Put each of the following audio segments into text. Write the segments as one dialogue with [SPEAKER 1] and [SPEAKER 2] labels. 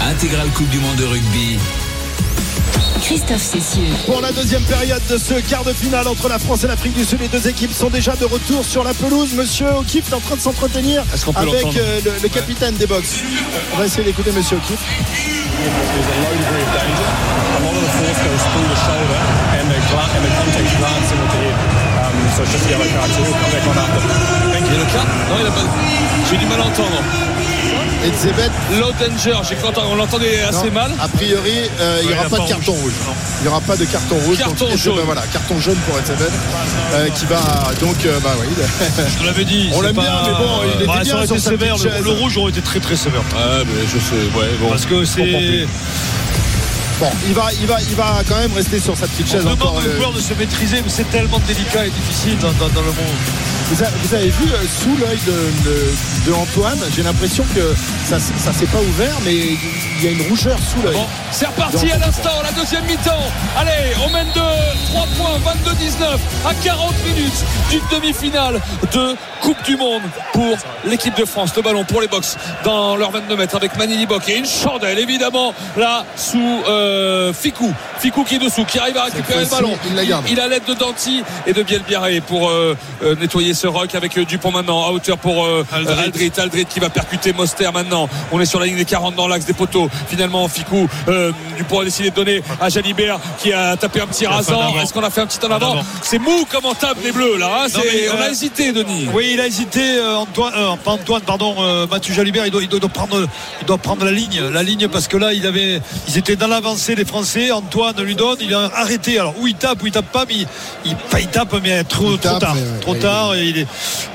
[SPEAKER 1] l'intégrale Coupe du Monde de rugby.
[SPEAKER 2] Christophe Cessieux.
[SPEAKER 3] Pour la deuxième période de ce quart de finale entre la France et l'Afrique du Sud, les deux équipes sont déjà de retour sur la pelouse. Monsieur O'Keefe est en train de s'entretenir
[SPEAKER 4] Est-ce qu'on peut
[SPEAKER 3] avec
[SPEAKER 4] l'entendre
[SPEAKER 3] euh, le, le capitaine des box. On va essayer d'écouter Monsieur O'Keefe.
[SPEAKER 5] There's a low degree of danger. A lot of the force goes through the uh, shoulder and the, gla- and the contact glance in with the head. Um, so it's just a yellow card. So he'll come back on after. Thank you.
[SPEAKER 6] Il y a le cap Non, il a pas. J'ai du mal à entendre.
[SPEAKER 7] Et c'est bête.
[SPEAKER 6] Low danger, j'ai cru entendre- on l'entendait assez
[SPEAKER 7] Non,
[SPEAKER 4] Ah,
[SPEAKER 6] mal.
[SPEAKER 7] A priori, euh, il n'y aura
[SPEAKER 4] il a
[SPEAKER 7] pas
[SPEAKER 4] pas
[SPEAKER 7] de carton
[SPEAKER 4] rouge.
[SPEAKER 7] rouge. Il n'y aura pas de carton rouge.
[SPEAKER 6] Carton
[SPEAKER 7] donc, et
[SPEAKER 6] jaune.
[SPEAKER 7] ben voilà, carton jaune pour Etseven euh, qui va donc euh, bah oui.
[SPEAKER 4] On l'avait dit.
[SPEAKER 7] On
[SPEAKER 4] c'est
[SPEAKER 7] l'aime
[SPEAKER 4] pas-
[SPEAKER 7] bien, mais bon, il était
[SPEAKER 4] Bah,
[SPEAKER 7] bien
[SPEAKER 4] Ça aurait
[SPEAKER 7] sur
[SPEAKER 4] été
[SPEAKER 7] sa
[SPEAKER 4] sévère.
[SPEAKER 7] petite
[SPEAKER 4] Le, le
[SPEAKER 7] chaise.
[SPEAKER 4] rouge aurait été très très sévère.
[SPEAKER 6] Ouais, mais je sais, ouais, bon.
[SPEAKER 4] Parce que
[SPEAKER 6] comprends
[SPEAKER 4] c'est.
[SPEAKER 6] plus.
[SPEAKER 7] Bon, il va, il va, il va quand même rester sur sa petite
[SPEAKER 4] On
[SPEAKER 7] chaise
[SPEAKER 4] demande
[SPEAKER 7] encore.
[SPEAKER 4] aux
[SPEAKER 7] euh,
[SPEAKER 4] joueurs de se maîtriser, mais c'est tellement délicat et difficile dans, dans- dans le monde.
[SPEAKER 7] Vous, a- vous avez vu euh, sous l'œil de, de- de Antoine, j'ai l'impression que ça, s- ça s'est pas ouvert, mais il y a une rougeur sous l'œil.
[SPEAKER 4] Ah
[SPEAKER 6] Bon, c'est reparti à l'instant, la deuxième mi-temps. Allez, on mène de 3 points, 22-19, à 40 minutes d'une demi-finale de Coupe du Monde pour l'équipe de France. Le ballon pour les box dans leur 22 mètres avec Manili Bock et une chandelle évidemment là sous euh, Ficou. Ficou qui est dessous, qui arrive à récupérer le
[SPEAKER 7] fois-ci,
[SPEAKER 6] ballon.
[SPEAKER 7] il la garde.
[SPEAKER 6] Il a l'aide de Danti et de Bielbiaré pour euh, euh, nettoyer ce rock avec euh, Dupont maintenant à hauteur pour euh,
[SPEAKER 4] Aldrit.
[SPEAKER 6] Aldrit. Aldrit qui va percuter Moster maintenant. On est sur la ligne des 40 dans l'axe des poteaux. Finalement, Ficou euh, Dupont a décidé de donner à Jalibert qui a tapé un petit
[SPEAKER 4] a fait en
[SPEAKER 6] rasant.
[SPEAKER 4] avant.
[SPEAKER 6] Est-ce qu'on a fait un petit en
[SPEAKER 4] En
[SPEAKER 6] avant
[SPEAKER 4] avant.
[SPEAKER 6] C'est mou comme en table les bleus là. hein.
[SPEAKER 4] Non,
[SPEAKER 6] C'est-
[SPEAKER 4] mais,
[SPEAKER 6] on a
[SPEAKER 4] euh,
[SPEAKER 6] hésité, Denis.
[SPEAKER 4] Oui, il a hésité. euh, Antoine, euh, pas Antoine, pardon, euh, Mathieu Jalibert, il doit, il doit- il doit prendre, il doit prendre la ligne, la ligne parce que là, il avait, ils étaient dans l'avancée les Français. Antoine lui donne, il a arrêté. Alors où il tape, où il tape pas, mais il, il- pas, il tape, mais trop,
[SPEAKER 7] Il
[SPEAKER 4] trop
[SPEAKER 7] tape,
[SPEAKER 4] tard,
[SPEAKER 7] mais ouais,
[SPEAKER 4] trop
[SPEAKER 7] ouais,
[SPEAKER 4] tard. Et il est,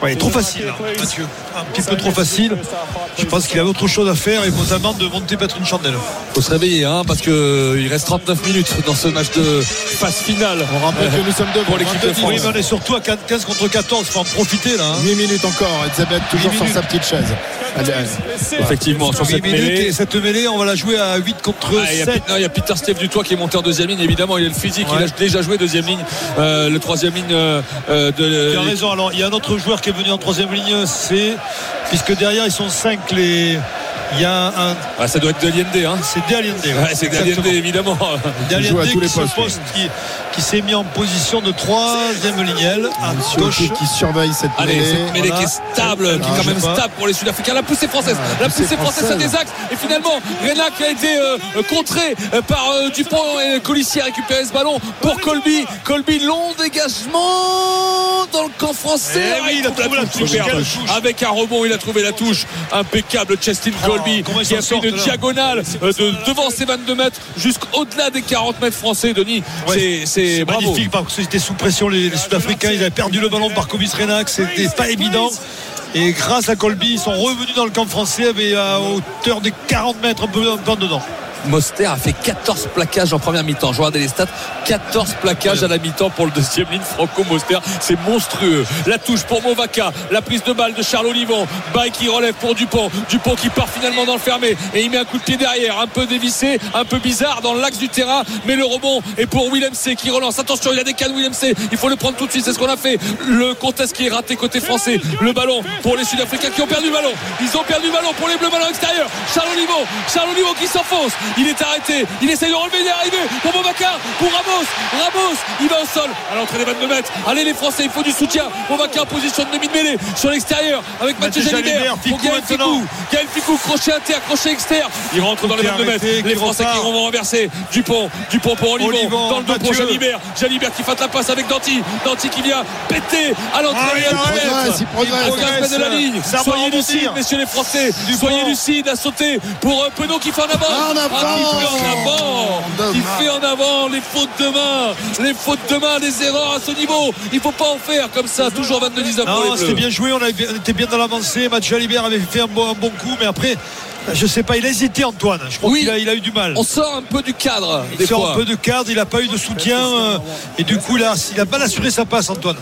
[SPEAKER 4] ouais, trop facile, hein, Mathieu, un petit peu trop facile. Je pense qu'il avait autre chose à faire et notamment de monter mettre une chandelle.
[SPEAKER 6] Faut se réveiller hein, parce que il reste 39 minutes dans ce match de phase finale. Euh,
[SPEAKER 7] On rappelle Euh, que nous sommes deux
[SPEAKER 6] Pour l'équipe de France.
[SPEAKER 4] Oui, mais on est surtout à 15 contre 14, faut en profiter là. hein.
[SPEAKER 7] 8 minutes encore, Elisabeth toujours
[SPEAKER 4] Huit
[SPEAKER 7] sur
[SPEAKER 4] minutes.
[SPEAKER 7] sa petite chaise. Elle- elle-
[SPEAKER 4] hein.
[SPEAKER 6] Effectivement, sur
[SPEAKER 4] Huit
[SPEAKER 6] cette
[SPEAKER 4] minutes
[SPEAKER 6] mêlée.
[SPEAKER 4] et cette mêlée, on va la jouer à 8 contre
[SPEAKER 6] Ah, il y a
[SPEAKER 4] 7.
[SPEAKER 6] Pete- non, il y a Peter Steve Dutoit qui est monté en deuxième ligne. Évidemment, il a le physique. Il
[SPEAKER 4] Ouais.
[SPEAKER 6] a déjà joué deuxième ligne. Euh, le troisième ligne euh, euh,
[SPEAKER 4] Tu as
[SPEAKER 6] de.
[SPEAKER 4] raison. Alors, il y a un autre joueur qui est venu en troisième ligne, c'est puisque derrière ils sont 5 les. Il y a un.
[SPEAKER 6] Ah, ça doit être de l'IND. Hein.
[SPEAKER 4] C'est Daliende.
[SPEAKER 6] Ouais, c'est de l'IND, évidemment.
[SPEAKER 7] Il joue à tous
[SPEAKER 4] qui,
[SPEAKER 7] les
[SPEAKER 4] se
[SPEAKER 7] postes.
[SPEAKER 4] poste, qui, qui s'est mis en position de troisième ligne à
[SPEAKER 7] Monsieur
[SPEAKER 4] gauche.
[SPEAKER 7] Hockey qui surveille cette
[SPEAKER 6] Allez,
[SPEAKER 7] mêlée.
[SPEAKER 6] cette mêlée
[SPEAKER 4] voilà.
[SPEAKER 6] qui est stable, qui est
[SPEAKER 4] Ah,
[SPEAKER 6] quand
[SPEAKER 4] je
[SPEAKER 6] même
[SPEAKER 4] sais pas.
[SPEAKER 6] stable pour les Sud-Africains. La poussée française,
[SPEAKER 7] Ah,
[SPEAKER 6] la
[SPEAKER 7] la
[SPEAKER 6] poussée
[SPEAKER 7] poussée
[SPEAKER 6] française à
[SPEAKER 7] française.
[SPEAKER 6] des axes. Et finalement, Renac a été euh, euh, contré euh, par euh, Dupont et Colissier a récupéré ce ballon pour Colby. Colby, long dégagement dans le camp français.
[SPEAKER 4] Eh oui, il a
[SPEAKER 6] trouve
[SPEAKER 4] trouvé la touche,
[SPEAKER 6] superbe.
[SPEAKER 4] quelle touche.
[SPEAKER 6] Avec un rebond, il a trouvé la touche. Impeccable, Chestin Colby
[SPEAKER 4] comment ils
[SPEAKER 6] qui a
[SPEAKER 4] s'en
[SPEAKER 6] fait une
[SPEAKER 4] sortent, là.
[SPEAKER 6] diagonale euh, de devant ses 22 mètres jusqu'au-delà des 40 mètres français. Denis,
[SPEAKER 4] Ouais,
[SPEAKER 6] c'est- c'est bravo.
[SPEAKER 4] magnifique parce qu'ils étaient sous pression les, les Sud-Africains, ils avaient perdu le ballon par Kobis Renac, c'était pas évident. Et grâce à Colby, ils sont revenus dans le camp français mais à hauteur des 40 mètres un peu, un peu en dedans.
[SPEAKER 6] Moster a fait 14 plaquages en première mi-temps. Je regardais les stats. 14 plaquages à la mi-temps pour le deuxième ligne. Franco Moster, c'est monstrueux. La touche pour Movaca. La prise de balle de Charles Olivon. Bail qui relève pour Dupont. Dupont qui part finalement dans le fermé. Et il met un coup de pied derrière. Un peu dévissé, un peu bizarre dans l'axe du terrain. Mais le rebond est pour Willem C qui relance. Attention, il a des cannes Willem C. Il faut le prendre tout de suite. C'est ce qu'on a fait. Le contest qui est raté côté français. Le ballon pour les Sud-Africains qui ont perdu le ballon. Ils ont perdu le ballon pour les bleus. Ballon extérieur. Charles Olivon. Charles Olivon qui s'enfonce. Il est arrêté. Il essaye de relever. Il est arrivé pour Bobacar. Pour Ramos. Ramos. Il va au sol. À l'entrée des 22 mètres. Allez les Français. Il faut du soutien. Bobacar en position de demi de mêlée. Sur l'extérieur. Avec Mathieu
[SPEAKER 4] Mathieu
[SPEAKER 6] Jalibert.
[SPEAKER 4] Jalibert,
[SPEAKER 6] Pour
[SPEAKER 4] Ficou
[SPEAKER 6] Gaël
[SPEAKER 4] maintenant.
[SPEAKER 6] Ficou. Gaël Ficou. Crochet inter. Crochet externe. Il rentre dans les
[SPEAKER 4] Qui est
[SPEAKER 6] 22 mètres.
[SPEAKER 4] arrêté, qui
[SPEAKER 6] Les Français qui
[SPEAKER 4] repart.
[SPEAKER 6] vont renverser. Dupont. Dupont pour Olivon.
[SPEAKER 4] Olivon,
[SPEAKER 6] Dans le dos pour
[SPEAKER 4] Mathieu.
[SPEAKER 6] Jalibert. Jalibert qui fait la passe avec Danti. Danti qui vient péter à l'entrée.
[SPEAKER 4] Ah, il
[SPEAKER 6] Réal
[SPEAKER 4] progresse,
[SPEAKER 6] Pérez.
[SPEAKER 7] il progresse.
[SPEAKER 6] Il près de la
[SPEAKER 4] Progresse.
[SPEAKER 6] ligne.
[SPEAKER 4] Ça va
[SPEAKER 6] Soyez
[SPEAKER 4] rebondir.
[SPEAKER 6] lucides, messieurs les Français. Soyez lucides à sauter pour euh, Penaud qui fait en avant.
[SPEAKER 7] En avant.
[SPEAKER 6] Ah, qui fait en avant. Qui fait en avant les fautes de main. Les fautes de main, les erreurs à ce niveau. Il faut pas en faire comme ça. Toujours 22-19 pour les
[SPEAKER 4] Non,
[SPEAKER 6] Bleus.
[SPEAKER 4] Ah, c'était bien joué, on, avait- on était bien dans l'avancée. Mathieu Jalibert avait fait un bon, un bon coup, mais après, je sais pas, il a hésité Antoine. Je crois
[SPEAKER 6] Oui.
[SPEAKER 4] qu'il a, il a eu du mal.
[SPEAKER 6] On sort un peu du cadre
[SPEAKER 4] Il
[SPEAKER 6] des
[SPEAKER 4] sort
[SPEAKER 6] fois.
[SPEAKER 4] un peu de cadre, il n'a pas eu de soutien euh, et du coup là, il a mal assuré sa passe Antoine.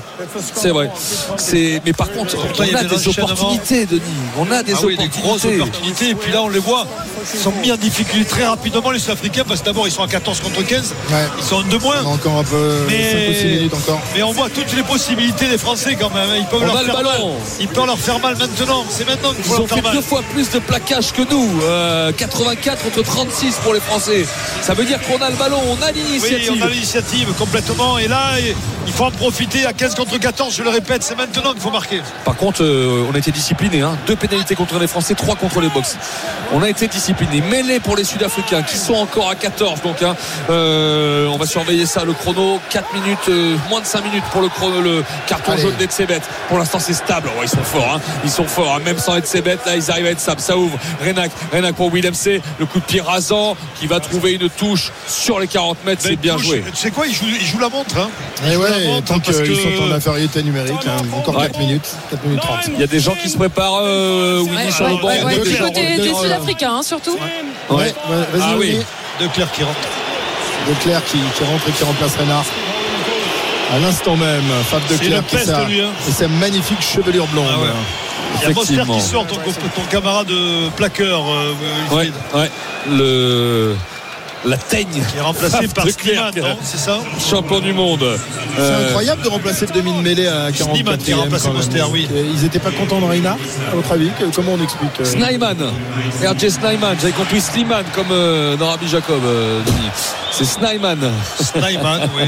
[SPEAKER 6] C'est vrai. C'est mais par contre,
[SPEAKER 4] Pourtant, il y
[SPEAKER 6] on a
[SPEAKER 4] avait
[SPEAKER 6] des
[SPEAKER 4] l'enchaînement.
[SPEAKER 6] opportunités, Denis. On a des
[SPEAKER 4] Ah oui, des grosses
[SPEAKER 6] opportunités.
[SPEAKER 4] opportunités et puis là on les voit, ils sont mis en difficulté très rapidement les Sud-Africains parce que d'abord ils sont à 14 contre 15,
[SPEAKER 7] Ouais.
[SPEAKER 4] ils sont en deux moins.
[SPEAKER 7] On a encore un peu 5 ou 6
[SPEAKER 4] Mais...
[SPEAKER 7] minutes encore.
[SPEAKER 4] mais on voit toutes les possibilités des Français quand même. hein. Ils peuvent,
[SPEAKER 6] On
[SPEAKER 4] leur
[SPEAKER 6] a le
[SPEAKER 4] faire mal.
[SPEAKER 6] ballon.
[SPEAKER 4] Ils peuvent leur faire mal maintenant. C'est maintenant qu'il
[SPEAKER 6] Ils
[SPEAKER 4] faut
[SPEAKER 6] ont
[SPEAKER 4] leur
[SPEAKER 6] fait
[SPEAKER 4] faire mal.
[SPEAKER 6] deux fois plus de plaquages que nous. nous. Euh, 84 contre 36 pour les Français. Ça veut dire qu'on a le ballon, on a
[SPEAKER 4] Oui,
[SPEAKER 6] l'initiative.
[SPEAKER 4] on a l'initiative complètement. Et là, il faut en profiter à 15 contre 14. Je le répète, c'est maintenant qu'il faut marquer.
[SPEAKER 6] Par contre, euh, on a été discipliné. Hein. Deux pénalités contre les Français, trois contre les Box. On a été discipliné. Mêlée pour les Sud-Africains qui sont encore à 14. Donc, hein, euh, on va surveiller ça. Le chrono, 4 minutes, euh, moins de 5 minutes pour le, chrono, le carton jaune d'Etzebet. Pour l'instant, c'est stable. Ouais, ils sont forts. hein. Ils sont forts. hein. Même sans Etzebet, là, ils arrivent à être stables. Ça ouvre. Renac, Renac pour Willem C. Le coup de pied rasant qui va trouver une touche sur les 40 mètres. C'est
[SPEAKER 4] Ben,
[SPEAKER 6] bien
[SPEAKER 4] touche.
[SPEAKER 6] joué. Eh
[SPEAKER 4] Tu sais quoi, il joue, il joue la montre. hein. Il
[SPEAKER 7] Et
[SPEAKER 4] joue la
[SPEAKER 7] Eh ouais,
[SPEAKER 4] montre,
[SPEAKER 7] tant
[SPEAKER 4] hein,
[SPEAKER 7] qu'ils
[SPEAKER 4] parce que-
[SPEAKER 7] sont en infériorité numérique, hein, encore
[SPEAKER 6] Ouais.
[SPEAKER 7] 4 minutes, 4 minutes 30.
[SPEAKER 6] Il y a des gens qui se préparent, euh, Winnie, sur le banc.
[SPEAKER 7] ouais, ouais,
[SPEAKER 6] Il y a des
[SPEAKER 7] du
[SPEAKER 6] gens-
[SPEAKER 7] côté des
[SPEAKER 2] Sud-Africains, hein, surtout.
[SPEAKER 7] Ouais,
[SPEAKER 6] Ouais.
[SPEAKER 7] ouais, vas-y,
[SPEAKER 6] Ah oui.
[SPEAKER 7] Olivier.
[SPEAKER 4] De Clerc qui rentre.
[SPEAKER 7] Declerc qui, qui rentre et qui remplace Renard. À l'instant même, Fab Declerc
[SPEAKER 4] une
[SPEAKER 7] qui
[SPEAKER 4] peste,
[SPEAKER 7] sa,
[SPEAKER 4] lui, hein.
[SPEAKER 7] et sa magnifique chevelure blonde.
[SPEAKER 4] Ah ouais. Il y a Mosler
[SPEAKER 6] Effectivement.
[SPEAKER 4] qui sort, ton, ton camarade euh, plaqueur. euh,
[SPEAKER 6] Ouais,
[SPEAKER 4] Wilfried,
[SPEAKER 6] ouais. Le... La teigne.
[SPEAKER 4] Qui est remplacé
[SPEAKER 6] Faf
[SPEAKER 4] par
[SPEAKER 6] de
[SPEAKER 4] Sliman,
[SPEAKER 6] Klerk,
[SPEAKER 4] non C'est ça
[SPEAKER 6] champion du monde.
[SPEAKER 7] C'est
[SPEAKER 6] Euh,
[SPEAKER 7] incroyable de remplacer le demi de mêlée à 40
[SPEAKER 4] Slimane qui a remplacé Mostert, oui.
[SPEAKER 7] Ils n'étaient pas contents de Reina, à votre avis que- Comment on explique euh,
[SPEAKER 6] Snyman, RJ Snyman, j'avais compris Sliman comme euh, dans Rabbi Jacob, euh, Denis. C'est Snyman.
[SPEAKER 4] Snyman, oui.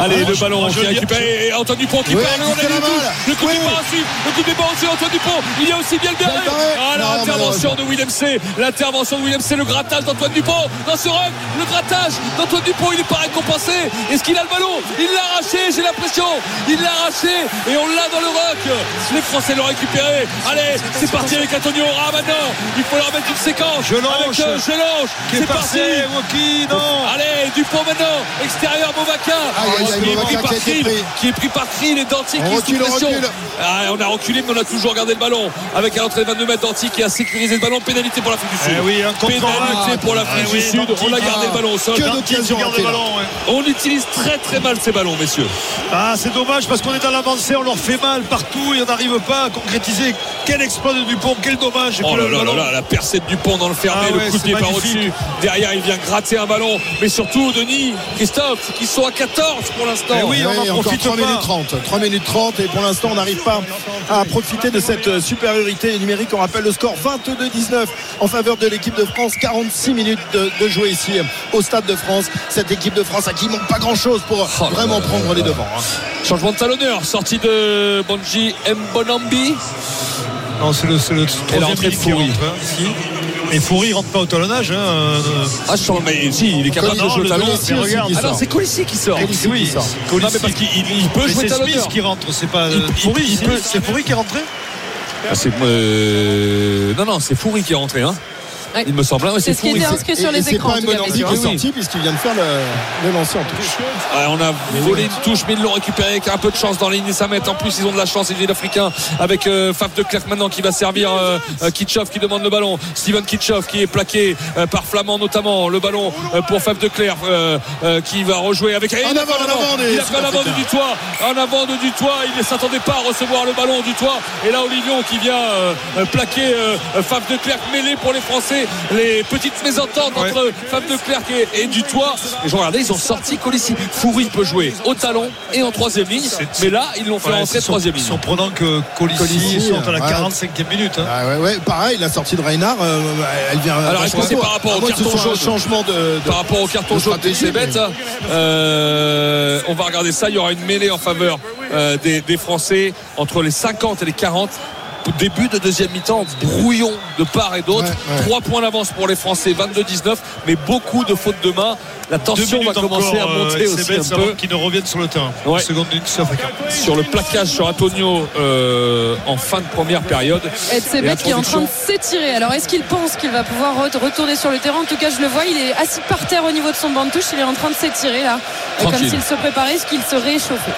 [SPEAKER 6] Allez,
[SPEAKER 4] Ah,
[SPEAKER 6] le
[SPEAKER 4] je-
[SPEAKER 6] ballon
[SPEAKER 4] moi, je
[SPEAKER 6] qui est
[SPEAKER 4] veux dire-
[SPEAKER 6] récupéré. Et Antoine Dupont qui
[SPEAKER 7] Ouais,
[SPEAKER 6] part, mais on a
[SPEAKER 7] qui fait
[SPEAKER 6] vu
[SPEAKER 7] la
[SPEAKER 6] le
[SPEAKER 7] balle.
[SPEAKER 6] coup. Le coup
[SPEAKER 7] Ouais.
[SPEAKER 6] qui part aussi. Le coup qui part aussi, Antoine Dupont. Il y a aussi bien le Berret.
[SPEAKER 7] Bien le Berret.
[SPEAKER 6] Ah,
[SPEAKER 7] Non,
[SPEAKER 6] l'intervention de Willem C. L'intervention de Willem C. Le grattage d'Antoine Dupont. Dans ce run, le grattage d'Antoine Dupont, il n'est pas récompensé. Est-ce qu'il a le ballon Il l'a arraché, j'ai l'impression. Il l'a arraché et on l'a dans le rock. Les Français l'ont récupéré. Allez, c'est parti avec Antonio Ora maintenant. Il faut leur mettre une séquence.
[SPEAKER 4] Je lance.
[SPEAKER 6] Avec, euh, je lance.
[SPEAKER 4] Qui est
[SPEAKER 6] C'est parti. Ah,
[SPEAKER 4] passé Woki, non
[SPEAKER 6] Allez, Dupont maintenant, extérieur Bovaca.
[SPEAKER 7] Aïe, aïe, aïe,
[SPEAKER 6] Qui est
[SPEAKER 7] Bovaca
[SPEAKER 6] pris par
[SPEAKER 7] qui a été
[SPEAKER 6] Krill,
[SPEAKER 7] pris.
[SPEAKER 6] qui est pris par Krill et Danti qui
[SPEAKER 7] On
[SPEAKER 6] est sous
[SPEAKER 7] recule, on
[SPEAKER 6] pression.
[SPEAKER 7] recule.
[SPEAKER 6] Ah, on a reculé, mais on a toujours gardé le ballon. Avec à l'entrée de 22 mètres, Danti qui a sécurisé le ballon. Pénalité pour l'Afrique du Sud.
[SPEAKER 4] Eh oui, un contre
[SPEAKER 6] Pénalité
[SPEAKER 4] un.
[SPEAKER 6] pour l'Afrique
[SPEAKER 4] Eh
[SPEAKER 6] du
[SPEAKER 4] oui,
[SPEAKER 6] Sud.
[SPEAKER 4] Danti.
[SPEAKER 6] On a gardé le ballon au sol.
[SPEAKER 7] Que
[SPEAKER 6] Danti
[SPEAKER 4] Qui
[SPEAKER 7] d'occasion
[SPEAKER 4] garde
[SPEAKER 7] ratée,
[SPEAKER 4] le
[SPEAKER 7] là.
[SPEAKER 4] ballon, ouais.
[SPEAKER 6] On utilise très très mal ces ballons, messieurs.
[SPEAKER 4] Ah, c'est dommage parce qu'on est dans l'avancée, on leur fait mal partout et on n'arrive pas à concrétiser. Quel exploit de Dupont, quel dommage. Et
[SPEAKER 6] Oh
[SPEAKER 4] puis
[SPEAKER 6] là
[SPEAKER 4] le
[SPEAKER 6] là là
[SPEAKER 4] ballon.
[SPEAKER 6] là, la percée du pont dans le fermé,
[SPEAKER 4] Ah ouais,
[SPEAKER 6] le coup de
[SPEAKER 4] c'est
[SPEAKER 6] pied par
[SPEAKER 4] magnifique.
[SPEAKER 6] au-dessus. Derrière, il vient gratter un ballon. Mais surtout, Denis, Christophe, c'est qu'ils sont à 14 pour l'instant.
[SPEAKER 4] Eh oui,
[SPEAKER 7] Ouais,
[SPEAKER 4] on en
[SPEAKER 7] encore
[SPEAKER 4] profite
[SPEAKER 7] 3
[SPEAKER 4] pas.
[SPEAKER 7] minutes 30. 3 minutes 30 et pour l'instant on n'arrive pas à profiter de cette euh, supériorité numérique. On rappelle le score 22-19 en faveur de l'équipe de France. 46 minutes de, de jouer ici euh, au Stade de France. Cette équipe de France à qui il manque pas grand chose pour euh,
[SPEAKER 6] Oh là
[SPEAKER 7] vraiment
[SPEAKER 6] là
[SPEAKER 7] prendre
[SPEAKER 6] là
[SPEAKER 7] les
[SPEAKER 6] là.
[SPEAKER 7] devants. hein.
[SPEAKER 6] Changement de talonneur, sortie de Bonji Mbonambi.
[SPEAKER 4] Non, c'est le, c'est le troisième
[SPEAKER 6] l'entrée
[SPEAKER 4] ligne
[SPEAKER 6] de
[SPEAKER 4] qui
[SPEAKER 6] Foury.
[SPEAKER 4] rentre, hein, ici. Et Foury rentre pas au talonnage. Hein. euh,
[SPEAKER 6] Ah, je sens, mais si, il est capable de
[SPEAKER 7] Colis-
[SPEAKER 6] jouer au
[SPEAKER 7] le
[SPEAKER 6] talon.
[SPEAKER 7] Colissi
[SPEAKER 6] mais
[SPEAKER 7] aussi
[SPEAKER 6] regarde.
[SPEAKER 7] qui
[SPEAKER 6] Ah non,
[SPEAKER 7] sort.
[SPEAKER 6] c'est Colissi qui sort.
[SPEAKER 7] Colissi qui sort.
[SPEAKER 6] Non, mais parce qu'il il- il peut
[SPEAKER 4] Mais
[SPEAKER 6] jouer
[SPEAKER 4] c'est
[SPEAKER 6] talonneur.
[SPEAKER 4] Smith qui rentre, c'est pas
[SPEAKER 6] Il-
[SPEAKER 4] euh,
[SPEAKER 6] il-
[SPEAKER 4] Foury.
[SPEAKER 6] il
[SPEAKER 4] il
[SPEAKER 6] peut-
[SPEAKER 4] peut- C'est Foury qui est rentré
[SPEAKER 6] Ah, c'est, euh, Non, non, c'est Fouri qui est rentré. Hein.
[SPEAKER 2] Ouais.
[SPEAKER 6] Il me semble. hein, ouais,
[SPEAKER 2] C'est
[SPEAKER 6] c'est
[SPEAKER 2] ce qui
[SPEAKER 6] Fouri.
[SPEAKER 2] était inscrit sur
[SPEAKER 7] Et- et
[SPEAKER 2] les
[SPEAKER 7] c'est
[SPEAKER 2] écrans.
[SPEAKER 7] pas
[SPEAKER 2] en tout cas,
[SPEAKER 7] Mbonambi qui
[SPEAKER 2] messieurs.
[SPEAKER 7] est
[SPEAKER 6] messieurs.
[SPEAKER 7] sorti puisqu'il vient de faire le, le lancer en touche.
[SPEAKER 6] Ah, on a volé une touche, mais ils l'ont récupéré avec un peu de chance dans la ligne des 5 mètres. En plus, ils ont de la chance, les Sud-Africains, avec euh, Faf de Clerc maintenant qui va servir euh, euh, Kitchoff qui demande le ballon. Steven Kitchoff qui est plaqué euh, par Flamand notamment. Le ballon euh, pour Faf de Clerc euh, euh, qui va rejouer avec. Et il
[SPEAKER 7] En
[SPEAKER 6] a fait
[SPEAKER 7] avant, en avant des
[SPEAKER 6] Il a fait en avant de
[SPEAKER 7] Sud-Africains.
[SPEAKER 6] Dutoit. En avant de Dutoit. Il ne s'attendait pas à recevoir le ballon du toit. Et là, Olivion qui vient euh, euh, plaquer euh, Faf de Clerc mêlé pour les Français. Les petites mésententes
[SPEAKER 4] Ouais.
[SPEAKER 6] entre Fab de Clerc et, et Dutoit. Et je regardais, ils ont sorti Colissi. Fouri peut jouer au talon et en troisième ligne. Mais là, ils l'ont fait
[SPEAKER 4] Ouais,
[SPEAKER 6] rentrer
[SPEAKER 4] c'est sur-
[SPEAKER 6] troisième ligne.
[SPEAKER 4] surprenant que
[SPEAKER 7] Colissi,
[SPEAKER 4] Colissi sorte à la
[SPEAKER 7] ouais.
[SPEAKER 4] 45e minute. hein.
[SPEAKER 7] Ah ouais, ouais, pareil, la sortie de Reynard, euh, elle vient. euh,
[SPEAKER 6] Alors, est-ce que c'est par rapport au
[SPEAKER 7] À moins que ce
[SPEAKER 6] carton
[SPEAKER 7] soit un
[SPEAKER 6] jaune
[SPEAKER 7] changement de- de
[SPEAKER 6] Par rapport au carton
[SPEAKER 7] de
[SPEAKER 6] jaune,
[SPEAKER 7] stratégie,
[SPEAKER 6] c'est bête.
[SPEAKER 7] mais-
[SPEAKER 6] ça. Euh, on va regarder ça. Il y aura une mêlée en faveur euh, des, des Français entre les 50 et les 40. Début de deuxième mi-temps, brouillon de part et d'autre.
[SPEAKER 7] Ouais, ouais.
[SPEAKER 6] Trois points d'avance pour les Français, 22-19, mais beaucoup de fautes de main. La
[SPEAKER 4] Deux
[SPEAKER 6] tension va
[SPEAKER 4] minutes
[SPEAKER 6] commencer
[SPEAKER 4] encore,
[SPEAKER 6] à
[SPEAKER 4] euh,
[SPEAKER 6] monter aussi
[SPEAKER 4] Sebet,
[SPEAKER 6] un
[SPEAKER 4] avant
[SPEAKER 6] peu.
[SPEAKER 4] Qui ne reviennent sur le terrain.
[SPEAKER 6] Ouais.
[SPEAKER 4] Seconde ligne sud-africaine.
[SPEAKER 6] sur le plaquage sur Antonio euh, en fin de première période.
[SPEAKER 2] Et c'est
[SPEAKER 6] Et la
[SPEAKER 2] bête qui est en train de
[SPEAKER 6] production-
[SPEAKER 2] s'étirer. Alors est-ce qu'il pense qu'il va pouvoir re- retourner sur le terrain En tout cas, je le vois, il est assis par terre au niveau de son banc de touche. Il est en train de s'étirer là, Euh, comme
[SPEAKER 6] Tranquille.
[SPEAKER 2] s'il se préparait, ce qu'il se réchauffait.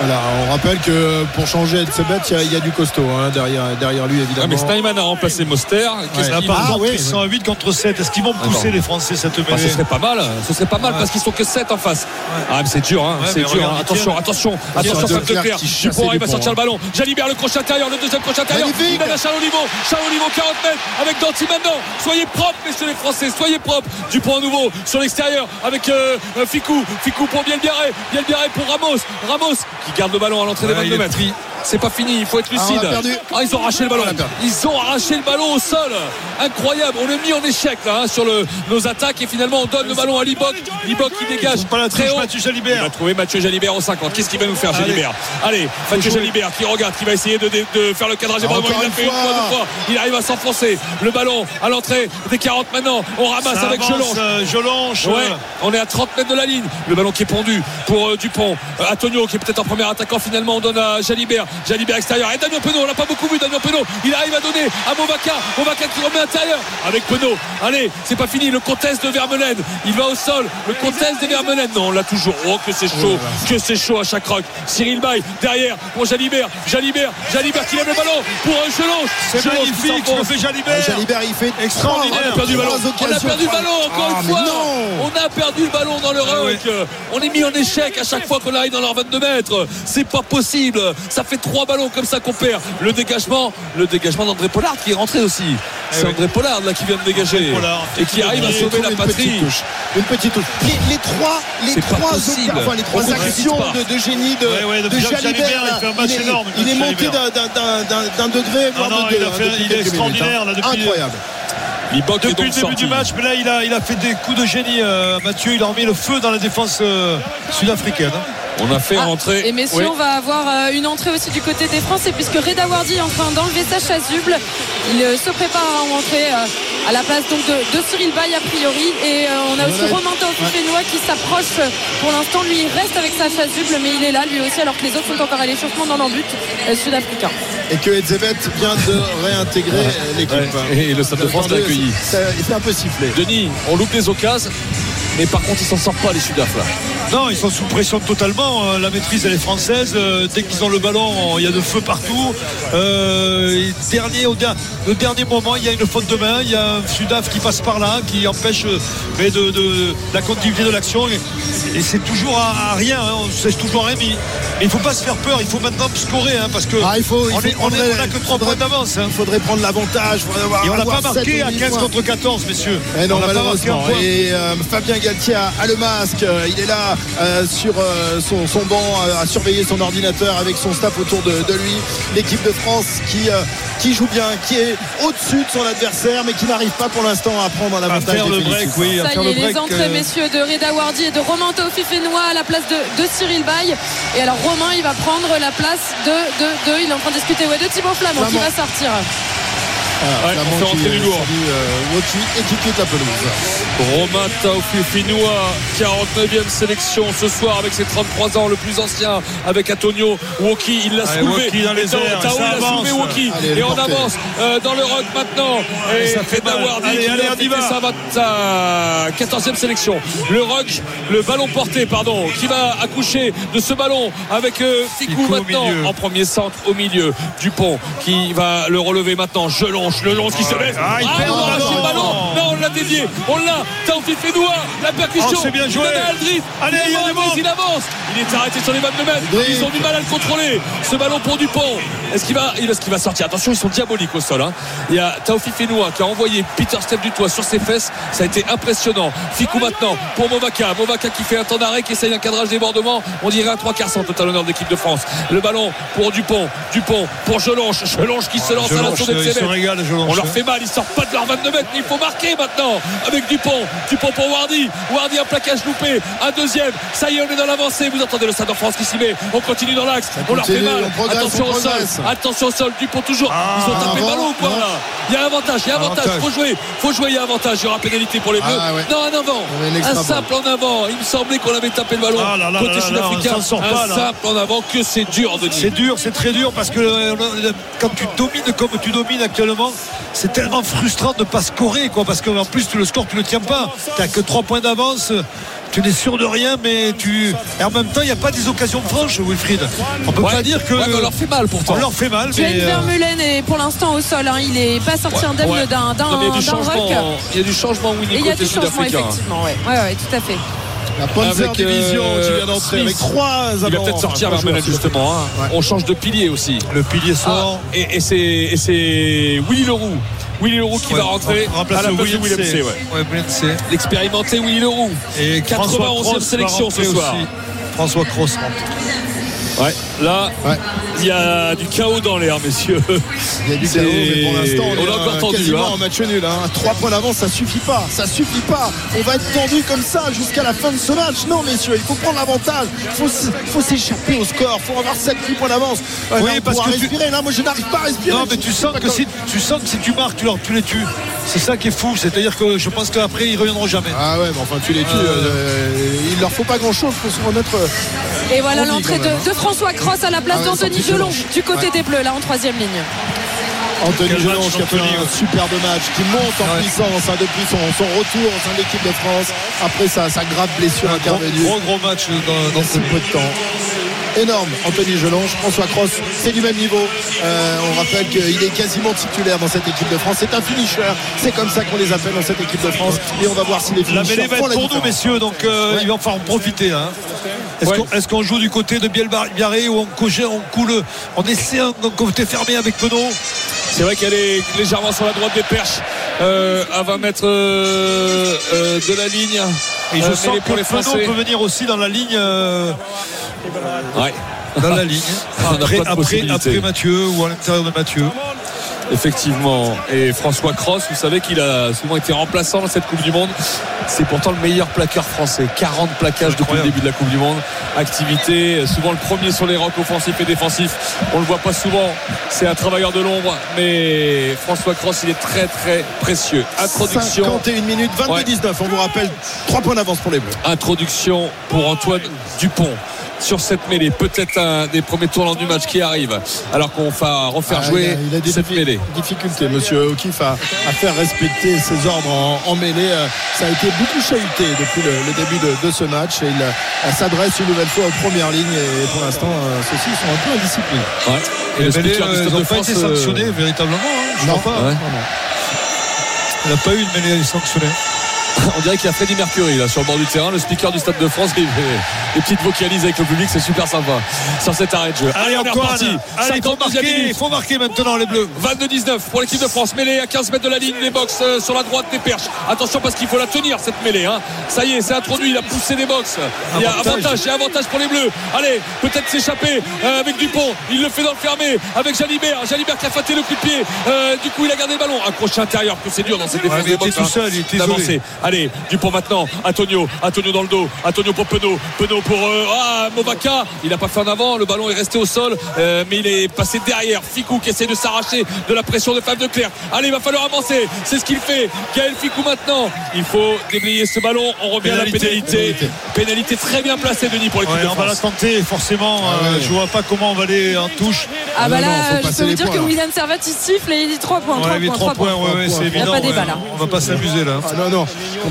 [SPEAKER 7] Voilà, on rappelle que pour changer de Sebet, il y a- il y, a du costaud hein, derrière, derrière lui, évidemment.
[SPEAKER 6] Ah, mais Steinman a remplacé Moster. Qu'est-ce
[SPEAKER 7] Ouais.
[SPEAKER 4] Là,
[SPEAKER 6] qu'il-
[SPEAKER 4] par
[SPEAKER 7] Ah,
[SPEAKER 4] contre,
[SPEAKER 7] ouais,
[SPEAKER 4] ils sont à 8 contre 7. Est-ce qu'ils vont pousser
[SPEAKER 6] Attends.
[SPEAKER 4] les Français cette
[SPEAKER 6] Bah, ce
[SPEAKER 4] mêlée
[SPEAKER 6] serait pas mal, ce serait pas mal parce qu'ils sont que 7 en face. Ah, mais c'est dur, hein,
[SPEAKER 4] Ouais,
[SPEAKER 6] c'est
[SPEAKER 4] mais
[SPEAKER 6] dur.
[SPEAKER 4] regarde,
[SPEAKER 6] hein.
[SPEAKER 4] ils
[SPEAKER 6] Attention,
[SPEAKER 4] tiennent.
[SPEAKER 6] attention,
[SPEAKER 7] Ils
[SPEAKER 6] attention,
[SPEAKER 7] tiennent.
[SPEAKER 6] Fab de
[SPEAKER 7] Leclerc
[SPEAKER 6] Clerc.
[SPEAKER 7] qui chasse
[SPEAKER 6] Dupont, il
[SPEAKER 7] les
[SPEAKER 6] va
[SPEAKER 7] ponts,
[SPEAKER 6] sortir
[SPEAKER 7] hein.
[SPEAKER 6] le ballon. Jalibert, le crochet intérieur, le deuxième crochet intérieur.
[SPEAKER 7] Magnifique.
[SPEAKER 6] Il donne à Charles Olivon. Charles Olivon, 40 mètres avec Danti maintenant. Soyez propres, messieurs les Français, soyez propres. Dupont à nouveau sur l'extérieur avec euh, euh, Ficou. Ficou pour Bielbiaré. Bielbiaré pour Ramos. Ramos qui garde le ballon à l'entrée
[SPEAKER 4] Ouais,
[SPEAKER 6] des
[SPEAKER 4] il est
[SPEAKER 6] 22 mètres.
[SPEAKER 4] pris.
[SPEAKER 6] c'est pas fini, il faut être lucide.
[SPEAKER 7] Ah, on a perdu.
[SPEAKER 6] Ah, ils ont arraché le ballon.
[SPEAKER 7] On a perdu.
[SPEAKER 6] Ils ont arraché le ballon au sol. Incroyable. On est mis en échec là hein, sur le- nos attaques et finalement on donne le ballon à Libok. Libok qui dégage.
[SPEAKER 4] Pas la
[SPEAKER 6] très
[SPEAKER 4] triche,
[SPEAKER 6] haut.
[SPEAKER 4] Mathieu
[SPEAKER 6] On
[SPEAKER 4] Jalibert.
[SPEAKER 6] va trouver Mathieu Jalibert au 50. Qu'est-ce qu'il va nous faire, Jalibert Allez, Mathieu Jalibert qui regarde, qui va essayer de, de- de faire le cadrage. Et
[SPEAKER 7] Encore
[SPEAKER 6] vraiment, il l'a
[SPEAKER 7] une
[SPEAKER 6] fait une
[SPEAKER 7] fois.
[SPEAKER 6] fois, deux fois. Il arrive à s'enfoncer. Le ballon à l'entrée des 40 maintenant. On ramasse
[SPEAKER 4] Ça
[SPEAKER 6] avec
[SPEAKER 4] avance,
[SPEAKER 6] Jelonge.
[SPEAKER 4] euh, Jelonge,
[SPEAKER 6] Ouais,
[SPEAKER 4] euh,
[SPEAKER 6] on est à 30 mètres de la ligne. Le ballon qui est pendu pour euh, Dupont. Euh, Antonio qui est peut-être en premier attaquant finalement. On donne à Jalibert. Jalibert extérieur. Et Damien Penaud, on l'a pas beaucoup vu. Damien Penaud, il arrive à donner à Movaca. Movaca qui remet intérieur avec Penaud. Allez, c'est pas fini. Le comtesse de Vermelaine. Il va au sol. Le comtesse de Vermelaine. Non, on l'a toujours. Oh, que c'est chaud. Que c'est chaud à chaque rock. Cyril Bay derrière pour Jalibert. Jalibert. Jalibert qui lève le ballon pour euh, Jelonge.
[SPEAKER 4] C'est
[SPEAKER 6] Jelonge qui
[SPEAKER 4] magnifique ce que
[SPEAKER 6] s'enfonce.
[SPEAKER 4] fait Jalibert.
[SPEAKER 7] Jalibert, il fait
[SPEAKER 4] Extraordinaire.
[SPEAKER 7] trois-
[SPEAKER 6] On a perdu le ballon.
[SPEAKER 7] trois
[SPEAKER 6] On a
[SPEAKER 7] occasions.
[SPEAKER 6] perdu le ballon encore
[SPEAKER 7] Ah,
[SPEAKER 6] une
[SPEAKER 7] mais
[SPEAKER 6] fois.
[SPEAKER 7] non Ah,
[SPEAKER 6] On a perdu le ballon dans leur ruck. On est mis en échec à chaque fois qu'on arrive dans leur 22 mètres. C'est pas possible. Ça fait trois ballons comme ça qu'on perd. Le dégagement, le dégagement d'André Pollard qui est rentré
[SPEAKER 7] Eh
[SPEAKER 6] aussi. C'est
[SPEAKER 4] oui.
[SPEAKER 6] André Pollard là qui vient de dégager
[SPEAKER 4] Pollard.
[SPEAKER 6] et qui arrive à
[SPEAKER 7] Il
[SPEAKER 6] sauver
[SPEAKER 7] trouve
[SPEAKER 6] la
[SPEAKER 7] une petite
[SPEAKER 6] patrie.
[SPEAKER 7] touche. Une petite touche. Les, les trois, les
[SPEAKER 6] C'est pas
[SPEAKER 7] trois,
[SPEAKER 6] possible.
[SPEAKER 7] occasions- enfin, les
[SPEAKER 6] On
[SPEAKER 7] trois
[SPEAKER 6] concrétise
[SPEAKER 7] actions
[SPEAKER 6] pas.
[SPEAKER 7] de, de génie de,
[SPEAKER 4] Ouais, ouais, de
[SPEAKER 7] de
[SPEAKER 4] Jalibert,
[SPEAKER 7] Jalibert,
[SPEAKER 4] il
[SPEAKER 7] là,
[SPEAKER 4] fait un match
[SPEAKER 7] il est-
[SPEAKER 4] énorme,
[SPEAKER 7] Il est
[SPEAKER 4] Jalibert.
[SPEAKER 7] monté d'un- d'un- d'un- d'un- d'un degré,
[SPEAKER 4] Non,
[SPEAKER 7] voire
[SPEAKER 4] non,
[SPEAKER 7] de deux.
[SPEAKER 4] il, a
[SPEAKER 7] hein,
[SPEAKER 4] fait-
[SPEAKER 7] depuis
[SPEAKER 4] il est
[SPEAKER 7] quelques minutes,
[SPEAKER 4] extraordinaire là,
[SPEAKER 7] hein.
[SPEAKER 4] depuis,
[SPEAKER 7] Incroyable.
[SPEAKER 6] Libok est
[SPEAKER 4] depuis le
[SPEAKER 6] donc
[SPEAKER 4] début
[SPEAKER 6] sorti.
[SPEAKER 4] du match. Mais là, il a, il a fait des coups de génie, euh, Mathieu. Il a remis le feu dans la défense euh, sud-africaine. hein.
[SPEAKER 6] On a fait
[SPEAKER 2] Ah,
[SPEAKER 6] rentrer.
[SPEAKER 2] Et messieurs,
[SPEAKER 6] Oui.
[SPEAKER 2] on va avoir euh, une entrée aussi du côté des Français, puisque Reda Wardi est en train d'enlever sa chasuble. Il euh, se prépare à rentrer euh, à la place donc, de, de Cyril Bay, a priori. Et euh, on a aussi
[SPEAKER 7] Ouais.
[SPEAKER 2] Romain Taufifénois qui s'approche. euh, Pour l'instant, lui, il reste avec sa chasuble, mais il est là, lui aussi, alors que les autres sont encore à l'échauffement dans leur but euh, sud-africain.
[SPEAKER 7] Et que Edzebet vient de réintégrer euh, l'équipe.
[SPEAKER 6] Ouais. Et le Stade de France l'a accueilli.
[SPEAKER 7] C'est un peu sifflé.
[SPEAKER 6] Denis, on loupe les occasions. Mais par contre, ils s'en sortent pas les Sudaf là.
[SPEAKER 4] Non, ils sont sous pression totalement. Euh, La maîtrise, elle est française. Euh, Dès qu'ils ont le ballon, on- il y a de feu partout. Euh, et dernier, au der- le dernier moment, il y a une faute de main. Il y a un Sudaf qui passe par là, qui empêche euh, mais de, de- la continuité de l'action. Et, et c'est toujours à, à rien. hein. On sait toujours à rien. Mais mais il ne faut pas se faire peur. Il faut maintenant scorer. hein, parce que
[SPEAKER 7] Ah, il faut- il
[SPEAKER 4] on
[SPEAKER 7] faut
[SPEAKER 4] est- on
[SPEAKER 7] prendre-
[SPEAKER 4] est- on n'a que 3
[SPEAKER 7] faudrait-
[SPEAKER 4] points d'avance. hein.
[SPEAKER 7] Il faudrait prendre l'avantage. faudrait avoir-
[SPEAKER 4] Et on n'a pas
[SPEAKER 7] avoir
[SPEAKER 4] marqué
[SPEAKER 7] sept ou
[SPEAKER 4] à
[SPEAKER 7] huit
[SPEAKER 4] 15
[SPEAKER 7] points.
[SPEAKER 4] contre 14, messieurs.
[SPEAKER 7] Eh non,
[SPEAKER 4] on n'a pas marqué un
[SPEAKER 7] malheureusement.
[SPEAKER 4] point.
[SPEAKER 7] Et euh, Fabien Galtier a, a le masque. Euh, Il est là euh, sur euh, son, son banc euh, à surveiller son ordinateur avec son staff autour de, de lui. L'équipe de France qui, euh, qui joue bien, qui est au-dessus de son adversaire, mais qui n'arrive pas pour l'instant à prendre un
[SPEAKER 4] À
[SPEAKER 7] avantage.
[SPEAKER 4] Ah, faire le
[SPEAKER 7] définitif.
[SPEAKER 4] break, oui. À
[SPEAKER 2] Ça
[SPEAKER 4] faire
[SPEAKER 2] y
[SPEAKER 4] le
[SPEAKER 2] est, les
[SPEAKER 4] break.
[SPEAKER 2] entrées,
[SPEAKER 4] euh,
[SPEAKER 2] messieurs, de Reda Wardi et de Romain Taufifénois à la place de, de Cyril Bay. Et alors, Romain, il va prendre la place de, de, de- il est en train de discuter, ouais, de Thibaut Flamand, qui
[SPEAKER 7] Flamand.
[SPEAKER 2] va sortir.
[SPEAKER 7] Voilà,
[SPEAKER 6] Ouais,
[SPEAKER 7] Flamand
[SPEAKER 6] on fait rentrer
[SPEAKER 7] qui,
[SPEAKER 6] du
[SPEAKER 7] euh,
[SPEAKER 6] lourd.
[SPEAKER 7] salue, euh, Woki et qui quitte la pelouse.
[SPEAKER 6] Romain Taufifinois, 49e sélection ce soir avec ses 33 ans, le plus ancien avec Antonio Woki. Il l'a
[SPEAKER 4] Allez,
[SPEAKER 6] soulevé.
[SPEAKER 4] Woki dans les
[SPEAKER 6] Et Tao-
[SPEAKER 4] airs,
[SPEAKER 6] Tao,
[SPEAKER 4] ça
[SPEAKER 6] il a
[SPEAKER 4] avance.
[SPEAKER 6] soulevé Woki.
[SPEAKER 7] Allez,
[SPEAKER 6] et
[SPEAKER 7] le
[SPEAKER 6] on
[SPEAKER 7] porter.
[SPEAKER 6] avance euh, dans le rock maintenant. Et
[SPEAKER 4] ça fait
[SPEAKER 6] Edna
[SPEAKER 4] mal.
[SPEAKER 6] Wardy
[SPEAKER 4] Allez,
[SPEAKER 6] qui
[SPEAKER 4] allez,
[SPEAKER 6] vient
[SPEAKER 4] on y
[SPEAKER 6] fêter
[SPEAKER 4] va.
[SPEAKER 6] sa vingt- sa 14e sélection. Le rock, le ballon porté, pardon, qui va accoucher de ce ballon avec euh, Ficou
[SPEAKER 4] Ficou au
[SPEAKER 6] maintenant
[SPEAKER 4] milieu.
[SPEAKER 6] en premier centre au milieu. Dupont qui va le relever maintenant. Je longe, le longe qui se lève.
[SPEAKER 4] Ah, il
[SPEAKER 6] Ah,
[SPEAKER 4] perd
[SPEAKER 6] on
[SPEAKER 4] le
[SPEAKER 6] arrache
[SPEAKER 4] ballon.
[SPEAKER 6] le ballon. Non, on l'a dévié, on l'a. Taufik Fenoua, la percussion.
[SPEAKER 4] Oh, c'est bien joué.
[SPEAKER 6] Il donne à Aldrit.
[SPEAKER 4] Allez, il y a du
[SPEAKER 6] avance,
[SPEAKER 4] monde.
[SPEAKER 6] il avance. Il est arrêté sur les 22 mètres.
[SPEAKER 7] Oui.
[SPEAKER 6] Ils ont du mal à le contrôler. Ce ballon pour Dupont. Est-ce qu'il va, est-ce qu'il va sortir Attention, ils sont diaboliques au sol. hein. Il y a Taufik Fenoua qui a envoyé Peter Step du toit sur ses fesses. Ça a été impressionnant. Ficou maintenant pour Movaka. Movaka qui fait un temps d'arrêt, qui essaye un cadrage débordement. On dirait un trois quarts centre total honneur de l'équipe de France. Le ballon pour Dupont. Dupont pour Jelonche. Jelonche qui se lance à
[SPEAKER 4] Jelonge,
[SPEAKER 6] l'assaut des
[SPEAKER 4] il se régale, Jelonge.
[SPEAKER 6] On leur fait mal, ils sortent pas de leur 22 mètres, mais il faut marquer maintenant avec Dupont. Dupont pour Wardy. Wardy un plaquage loupé, un deuxième. Ça y est, on est dans l'avancée. Vous entendez le Stade de France qui s'y met. On continue dans l'axe. On leur fait
[SPEAKER 7] continue,
[SPEAKER 6] mal.
[SPEAKER 7] on progresse,
[SPEAKER 6] Attention
[SPEAKER 7] on
[SPEAKER 6] au sol.
[SPEAKER 7] progresse. Ah,
[SPEAKER 6] Attention au sol. Dupont toujours. ils ont tapé le
[SPEAKER 7] avant,
[SPEAKER 6] ballon ou quoi
[SPEAKER 7] non.
[SPEAKER 6] là Il y a avantage, il y a avantage.
[SPEAKER 4] Avantage.
[SPEAKER 6] Faut jouer, faut jouer, il y a avantage. Il y aura pénalité pour les Bleus.
[SPEAKER 7] Ah, ouais.
[SPEAKER 6] Non, en avant.
[SPEAKER 7] Il y avait une extra
[SPEAKER 6] Un simple en avant. Il me semblait qu'on avait tapé le ballon
[SPEAKER 4] Ah là là
[SPEAKER 6] côté
[SPEAKER 4] là là là,
[SPEAKER 6] sud-africain.
[SPEAKER 4] on s'en sort pas,
[SPEAKER 6] Un
[SPEAKER 4] là.
[SPEAKER 6] simple en avant. Que c'est dur de
[SPEAKER 4] C'est dur, c'est très dur parce que euh, le- le- quand tu domines comme tu domines actuellement, c'est tellement frustrant de ne pas scorer quoi parce qu'en plus tu le score tu le tiens pas. Tu que 3 points d'avance, tu n'es sûr de rien mais tu et en même temps, il n'y a pas des occasions franches Wilfried. On peut
[SPEAKER 6] Ouais.
[SPEAKER 4] pas dire que
[SPEAKER 6] Ouais, mais on leur fait mal pourtant.
[SPEAKER 4] on leur fait mal
[SPEAKER 2] Sven
[SPEAKER 4] mais euh,
[SPEAKER 2] Vermeulen est pour l'instant au sol. hein. Il n'est pas sorti indemne
[SPEAKER 6] Ouais.
[SPEAKER 2] d'un d'un
[SPEAKER 6] Non, mais il y a du
[SPEAKER 2] d'un rock.
[SPEAKER 6] changement. Il y a du changement, Winnie,
[SPEAKER 2] Et il y a
[SPEAKER 6] côté
[SPEAKER 2] du changement,
[SPEAKER 6] sud-africain.
[SPEAKER 2] effectivement. Ouais. Ouais, ouais, tout à fait.
[SPEAKER 7] La Panzer
[SPEAKER 6] Avec,
[SPEAKER 7] Division
[SPEAKER 6] euh,
[SPEAKER 7] qui vient d'entrer
[SPEAKER 6] Smith.
[SPEAKER 7] avec trois
[SPEAKER 6] Il va
[SPEAKER 7] avants.
[SPEAKER 6] peut-être sortir Vermeulen justement. hein. On change de pilier aussi.
[SPEAKER 4] Ah, le pilier sort.
[SPEAKER 6] Ah, et et c'est et c'est Willy Leroux. Willy Leroux qui va rentrer à la place de William C. ouais. L'expérimenté Willy Leroux.
[SPEAKER 4] Et
[SPEAKER 6] 91e
[SPEAKER 4] Cross va
[SPEAKER 6] e sélection ce
[SPEAKER 4] rentrer
[SPEAKER 6] soir.
[SPEAKER 4] aussi. François Cross rentre.
[SPEAKER 6] Ouais, là, il
[SPEAKER 7] Ouais.
[SPEAKER 6] y a du chaos dans l'air, messieurs.
[SPEAKER 7] Il y a du
[SPEAKER 6] C'est-
[SPEAKER 7] chaos, mais pour l'instant,
[SPEAKER 6] on
[SPEAKER 7] est,
[SPEAKER 6] l'a encore
[SPEAKER 7] euh,
[SPEAKER 6] tendu,
[SPEAKER 7] quasiment
[SPEAKER 6] hein.
[SPEAKER 7] en match nul. Hein. Trois points d'avance, ça suffit pas. Ça suffit pas. On va être tendu comme ça jusqu'à la fin de ce match. Non, messieurs, il faut prendre l'avantage. Il faut, s- faut s'échapper au score. Il faut avoir 7 8 points d'avance. Ouais,
[SPEAKER 4] Oui,
[SPEAKER 7] là, on
[SPEAKER 4] parce
[SPEAKER 7] pourra
[SPEAKER 4] que tu-
[SPEAKER 7] respirer. Là, moi, je n'arrive pas à respirer.
[SPEAKER 4] Non, mais tu sens que si tu sens que si tu marques, tu, leur, tu les tues. C'est ça qui est fou. C'est-à-dire que je pense qu'après, ils reviendront jamais.
[SPEAKER 7] Ah ouais, mais enfin, tu les tues. euh, il leur faut pas grand-chose pour se remettre. euh,
[SPEAKER 2] Et voilà
[SPEAKER 7] On dit
[SPEAKER 2] l'entrée
[SPEAKER 7] quand
[SPEAKER 2] de,
[SPEAKER 7] même, hein.
[SPEAKER 2] de François Cross à la place
[SPEAKER 7] Ah ouais,
[SPEAKER 2] d'Anthony
[SPEAKER 7] sorti
[SPEAKER 2] Gelon
[SPEAKER 7] Gelon.
[SPEAKER 2] du côté
[SPEAKER 7] Ouais.
[SPEAKER 2] des Bleus, là en troisième ligne. Ah
[SPEAKER 7] Anthony
[SPEAKER 4] Quel
[SPEAKER 7] Gelonge
[SPEAKER 4] match,
[SPEAKER 7] qui a fait
[SPEAKER 4] Anthony,
[SPEAKER 7] un
[SPEAKER 4] ouais.
[SPEAKER 7] superbe match, qui monte en
[SPEAKER 4] Ouais.
[SPEAKER 7] puissance hein, depuis son, son retour au sein de l'équipe de France après sa, sa grave blessure
[SPEAKER 4] Gros,
[SPEAKER 7] intervenue
[SPEAKER 4] gros, gros match dans, dans
[SPEAKER 7] dans ce peu de temps. Énorme, Anthony Gelonge, François Cross, c'est du même niveau. Euh, on rappelle qu'il est quasiment titulaire dans cette équipe de France. C'est un finisher, c'est comme ça qu'on les appelle dans cette équipe de France. Et on va voir si les
[SPEAKER 4] La
[SPEAKER 7] finishers
[SPEAKER 4] mêlée va
[SPEAKER 7] font
[SPEAKER 4] être
[SPEAKER 7] la
[SPEAKER 4] pour nous,
[SPEAKER 7] différence.
[SPEAKER 4] messieurs, donc euh,
[SPEAKER 7] Ouais.
[SPEAKER 4] il va falloir en profiter. hein. Est-ce
[SPEAKER 6] Ouais.
[SPEAKER 4] qu'on- est-ce qu'on joue du côté de Bielbarré ou on, couche- on coule, on essaie un un côté fermé avec Penaud
[SPEAKER 6] C'est vrai qu'elle est légèrement sur la droite des perches euh, à 20 mètres euh, euh, de la ligne.
[SPEAKER 4] Et je
[SPEAKER 6] Euh,
[SPEAKER 4] sens
[SPEAKER 6] mêlée
[SPEAKER 4] que
[SPEAKER 6] pour les
[SPEAKER 4] Penaud
[SPEAKER 6] Français.
[SPEAKER 4] peut venir aussi dans la ligne. euh,
[SPEAKER 6] Ouais.
[SPEAKER 4] dans la ligne.
[SPEAKER 6] On Ah, n'a
[SPEAKER 4] Après,
[SPEAKER 6] pas de
[SPEAKER 4] après,
[SPEAKER 6] possibilité.
[SPEAKER 4] après Mathieu ou à l'intérieur de Mathieu.
[SPEAKER 6] Effectivement. Et François Cross, vous savez qu'il a souvent été remplaçant dans cette Coupe du Monde. C'est pourtant le meilleur plaqueur français. 40 plaquages depuis le
[SPEAKER 4] Incroyable.
[SPEAKER 6] début de la Coupe du Monde. Activité, souvent le premier sur les rangs offensifs et défensifs. On le voit pas souvent. C'est un travailleur de l'ombre. Mais François Cross, il est très très précieux. Introduction.
[SPEAKER 7] 51 minutes, 22-19,
[SPEAKER 6] Ouais.
[SPEAKER 7] on vous rappelle, 3 points d'avance pour les Bleus.
[SPEAKER 6] Introduction pour Antoine Dupont sur cette mêlée. Peut-être un des premiers tournants du match qui arrive. Alors qu'on va refaire
[SPEAKER 7] Ah,
[SPEAKER 6] jouer
[SPEAKER 7] il a- il a des
[SPEAKER 6] cette
[SPEAKER 7] diffi-
[SPEAKER 6] mêlée.
[SPEAKER 7] difficultés, monsieur O'Keefe, à, à faire respecter ses ordres en, en mêlée. Euh, Ça a été beaucoup chahuté depuis le, le début de, de ce match. Et il euh, s'adresse une nouvelle fois aux premières lignes. Et pour l'instant, euh, ceux-ci sont un peu indisciplinés.
[SPEAKER 6] Ouais. Et le
[SPEAKER 4] Mais les,
[SPEAKER 6] speaker du
[SPEAKER 4] euh,
[SPEAKER 6] Stade
[SPEAKER 4] ils n'ont
[SPEAKER 6] de
[SPEAKER 4] pas
[SPEAKER 6] France,
[SPEAKER 4] été
[SPEAKER 6] euh,
[SPEAKER 4] sanctionnés véritablement. hein, je crois pas.
[SPEAKER 6] Ouais.
[SPEAKER 4] Il n'a pas eu une mêlée sanctionnée.
[SPEAKER 6] On dirait qu'il y a Freddy Mercury là sur le bord du terrain, le speaker du Stade de France qui fait des petites vocalises avec le public, c'est super sympa sur cet arrêt de jeu.
[SPEAKER 4] Allez,
[SPEAKER 6] on est
[SPEAKER 4] Antoine,
[SPEAKER 6] reparti.
[SPEAKER 4] allez, il faut
[SPEAKER 6] 52e
[SPEAKER 4] marquer,
[SPEAKER 6] minute.
[SPEAKER 4] faut marquer maintenant les Bleus.
[SPEAKER 6] 22-19 pour l'équipe de France. Mêlée à 15 mètres de la ligne, les box euh, sur la droite des perches. Attention parce qu'il faut la tenir cette mêlée. hein. Ça y est, c'est introduit, il a poussé des box. Il y a
[SPEAKER 4] Avantage.
[SPEAKER 6] avantage, il y a avantage pour les Bleus. Allez, peut-être s'échapper euh, avec Dupont. Il le fait dans le fermé avec Jalibert. Jalibert qui a faté le coup de pied. Euh, du coup, il a gardé le ballon. Accroché intérieur, que c'est dur dans cette défense
[SPEAKER 4] Ouais, mais
[SPEAKER 6] des
[SPEAKER 4] il était
[SPEAKER 6] box,
[SPEAKER 4] tout
[SPEAKER 6] hein,
[SPEAKER 4] seul, il était
[SPEAKER 6] d'avancer.
[SPEAKER 4] isolé.
[SPEAKER 6] Allez, Dupont maintenant. Antonio, Antonio dans le dos. Antonio pour Penaud. Penaud pour euh, ah, Movaca. Il n'a pas fait en avant. Le ballon est resté au sol, euh, mais il est passé derrière. Ficou qui essaie de s'arracher de la pression de Fab de Clerc. Allez, il va falloir avancer. C'est ce qu'il fait. Gaël Ficou maintenant. Il faut déblayer ce ballon. On revient à la
[SPEAKER 4] Pénalité.
[SPEAKER 6] pénalité. Pénalité, très bien placée, Denis, pour l'équipe
[SPEAKER 4] Ouais,
[SPEAKER 6] de
[SPEAKER 4] on va la
[SPEAKER 6] France. Ah
[SPEAKER 4] tenter forcément. euh,
[SPEAKER 7] ouais.
[SPEAKER 4] Je vois pas comment on va aller en touche.
[SPEAKER 2] Ah bah
[SPEAKER 7] non,
[SPEAKER 2] là,
[SPEAKER 7] non, faut
[SPEAKER 2] je
[SPEAKER 7] passer
[SPEAKER 2] peux vous
[SPEAKER 7] les
[SPEAKER 2] dire
[SPEAKER 7] points,
[SPEAKER 2] que
[SPEAKER 7] là.
[SPEAKER 2] William Servat il siffle et il dit 3 points,
[SPEAKER 4] On
[SPEAKER 2] 3
[SPEAKER 4] avait
[SPEAKER 2] points,
[SPEAKER 4] 3
[SPEAKER 2] 3
[SPEAKER 4] points, ouais, ouais, c'est
[SPEAKER 2] y a
[SPEAKER 4] évident.
[SPEAKER 2] pas hein. de débat,
[SPEAKER 4] ouais.
[SPEAKER 2] là.
[SPEAKER 4] On va pas s'amuser là.
[SPEAKER 7] Ah non, non,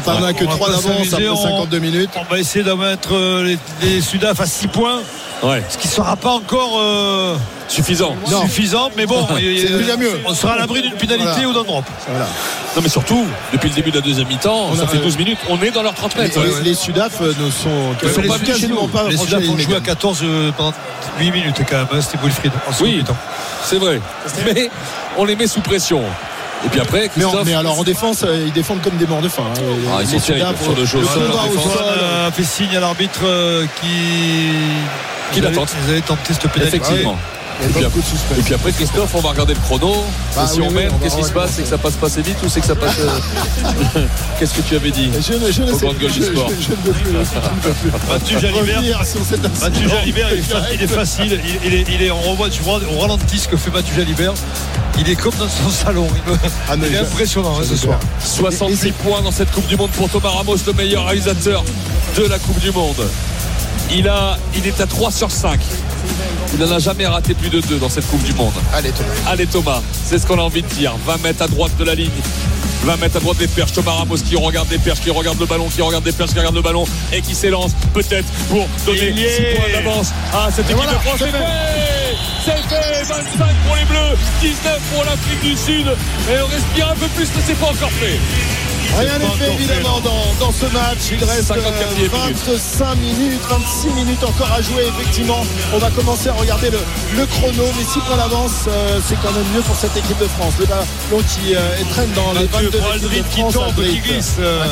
[SPEAKER 7] quand on a que
[SPEAKER 4] On va
[SPEAKER 7] 3
[SPEAKER 4] pas
[SPEAKER 7] d'avance
[SPEAKER 4] s'amuser,
[SPEAKER 7] après
[SPEAKER 4] on-
[SPEAKER 7] 52 minutes.
[SPEAKER 4] On va essayer d'en mettre euh, les, les Sudaf à 6 points,
[SPEAKER 6] Ouais,
[SPEAKER 4] ce qui sera pas encore euh,
[SPEAKER 6] suffisant.
[SPEAKER 7] Non.
[SPEAKER 4] suffisant, mais bon, il-
[SPEAKER 7] C'est déjà mieux.
[SPEAKER 4] on sera à l'abri d'une pénalité
[SPEAKER 7] Voilà.
[SPEAKER 4] ou d'un drop.
[SPEAKER 7] Voilà.
[SPEAKER 6] Non, mais surtout, depuis le début de la deuxième mi-temps, ça
[SPEAKER 7] a-
[SPEAKER 6] fait 12 minutes. On est dans leurs 30
[SPEAKER 7] Les,
[SPEAKER 6] mètres.
[SPEAKER 7] les- les Sudaf euh, ne sont,
[SPEAKER 6] Ils sont
[SPEAKER 7] les
[SPEAKER 6] pas venus chez
[SPEAKER 7] quasiment
[SPEAKER 6] nous.
[SPEAKER 7] pas
[SPEAKER 4] hein. Les
[SPEAKER 7] franchi
[SPEAKER 4] Sudaf
[SPEAKER 7] la
[SPEAKER 4] ont
[SPEAKER 7] ligne
[SPEAKER 4] joué à
[SPEAKER 7] médiane.
[SPEAKER 4] 14 euh, pendant 8 minutes quand même. hein, C'était Wilfried. en seconde
[SPEAKER 6] Oui.
[SPEAKER 4] mi-temps.
[SPEAKER 6] C'est vrai. Mais on les met sous pression. Et puis après,
[SPEAKER 7] mais, en-
[SPEAKER 6] Christophe.
[SPEAKER 7] mais alors en défense, euh, ils défendent comme des morts de faim. hein.
[SPEAKER 6] Ah, ils sont
[SPEAKER 7] Les
[SPEAKER 6] terribles
[SPEAKER 7] Sudaf,
[SPEAKER 6] sur deux
[SPEAKER 7] euh,
[SPEAKER 6] choses. hein,
[SPEAKER 7] le
[SPEAKER 6] Sur leur
[SPEAKER 7] combat au
[SPEAKER 4] Antoine
[SPEAKER 7] sol,
[SPEAKER 6] Ah,
[SPEAKER 7] euh,
[SPEAKER 4] a fait signe à l'arbitre euh, qui.
[SPEAKER 6] Qui
[SPEAKER 4] Ils
[SPEAKER 6] l'attend.
[SPEAKER 4] avaient- Ils avaient tenté cette pénalité.
[SPEAKER 6] effectivement.
[SPEAKER 7] Ah il y a
[SPEAKER 6] puis
[SPEAKER 7] beaucoup de suspense.
[SPEAKER 6] Et puis après, Christophe, on va regarder le chrono.
[SPEAKER 7] Bah
[SPEAKER 6] et si
[SPEAKER 7] oui,
[SPEAKER 6] on
[SPEAKER 7] oui,
[SPEAKER 6] mène,
[SPEAKER 7] on va
[SPEAKER 6] qu'est-ce qui se
[SPEAKER 7] regarder.
[SPEAKER 6] passe C'est que ça passe pas assez vite ou c'est que ça passe. euh, qu'est-ce que tu avais dit
[SPEAKER 7] Je ne, je ne
[SPEAKER 6] Aux
[SPEAKER 7] sais
[SPEAKER 6] grandes
[SPEAKER 7] plus.
[SPEAKER 6] gueules
[SPEAKER 7] Je,
[SPEAKER 6] du sport.
[SPEAKER 7] je- je ne veux plus. je ne veux plus.
[SPEAKER 4] Mathieu Jalibert.
[SPEAKER 7] Revenir sur cet
[SPEAKER 4] Mathieu
[SPEAKER 7] incident.
[SPEAKER 4] Jalibert, il est, fa- il est facile. Il, il est, il est- on revoit, tu vois, on ralentit ce que fait Mathieu Jalibert. Il est comme dans son salon. Il, me-
[SPEAKER 7] Ah, mais
[SPEAKER 4] il est
[SPEAKER 7] Ja-
[SPEAKER 4] impressionnant hein, ce soir.
[SPEAKER 6] 68 points dans cette Coupe du Monde pour Thomas Ramos, le meilleur réalisateur de la Coupe du Monde. Il, a, il est à 3 sur 5. Il n'en a jamais raté plus de 2 dans cette Coupe du Monde.
[SPEAKER 7] Allez, Thomas.
[SPEAKER 6] Allez Thomas, c'est ce qu'on a envie de dire. 20 mètres à droite de la ligne. 20 mètres à droite des perches, Thomas Ramos qui regarde les perches, qui regarde le ballon, qui regarde les perches, qui regarde le ballon et qui s'élance peut-être pour donner
[SPEAKER 4] Il y
[SPEAKER 6] 6
[SPEAKER 4] est.
[SPEAKER 6] points d'avance à cette équipe
[SPEAKER 7] voilà,
[SPEAKER 6] de France.
[SPEAKER 7] c'est
[SPEAKER 6] Mais
[SPEAKER 7] fait.
[SPEAKER 6] ouais, c'est fait 25 pour les Bleus 19 pour l'Afrique du Sud et on respire un peu plus mais c'est pas encore fait
[SPEAKER 7] Rien n'est fait évidemment dans, dans ce match. Il reste
[SPEAKER 6] 54
[SPEAKER 7] euh, 25 minutes, 26 minutes encore à jouer effectivement. On va commencer à regarder le, le chrono, mais 6 points d'avance, euh, c'est quand même mieux pour cette équipe de France. Le ballon qui euh, traîne dans les 22
[SPEAKER 4] pour
[SPEAKER 7] équipes
[SPEAKER 4] Aldrit
[SPEAKER 7] de
[SPEAKER 4] qui
[SPEAKER 7] France,
[SPEAKER 4] tombe, qui
[SPEAKER 7] Aldrit.
[SPEAKER 4] glisse. euh,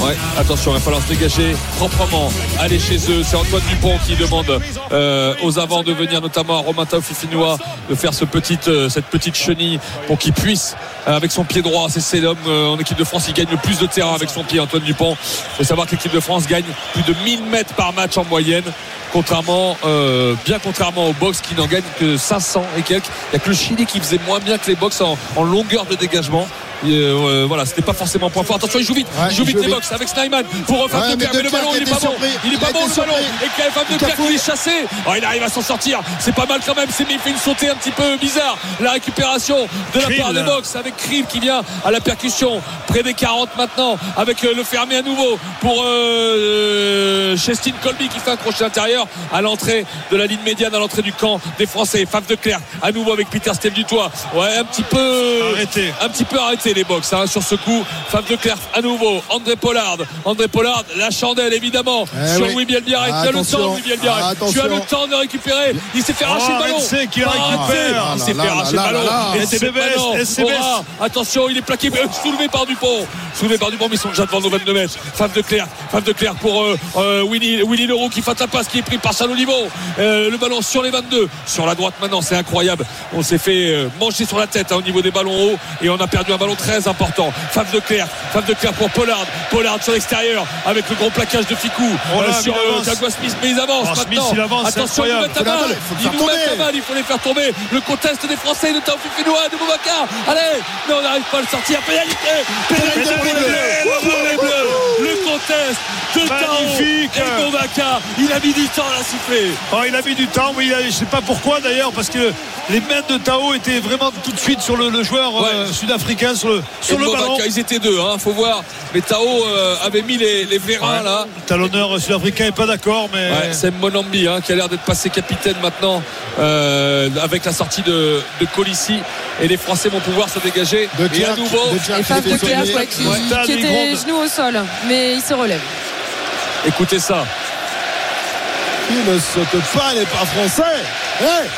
[SPEAKER 6] Ouais, attention, il va falloir se dégager proprement, aller chez eux. C'est Antoine Dupont qui demande euh, aux avants de venir, notamment à Romain Tau Fifinois, de faire ce petit, euh, cette petite chenille pour qu'il puisse, euh, avec son pied droit, c'est- c'est l'homme euh, en équipe de France, il gagne le plus de terrain avec son pied, Antoine Dupont. Il faut savoir que l'équipe de France gagne plus de 1000 mètres par match en moyenne, contrairement, euh, bien contrairement aux box qui n'en gagnent que 500 et quelques. Il n'y a que le Chili qui faisait moins bien que les box en, en longueur de dégagement. Et, euh, voilà, c'était pas forcément point fort. Attention, il joue vite.
[SPEAKER 7] Ouais,
[SPEAKER 6] il joue
[SPEAKER 7] il
[SPEAKER 6] vite
[SPEAKER 7] joue
[SPEAKER 6] les
[SPEAKER 7] vite.
[SPEAKER 6] box avec Snyman pour refaire
[SPEAKER 7] Ouais,
[SPEAKER 6] le
[SPEAKER 7] mais
[SPEAKER 6] père. Mais le
[SPEAKER 7] Declercq
[SPEAKER 6] ballon, il est
[SPEAKER 7] était
[SPEAKER 6] pas bon.
[SPEAKER 7] surpris.
[SPEAKER 6] Il est pas
[SPEAKER 7] Il
[SPEAKER 6] bon
[SPEAKER 7] était
[SPEAKER 6] le ballon.
[SPEAKER 7] surpris.
[SPEAKER 6] Et KFM de Clerc,
[SPEAKER 7] Cafou.
[SPEAKER 6] il est chassé. Oh, il arrive à s'en sortir. C'est pas mal quand même. C'est mis, il fait une sautée un petit peu bizarre. La récupération de la
[SPEAKER 4] Krill.
[SPEAKER 6] part des box avec Krill qui vient à la percussion. Près des 40 maintenant avec euh, le fermé à nouveau pour euh, euh, Chestine Colby qui fait un crochet intérieur à l'entrée de la ligne médiane, à l'entrée du camp des Français. Faf de Clerc à nouveau avec Peter Steve Dutoit. Ouais, un petit peu
[SPEAKER 4] Arrêté.
[SPEAKER 6] un petit peu arrêté les box hein, sur ce coup. Fab de Clerc à nouveau. André Pollard. André Pollard, la chandelle évidemment
[SPEAKER 7] Eh
[SPEAKER 6] sur
[SPEAKER 7] oui.
[SPEAKER 6] Louis Bielbiarek. Tu as le
[SPEAKER 7] Attention. Ah,
[SPEAKER 6] temps, Louis Bielbiarek. Tu as
[SPEAKER 7] Attention.
[SPEAKER 6] le temps de récupérer. Il s'est fait arracher
[SPEAKER 4] Oh,
[SPEAKER 6] le ballon.
[SPEAKER 4] Rensey qui la
[SPEAKER 6] Arrêté.
[SPEAKER 4] récupère.
[SPEAKER 6] Il s'est
[SPEAKER 7] Ah Là,
[SPEAKER 6] fait
[SPEAKER 7] là,
[SPEAKER 6] arracher
[SPEAKER 7] là,
[SPEAKER 6] le ballon.
[SPEAKER 7] là, là.
[SPEAKER 6] Et Ah, c'est
[SPEAKER 4] SCBS,
[SPEAKER 6] maintenant,
[SPEAKER 4] SCBS.
[SPEAKER 6] Aura. Attention, il est plaqué, mais, euh, soulevé par Dupont. Soulevé par Dupont, mais ils sont déjà devant nos 22 mètres. Fave de Clerc, Fave de Clerc pour euh, euh, Winnie, Winnie Leroux qui fait la passe, qui est pris par Salolivon. Euh, le ballon sur les 22, sur la droite maintenant, c'est incroyable. On s'est fait euh, manger sur la tête hein, au niveau des ballons hauts et on a perdu un ballon très important. Fave de Clerc, Fave de Clerc pour Pollard, Pollard sur l'extérieur avec le gros plaquage de Ficou
[SPEAKER 4] Oh là,
[SPEAKER 6] sur
[SPEAKER 4] il
[SPEAKER 6] euh,
[SPEAKER 4] avance.
[SPEAKER 6] Jaguar Smith, mais ils avancent
[SPEAKER 4] Oh, Smith,
[SPEAKER 6] maintenant.
[SPEAKER 4] il avance, c'est
[SPEAKER 6] Attention, ils nous
[SPEAKER 4] incroyable.
[SPEAKER 6] mettent la balle.
[SPEAKER 7] Il faut le
[SPEAKER 6] Ils
[SPEAKER 7] faire
[SPEAKER 6] nous mettent la
[SPEAKER 7] tomber.
[SPEAKER 6] balle il faut les faire tomber. Le contest des Français de Taufik Finois, de Boubacar. Allez, non, on n'arrive pas à le sortir. Pénalité Pénalité
[SPEAKER 7] Pénalité
[SPEAKER 6] pour les Bleus pour les Bleus. Le contest de Taufik
[SPEAKER 4] Magnifique.
[SPEAKER 6] et Boubacar. Il a mis du temps à la siffler.
[SPEAKER 4] Oh, il a mis du temps, mais il a- je ne sais pas pourquoi d'ailleurs, parce que les mains de Tao étaient vraiment tout de suite sur le, le joueur euh,
[SPEAKER 6] Ouais.
[SPEAKER 4] sud-africain, sur le, sur
[SPEAKER 6] Et
[SPEAKER 4] le ballon.
[SPEAKER 6] Boubacar, ils étaient deux, hein, faut voir. Mais Tao euh, avait mis les, les vérins, là.
[SPEAKER 4] Talonneur euh, sud-africain n'est pas d'accord, mais
[SPEAKER 6] Ouais, c'est Monambi hein, qui a l'air d'être passé capitaine maintenant euh, avec la sortie de, de Colissi et les Français vont pouvoir se dégager
[SPEAKER 7] De
[SPEAKER 6] et à
[SPEAKER 7] Clerc,
[SPEAKER 6] nouveau
[SPEAKER 7] de Clerc
[SPEAKER 2] Et
[SPEAKER 7] qui
[SPEAKER 2] Fab
[SPEAKER 7] fait
[SPEAKER 2] de Clerc
[SPEAKER 7] tourner.
[SPEAKER 2] ouais, qui,
[SPEAKER 4] Ouais.
[SPEAKER 2] qui était genou au sol, mais il se relève.
[SPEAKER 6] écoutez ça
[SPEAKER 7] Il ne saute pas, il n'est pas français. Hey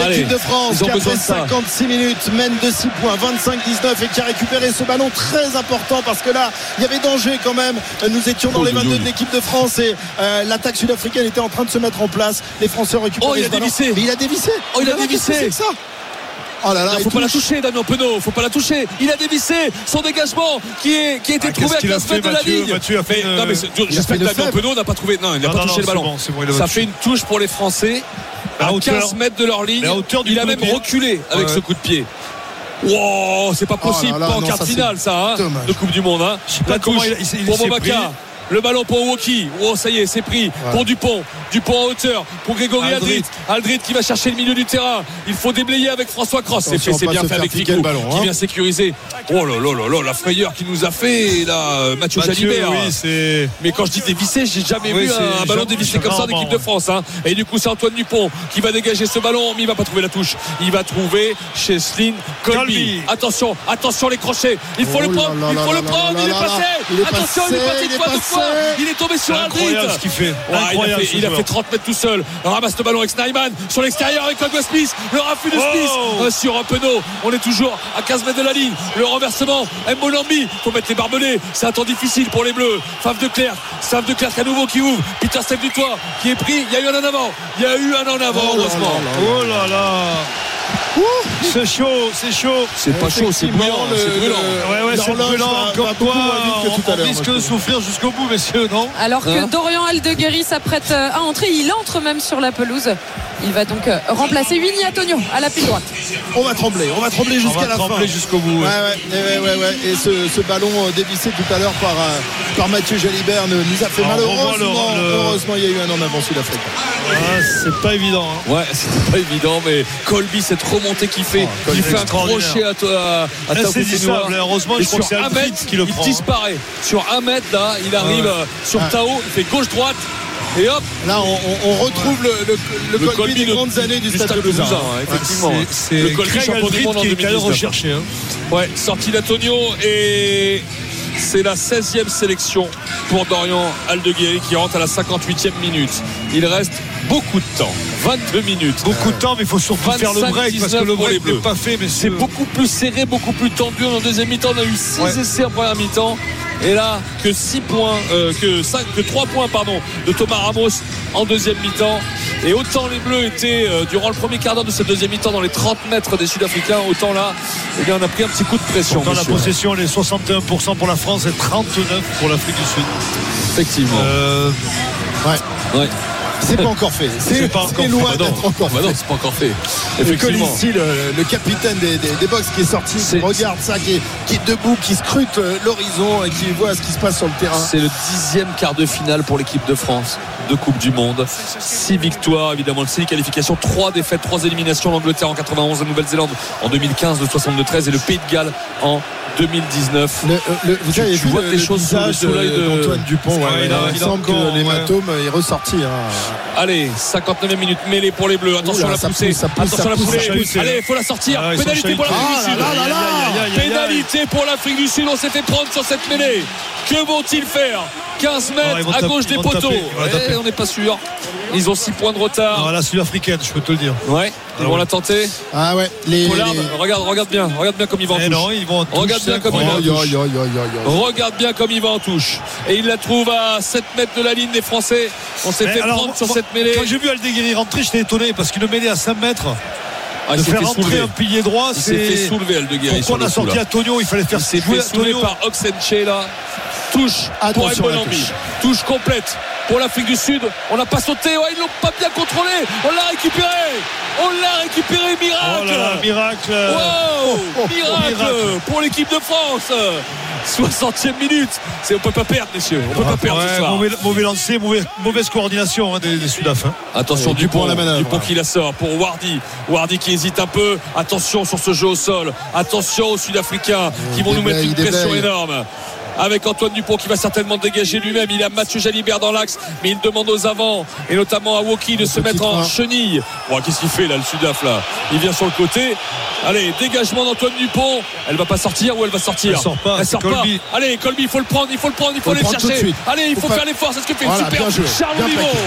[SPEAKER 6] Allez,
[SPEAKER 7] L'équipe de France
[SPEAKER 6] Ah, ils ont
[SPEAKER 7] qui a
[SPEAKER 6] besoin
[SPEAKER 7] fait
[SPEAKER 6] de ça.
[SPEAKER 7] 56 minutes mène de 6 points, 25-19 et qui a récupéré ce ballon très important parce que là, il y avait danger quand même. Euh, Nous étions
[SPEAKER 6] Oh,
[SPEAKER 7] dans les 22 de l'équipe de France et euh, l'attaque sud-africaine était en train de se mettre en place. Les Français ont récupéré
[SPEAKER 6] Oh, il
[SPEAKER 7] ce
[SPEAKER 6] a
[SPEAKER 7] ballon.
[SPEAKER 6] dévissé.
[SPEAKER 7] Mais il a dévissé.
[SPEAKER 6] Oh, il a
[SPEAKER 7] Mais là,
[SPEAKER 6] dévissé.
[SPEAKER 7] qu'est-ce que C'est que ça. Oh là là,
[SPEAKER 6] Il
[SPEAKER 7] il
[SPEAKER 6] faut pas la
[SPEAKER 7] touche.
[SPEAKER 6] toucher, Damien Penaud. Faut pas la toucher. Il a dévissé son dégagement qui, est, qui a été
[SPEAKER 4] Ah, qu'est-ce
[SPEAKER 6] trouvé à
[SPEAKER 4] qu'il a
[SPEAKER 6] 15
[SPEAKER 4] fait,
[SPEAKER 6] mètres de la
[SPEAKER 4] Mathieu
[SPEAKER 6] ligne.
[SPEAKER 4] Mathieu a fait
[SPEAKER 6] Mais-
[SPEAKER 4] une-
[SPEAKER 6] non, mais c'est-
[SPEAKER 7] Il a fait
[SPEAKER 6] J'espère que
[SPEAKER 7] le
[SPEAKER 6] Damien
[SPEAKER 7] faible.
[SPEAKER 6] Penaud n'a pas trouvé. Non, il n'a
[SPEAKER 4] Non,
[SPEAKER 6] pas
[SPEAKER 4] non,
[SPEAKER 6] touché
[SPEAKER 4] non,
[SPEAKER 6] le ballon.
[SPEAKER 4] c'est bon, c'est bon, il a
[SPEAKER 6] Ça
[SPEAKER 4] pas touché.
[SPEAKER 6] fait une touche pour les Français
[SPEAKER 4] À
[SPEAKER 6] à
[SPEAKER 4] hauteur.
[SPEAKER 6] 15 mètres de leur ligne.
[SPEAKER 4] Mais à hauteur du
[SPEAKER 6] Il a
[SPEAKER 4] coup de
[SPEAKER 6] même
[SPEAKER 4] pied.
[SPEAKER 6] reculé avec
[SPEAKER 4] Ouais. Oh
[SPEAKER 6] ce coup de pied. Wow, c'est pas possible,
[SPEAKER 7] là là,
[SPEAKER 6] pas en
[SPEAKER 7] non,
[SPEAKER 6] quart
[SPEAKER 7] ça, c'est
[SPEAKER 6] finale ça, hein,
[SPEAKER 7] dommage.
[SPEAKER 6] de Coupe du Monde. Hein.
[SPEAKER 4] pas
[SPEAKER 6] La
[SPEAKER 4] comment
[SPEAKER 6] touche
[SPEAKER 4] il a- il s'est- il
[SPEAKER 6] pour
[SPEAKER 4] s'est
[SPEAKER 6] Bobaka.
[SPEAKER 4] pris.
[SPEAKER 6] Le ballon pour Woki. Oh, ça y est, c'est pris. Pour Dupont. Dupont en hauteur. Pour Grégory Aldrit.
[SPEAKER 4] Aldrit.
[SPEAKER 6] Aldrit qui va chercher le milieu du terrain. Il faut déblayer avec François Cross. C'est fait,
[SPEAKER 7] Attention,
[SPEAKER 6] c'est
[SPEAKER 7] pas
[SPEAKER 6] bien
[SPEAKER 7] se
[SPEAKER 6] fait
[SPEAKER 7] faire
[SPEAKER 6] avec
[SPEAKER 7] piquer
[SPEAKER 6] Ficou
[SPEAKER 7] le ballon,
[SPEAKER 6] qui
[SPEAKER 7] hein.
[SPEAKER 6] vient sécuriser. Oh là là là là, la frayeur qui nous a fait là, euh, Mathieu,
[SPEAKER 4] Mathieu,
[SPEAKER 6] Jalibert.
[SPEAKER 4] oui, c'est.
[SPEAKER 6] Mais quand je dis dévissé, j'ai jamais
[SPEAKER 4] Oui,
[SPEAKER 6] vu
[SPEAKER 4] c'est
[SPEAKER 6] un ballon
[SPEAKER 4] jamais-
[SPEAKER 6] dévissé comme ça en
[SPEAKER 4] rarement,
[SPEAKER 6] équipe de
[SPEAKER 4] ouais.
[SPEAKER 6] France. hein. Et du coup, c'est Antoine Dupont qui va dégager ce ballon, mais il va pas trouver la touche. Il va trouver Cheslin Colby.
[SPEAKER 4] Colby.
[SPEAKER 6] Attention, attention les crochets. Il
[SPEAKER 7] Oh
[SPEAKER 6] faut le
[SPEAKER 7] là
[SPEAKER 6] prendre,
[SPEAKER 7] là
[SPEAKER 6] il
[SPEAKER 7] là
[SPEAKER 6] faut
[SPEAKER 7] là
[SPEAKER 6] le
[SPEAKER 7] là
[SPEAKER 6] prendre.
[SPEAKER 7] là
[SPEAKER 6] Il est
[SPEAKER 7] là là.
[SPEAKER 6] passé.
[SPEAKER 7] Il est
[SPEAKER 6] Attention, il est
[SPEAKER 7] passé,
[SPEAKER 6] passé
[SPEAKER 7] il
[SPEAKER 6] une
[SPEAKER 7] est
[SPEAKER 6] fois, deux
[SPEAKER 7] passé.
[SPEAKER 6] fois. Il est tombé sur
[SPEAKER 4] C'est
[SPEAKER 6] Aldrit.
[SPEAKER 4] incroyable ce qu'il fait.
[SPEAKER 6] Ouais, il, a
[SPEAKER 4] Incroyable,
[SPEAKER 6] fait,
[SPEAKER 4] ce
[SPEAKER 6] il a fait
[SPEAKER 4] joueur.
[SPEAKER 6] 30 mètres tout seul. Ramasse le ballon avec Snyman sur l'extérieur avec Ogwe Smith. Le raffut de
[SPEAKER 4] Oh
[SPEAKER 6] Smith euh, sur un penaud. On est toujours à 15 mètres de la ligne. Le renversement. Mbolambi. Faut mettre les barbelés. C'est un temps difficile pour les Bleus. Fave de Clerc. Fave de Clerc à nouveau qui ouvre. Peter Steph du toit qui est pris. Il y a eu un en avant. Il y a eu un en avant,
[SPEAKER 7] Oh là
[SPEAKER 6] heureusement.
[SPEAKER 7] là
[SPEAKER 4] Oh là là C'est chaud, c'est chaud
[SPEAKER 6] C'est pas chaud, c'est
[SPEAKER 7] Effectivement,
[SPEAKER 6] brûlant. C'est
[SPEAKER 7] le-
[SPEAKER 6] brûlant.
[SPEAKER 4] Ouais, ouais, c'est
[SPEAKER 7] L'horloge
[SPEAKER 4] brûlant,
[SPEAKER 7] va-
[SPEAKER 4] comme
[SPEAKER 7] va
[SPEAKER 4] quoi
[SPEAKER 7] beaucoup moins vite que tout à
[SPEAKER 4] on
[SPEAKER 7] l'heure,
[SPEAKER 4] risque
[SPEAKER 7] moi,
[SPEAKER 4] de
[SPEAKER 7] je
[SPEAKER 4] souffrir jusqu'au bout, messieurs, non
[SPEAKER 2] Alors que Dorian Aldeguerri s'apprête euh, à entrer, il entre même sur la pelouse. Il va donc euh, remplacer Winnie Antonio à la pile droite.
[SPEAKER 7] On va trembler, on va trembler
[SPEAKER 4] On va
[SPEAKER 7] jusqu'à la fin.
[SPEAKER 4] trembler jusqu'au bout.
[SPEAKER 7] Ouais,
[SPEAKER 4] ouais.
[SPEAKER 7] ouais, ouais, ouais, ouais. Et ce, ce ballon euh, dévissé tout à l'heure par, euh, par Mathieu Jalibert ne- nous a fait
[SPEAKER 4] Alors,
[SPEAKER 7] mal.
[SPEAKER 4] Ah, on revoit le-
[SPEAKER 7] Heureusement,
[SPEAKER 4] le-
[SPEAKER 7] heureusement, il y a eu un en avant Sud-Afrique.
[SPEAKER 4] Ah, c'est pas évident. hein.
[SPEAKER 6] Ouais, c'était pas évident, mais Colby, cette remontée qu'il fait,
[SPEAKER 4] Oh, Colby,
[SPEAKER 6] il fait un
[SPEAKER 4] extraordinaire.
[SPEAKER 6] crochet à toi, à Tao
[SPEAKER 4] Insaisissable,
[SPEAKER 6] Koussenoua.
[SPEAKER 4] hein. heureusement, je
[SPEAKER 6] Et
[SPEAKER 4] crois
[SPEAKER 6] sur
[SPEAKER 4] que c'est
[SPEAKER 6] un
[SPEAKER 4] Aldrit
[SPEAKER 6] mètre,
[SPEAKER 4] qui le prend,
[SPEAKER 6] Il
[SPEAKER 4] hein.
[SPEAKER 6] disparaît. Sur un mètre, là, il arrive
[SPEAKER 4] Ouais.
[SPEAKER 6] euh, sur
[SPEAKER 7] Ah.
[SPEAKER 6] Tao, il fait gauche-droite. Et hop,
[SPEAKER 7] Là, on, on- on retrouve le, le, le Colby
[SPEAKER 6] Colby
[SPEAKER 7] des
[SPEAKER 6] de-
[SPEAKER 7] grandes années du, Stade de
[SPEAKER 6] Toulousain,
[SPEAKER 7] Toulousain.
[SPEAKER 6] hein, effectivement.
[SPEAKER 4] C'est-
[SPEAKER 6] hein.
[SPEAKER 4] C'est
[SPEAKER 6] Le Colby
[SPEAKER 4] Craig
[SPEAKER 6] champion du
[SPEAKER 4] Aldrit
[SPEAKER 6] monde en
[SPEAKER 4] qui est allé
[SPEAKER 6] 2019.
[SPEAKER 4] rechercher. hein.
[SPEAKER 6] Ouais, sortie d'Antonio et c'est la 16e sélection pour Dorian Aldeguerri qui rentre à la 58e minute. Il reste beaucoup de temps, 22 minutes.
[SPEAKER 4] Beaucoup de temps, mais il faut surtout faire le break parce que
[SPEAKER 6] 25-19
[SPEAKER 4] le
[SPEAKER 6] pour les
[SPEAKER 4] break n'est
[SPEAKER 6] Bleus.
[SPEAKER 4] pas fait. Mais
[SPEAKER 6] C'est beaucoup plus serré, beaucoup plus tendu. En deuxième mi-temps, on a eu 6
[SPEAKER 4] Ouais.
[SPEAKER 6] essais en première mi-temps. Et là, que 6 points, euh, que 5, que 3 points, pardon, de Thomas Ramos en deuxième mi-temps. Et autant les Bleus étaient, euh, durant le premier quart d'heure de cette deuxième mi-temps, dans les 30 mètres des Sud-Africains, autant là, eh bien, on a pris un petit coup de pression.
[SPEAKER 4] Dans la
[SPEAKER 6] messieurs.
[SPEAKER 4] possession, elle est 61% pour la France et 39% pour l'Afrique du Sud.
[SPEAKER 6] Effectivement.
[SPEAKER 4] Euh,
[SPEAKER 6] Ouais.
[SPEAKER 7] C'est pas encore fait. C'est
[SPEAKER 4] C'est pas encore
[SPEAKER 7] c'est
[SPEAKER 4] fait.
[SPEAKER 7] loin
[SPEAKER 6] Bah non.
[SPEAKER 7] d'être encore
[SPEAKER 6] Bah
[SPEAKER 7] fait.
[SPEAKER 6] non, c'est pas encore fait.
[SPEAKER 7] Et
[SPEAKER 6] Effectivement.
[SPEAKER 7] Colissi, le, le capitaine des, des, des box qui est sorti, qui
[SPEAKER 6] C'est-
[SPEAKER 7] regarde ça, qui est, qui est debout, qui scrute euh, l'horizon et qui voit ce qui se passe sur le terrain.
[SPEAKER 6] C'est le dixième quart de finale pour l'équipe de France de Coupe du Monde. Six victoires, évidemment, six qualifications, trois défaites, trois éliminations. L'Angleterre en 91, la Nouvelle-Zélande en 2015, le 73 et le Pays de Galles en 2019.
[SPEAKER 7] Le- euh, le- vous
[SPEAKER 6] Tu-
[SPEAKER 7] avez
[SPEAKER 6] tu
[SPEAKER 7] vu
[SPEAKER 6] vois
[SPEAKER 7] le,
[SPEAKER 6] des
[SPEAKER 7] le
[SPEAKER 6] choses sous-
[SPEAKER 7] visage
[SPEAKER 6] sous l'œil
[SPEAKER 7] de-
[SPEAKER 6] de-
[SPEAKER 7] d'Antoine Dupont.
[SPEAKER 4] Ouais,
[SPEAKER 7] ouais,
[SPEAKER 4] il a-
[SPEAKER 7] il
[SPEAKER 4] il a
[SPEAKER 7] semble
[SPEAKER 4] encore-
[SPEAKER 7] que l'hématome est ressorti. hein.
[SPEAKER 6] Allez, 59e minute mêlée pour les Bleus. Attention
[SPEAKER 7] Oula,
[SPEAKER 6] à
[SPEAKER 7] ça
[SPEAKER 6] la poussée.
[SPEAKER 7] pousse, ça pousse,
[SPEAKER 6] Attention
[SPEAKER 7] ça
[SPEAKER 6] à la
[SPEAKER 7] pousse,
[SPEAKER 4] ça pousse.
[SPEAKER 6] poussée. Allez, il faut la sortir.
[SPEAKER 4] Ah, ils sont
[SPEAKER 6] Pénalité pour l'Afrique
[SPEAKER 4] chahutés.
[SPEAKER 6] du Sud.
[SPEAKER 7] Ah là là là
[SPEAKER 4] là.
[SPEAKER 6] Pénalité pour l'Afrique du Sud. On s'est fait prendre sur cette mêlée. Que vont-ils faire
[SPEAKER 4] Ah,
[SPEAKER 6] 15
[SPEAKER 4] ils
[SPEAKER 6] mètres
[SPEAKER 4] vont
[SPEAKER 6] à
[SPEAKER 4] taper,
[SPEAKER 6] gauche
[SPEAKER 4] ils
[SPEAKER 6] des
[SPEAKER 4] vont
[SPEAKER 6] poteaux.
[SPEAKER 4] taper, ils vont
[SPEAKER 6] Eh,
[SPEAKER 4] taper.
[SPEAKER 6] on n'est pas sûr. Ils ont 6 points de retard.
[SPEAKER 4] Ah, la Sud-Africaine, je peux te le dire.
[SPEAKER 6] Ouais, ils vont la tenter.
[SPEAKER 7] Ah ouais, les.
[SPEAKER 6] Pollard,
[SPEAKER 7] les-
[SPEAKER 6] regarde, regarde bien, regarde bien comme il va en
[SPEAKER 4] Eh
[SPEAKER 6] touche.
[SPEAKER 4] non, ils vont en touche,
[SPEAKER 6] Regarde bien
[SPEAKER 4] c'est
[SPEAKER 6] comme il
[SPEAKER 7] Oh,
[SPEAKER 6] va en
[SPEAKER 4] incroyable.
[SPEAKER 7] yo,
[SPEAKER 6] touche.
[SPEAKER 7] yo, yo, yo, yo.
[SPEAKER 6] Regarde bien comme il va en touche. Et il la trouve à 7 mètres de la ligne des Français. On s'est
[SPEAKER 4] Mais
[SPEAKER 6] fait
[SPEAKER 4] Eh, alors,
[SPEAKER 6] prendre sur
[SPEAKER 4] moi,
[SPEAKER 6] cette mêlée.
[SPEAKER 4] Quand j'ai vu Aldeguerri rentrer, j'étais étonné parce qu'une mêlée à 5 mètres,
[SPEAKER 6] Ah, il
[SPEAKER 4] de
[SPEAKER 6] s'est
[SPEAKER 4] faire
[SPEAKER 6] fait
[SPEAKER 4] rentrer
[SPEAKER 6] soulever.
[SPEAKER 4] un pilier droit,
[SPEAKER 6] Il s'est
[SPEAKER 4] c'est-
[SPEAKER 6] fait soulever, Aldeguerri. sur
[SPEAKER 4] Pourquoi on
[SPEAKER 6] le
[SPEAKER 4] a
[SPEAKER 6] coup,
[SPEAKER 4] sorti
[SPEAKER 6] là.
[SPEAKER 4] Antonio Il fallait faire
[SPEAKER 6] Il s'est
[SPEAKER 4] jouer
[SPEAKER 6] fait soulever
[SPEAKER 4] Antonio.
[SPEAKER 6] par Oxenche là. Touche pour
[SPEAKER 7] Attention à la
[SPEAKER 6] Mbonambi.
[SPEAKER 7] touche.
[SPEAKER 6] Touche complète pour l'Afrique du Sud. On n'a pas sauté. Oh, ils l'ont pas bien contrôlé. On l'a récupéré. On l'a récupéré. Miracle.
[SPEAKER 4] Oh là là, miracle
[SPEAKER 6] Wow
[SPEAKER 4] Oh, oh,
[SPEAKER 6] miracle,
[SPEAKER 4] miracle.
[SPEAKER 6] pour l'équipe de France 60e minute C'est- On peut pas perdre messieurs On peut pas perdre
[SPEAKER 4] Ah, Ouais,
[SPEAKER 6] ce soir
[SPEAKER 4] mauvais, mauvais lancer, mauvais- mauvaise coordination hein, des, des Sudaf. hein.
[SPEAKER 6] Attention Dupont,
[SPEAKER 7] Dupont à la manœuvre.
[SPEAKER 6] Dupont qui la sort pour Wardy Wardy qui hésite un peu Attention sur ce jeu au sol Attention aux Sud-Africains qui vont nous
[SPEAKER 7] déveille,
[SPEAKER 6] mettre une
[SPEAKER 7] il déveille.
[SPEAKER 6] pression énorme avec Antoine Dupont qui va certainement dégager lui-même. Il a Mathieu Jalibert dans l'axe, mais il demande aux avants, et notamment à Woki, de se
[SPEAKER 7] petit
[SPEAKER 6] mettre en
[SPEAKER 7] train.
[SPEAKER 6] chenille. Bon, Qu'est-ce qu'il fait là, le Sudaf là Il vient sur le côté. Allez, dégagement d'Antoine Dupont. Elle va pas sortir ou elle va sortir
[SPEAKER 4] Elle sort pas,
[SPEAKER 6] Elle
[SPEAKER 4] c'est
[SPEAKER 6] sort pas.
[SPEAKER 4] Colby.
[SPEAKER 6] Allez, Colby, il faut le prendre, il faut le prendre, il faut,
[SPEAKER 7] Faut le
[SPEAKER 6] aller
[SPEAKER 7] prendre tout de
[SPEAKER 6] chercher.
[SPEAKER 7] suite.
[SPEAKER 6] Allez, il
[SPEAKER 7] Faut
[SPEAKER 6] faut
[SPEAKER 7] pas-
[SPEAKER 6] faire l'effort, c'est ce que fait
[SPEAKER 7] Voilà,
[SPEAKER 6] super
[SPEAKER 7] bien joué,
[SPEAKER 6] Charles
[SPEAKER 7] bien
[SPEAKER 6] Olivon.
[SPEAKER 7] plaqué.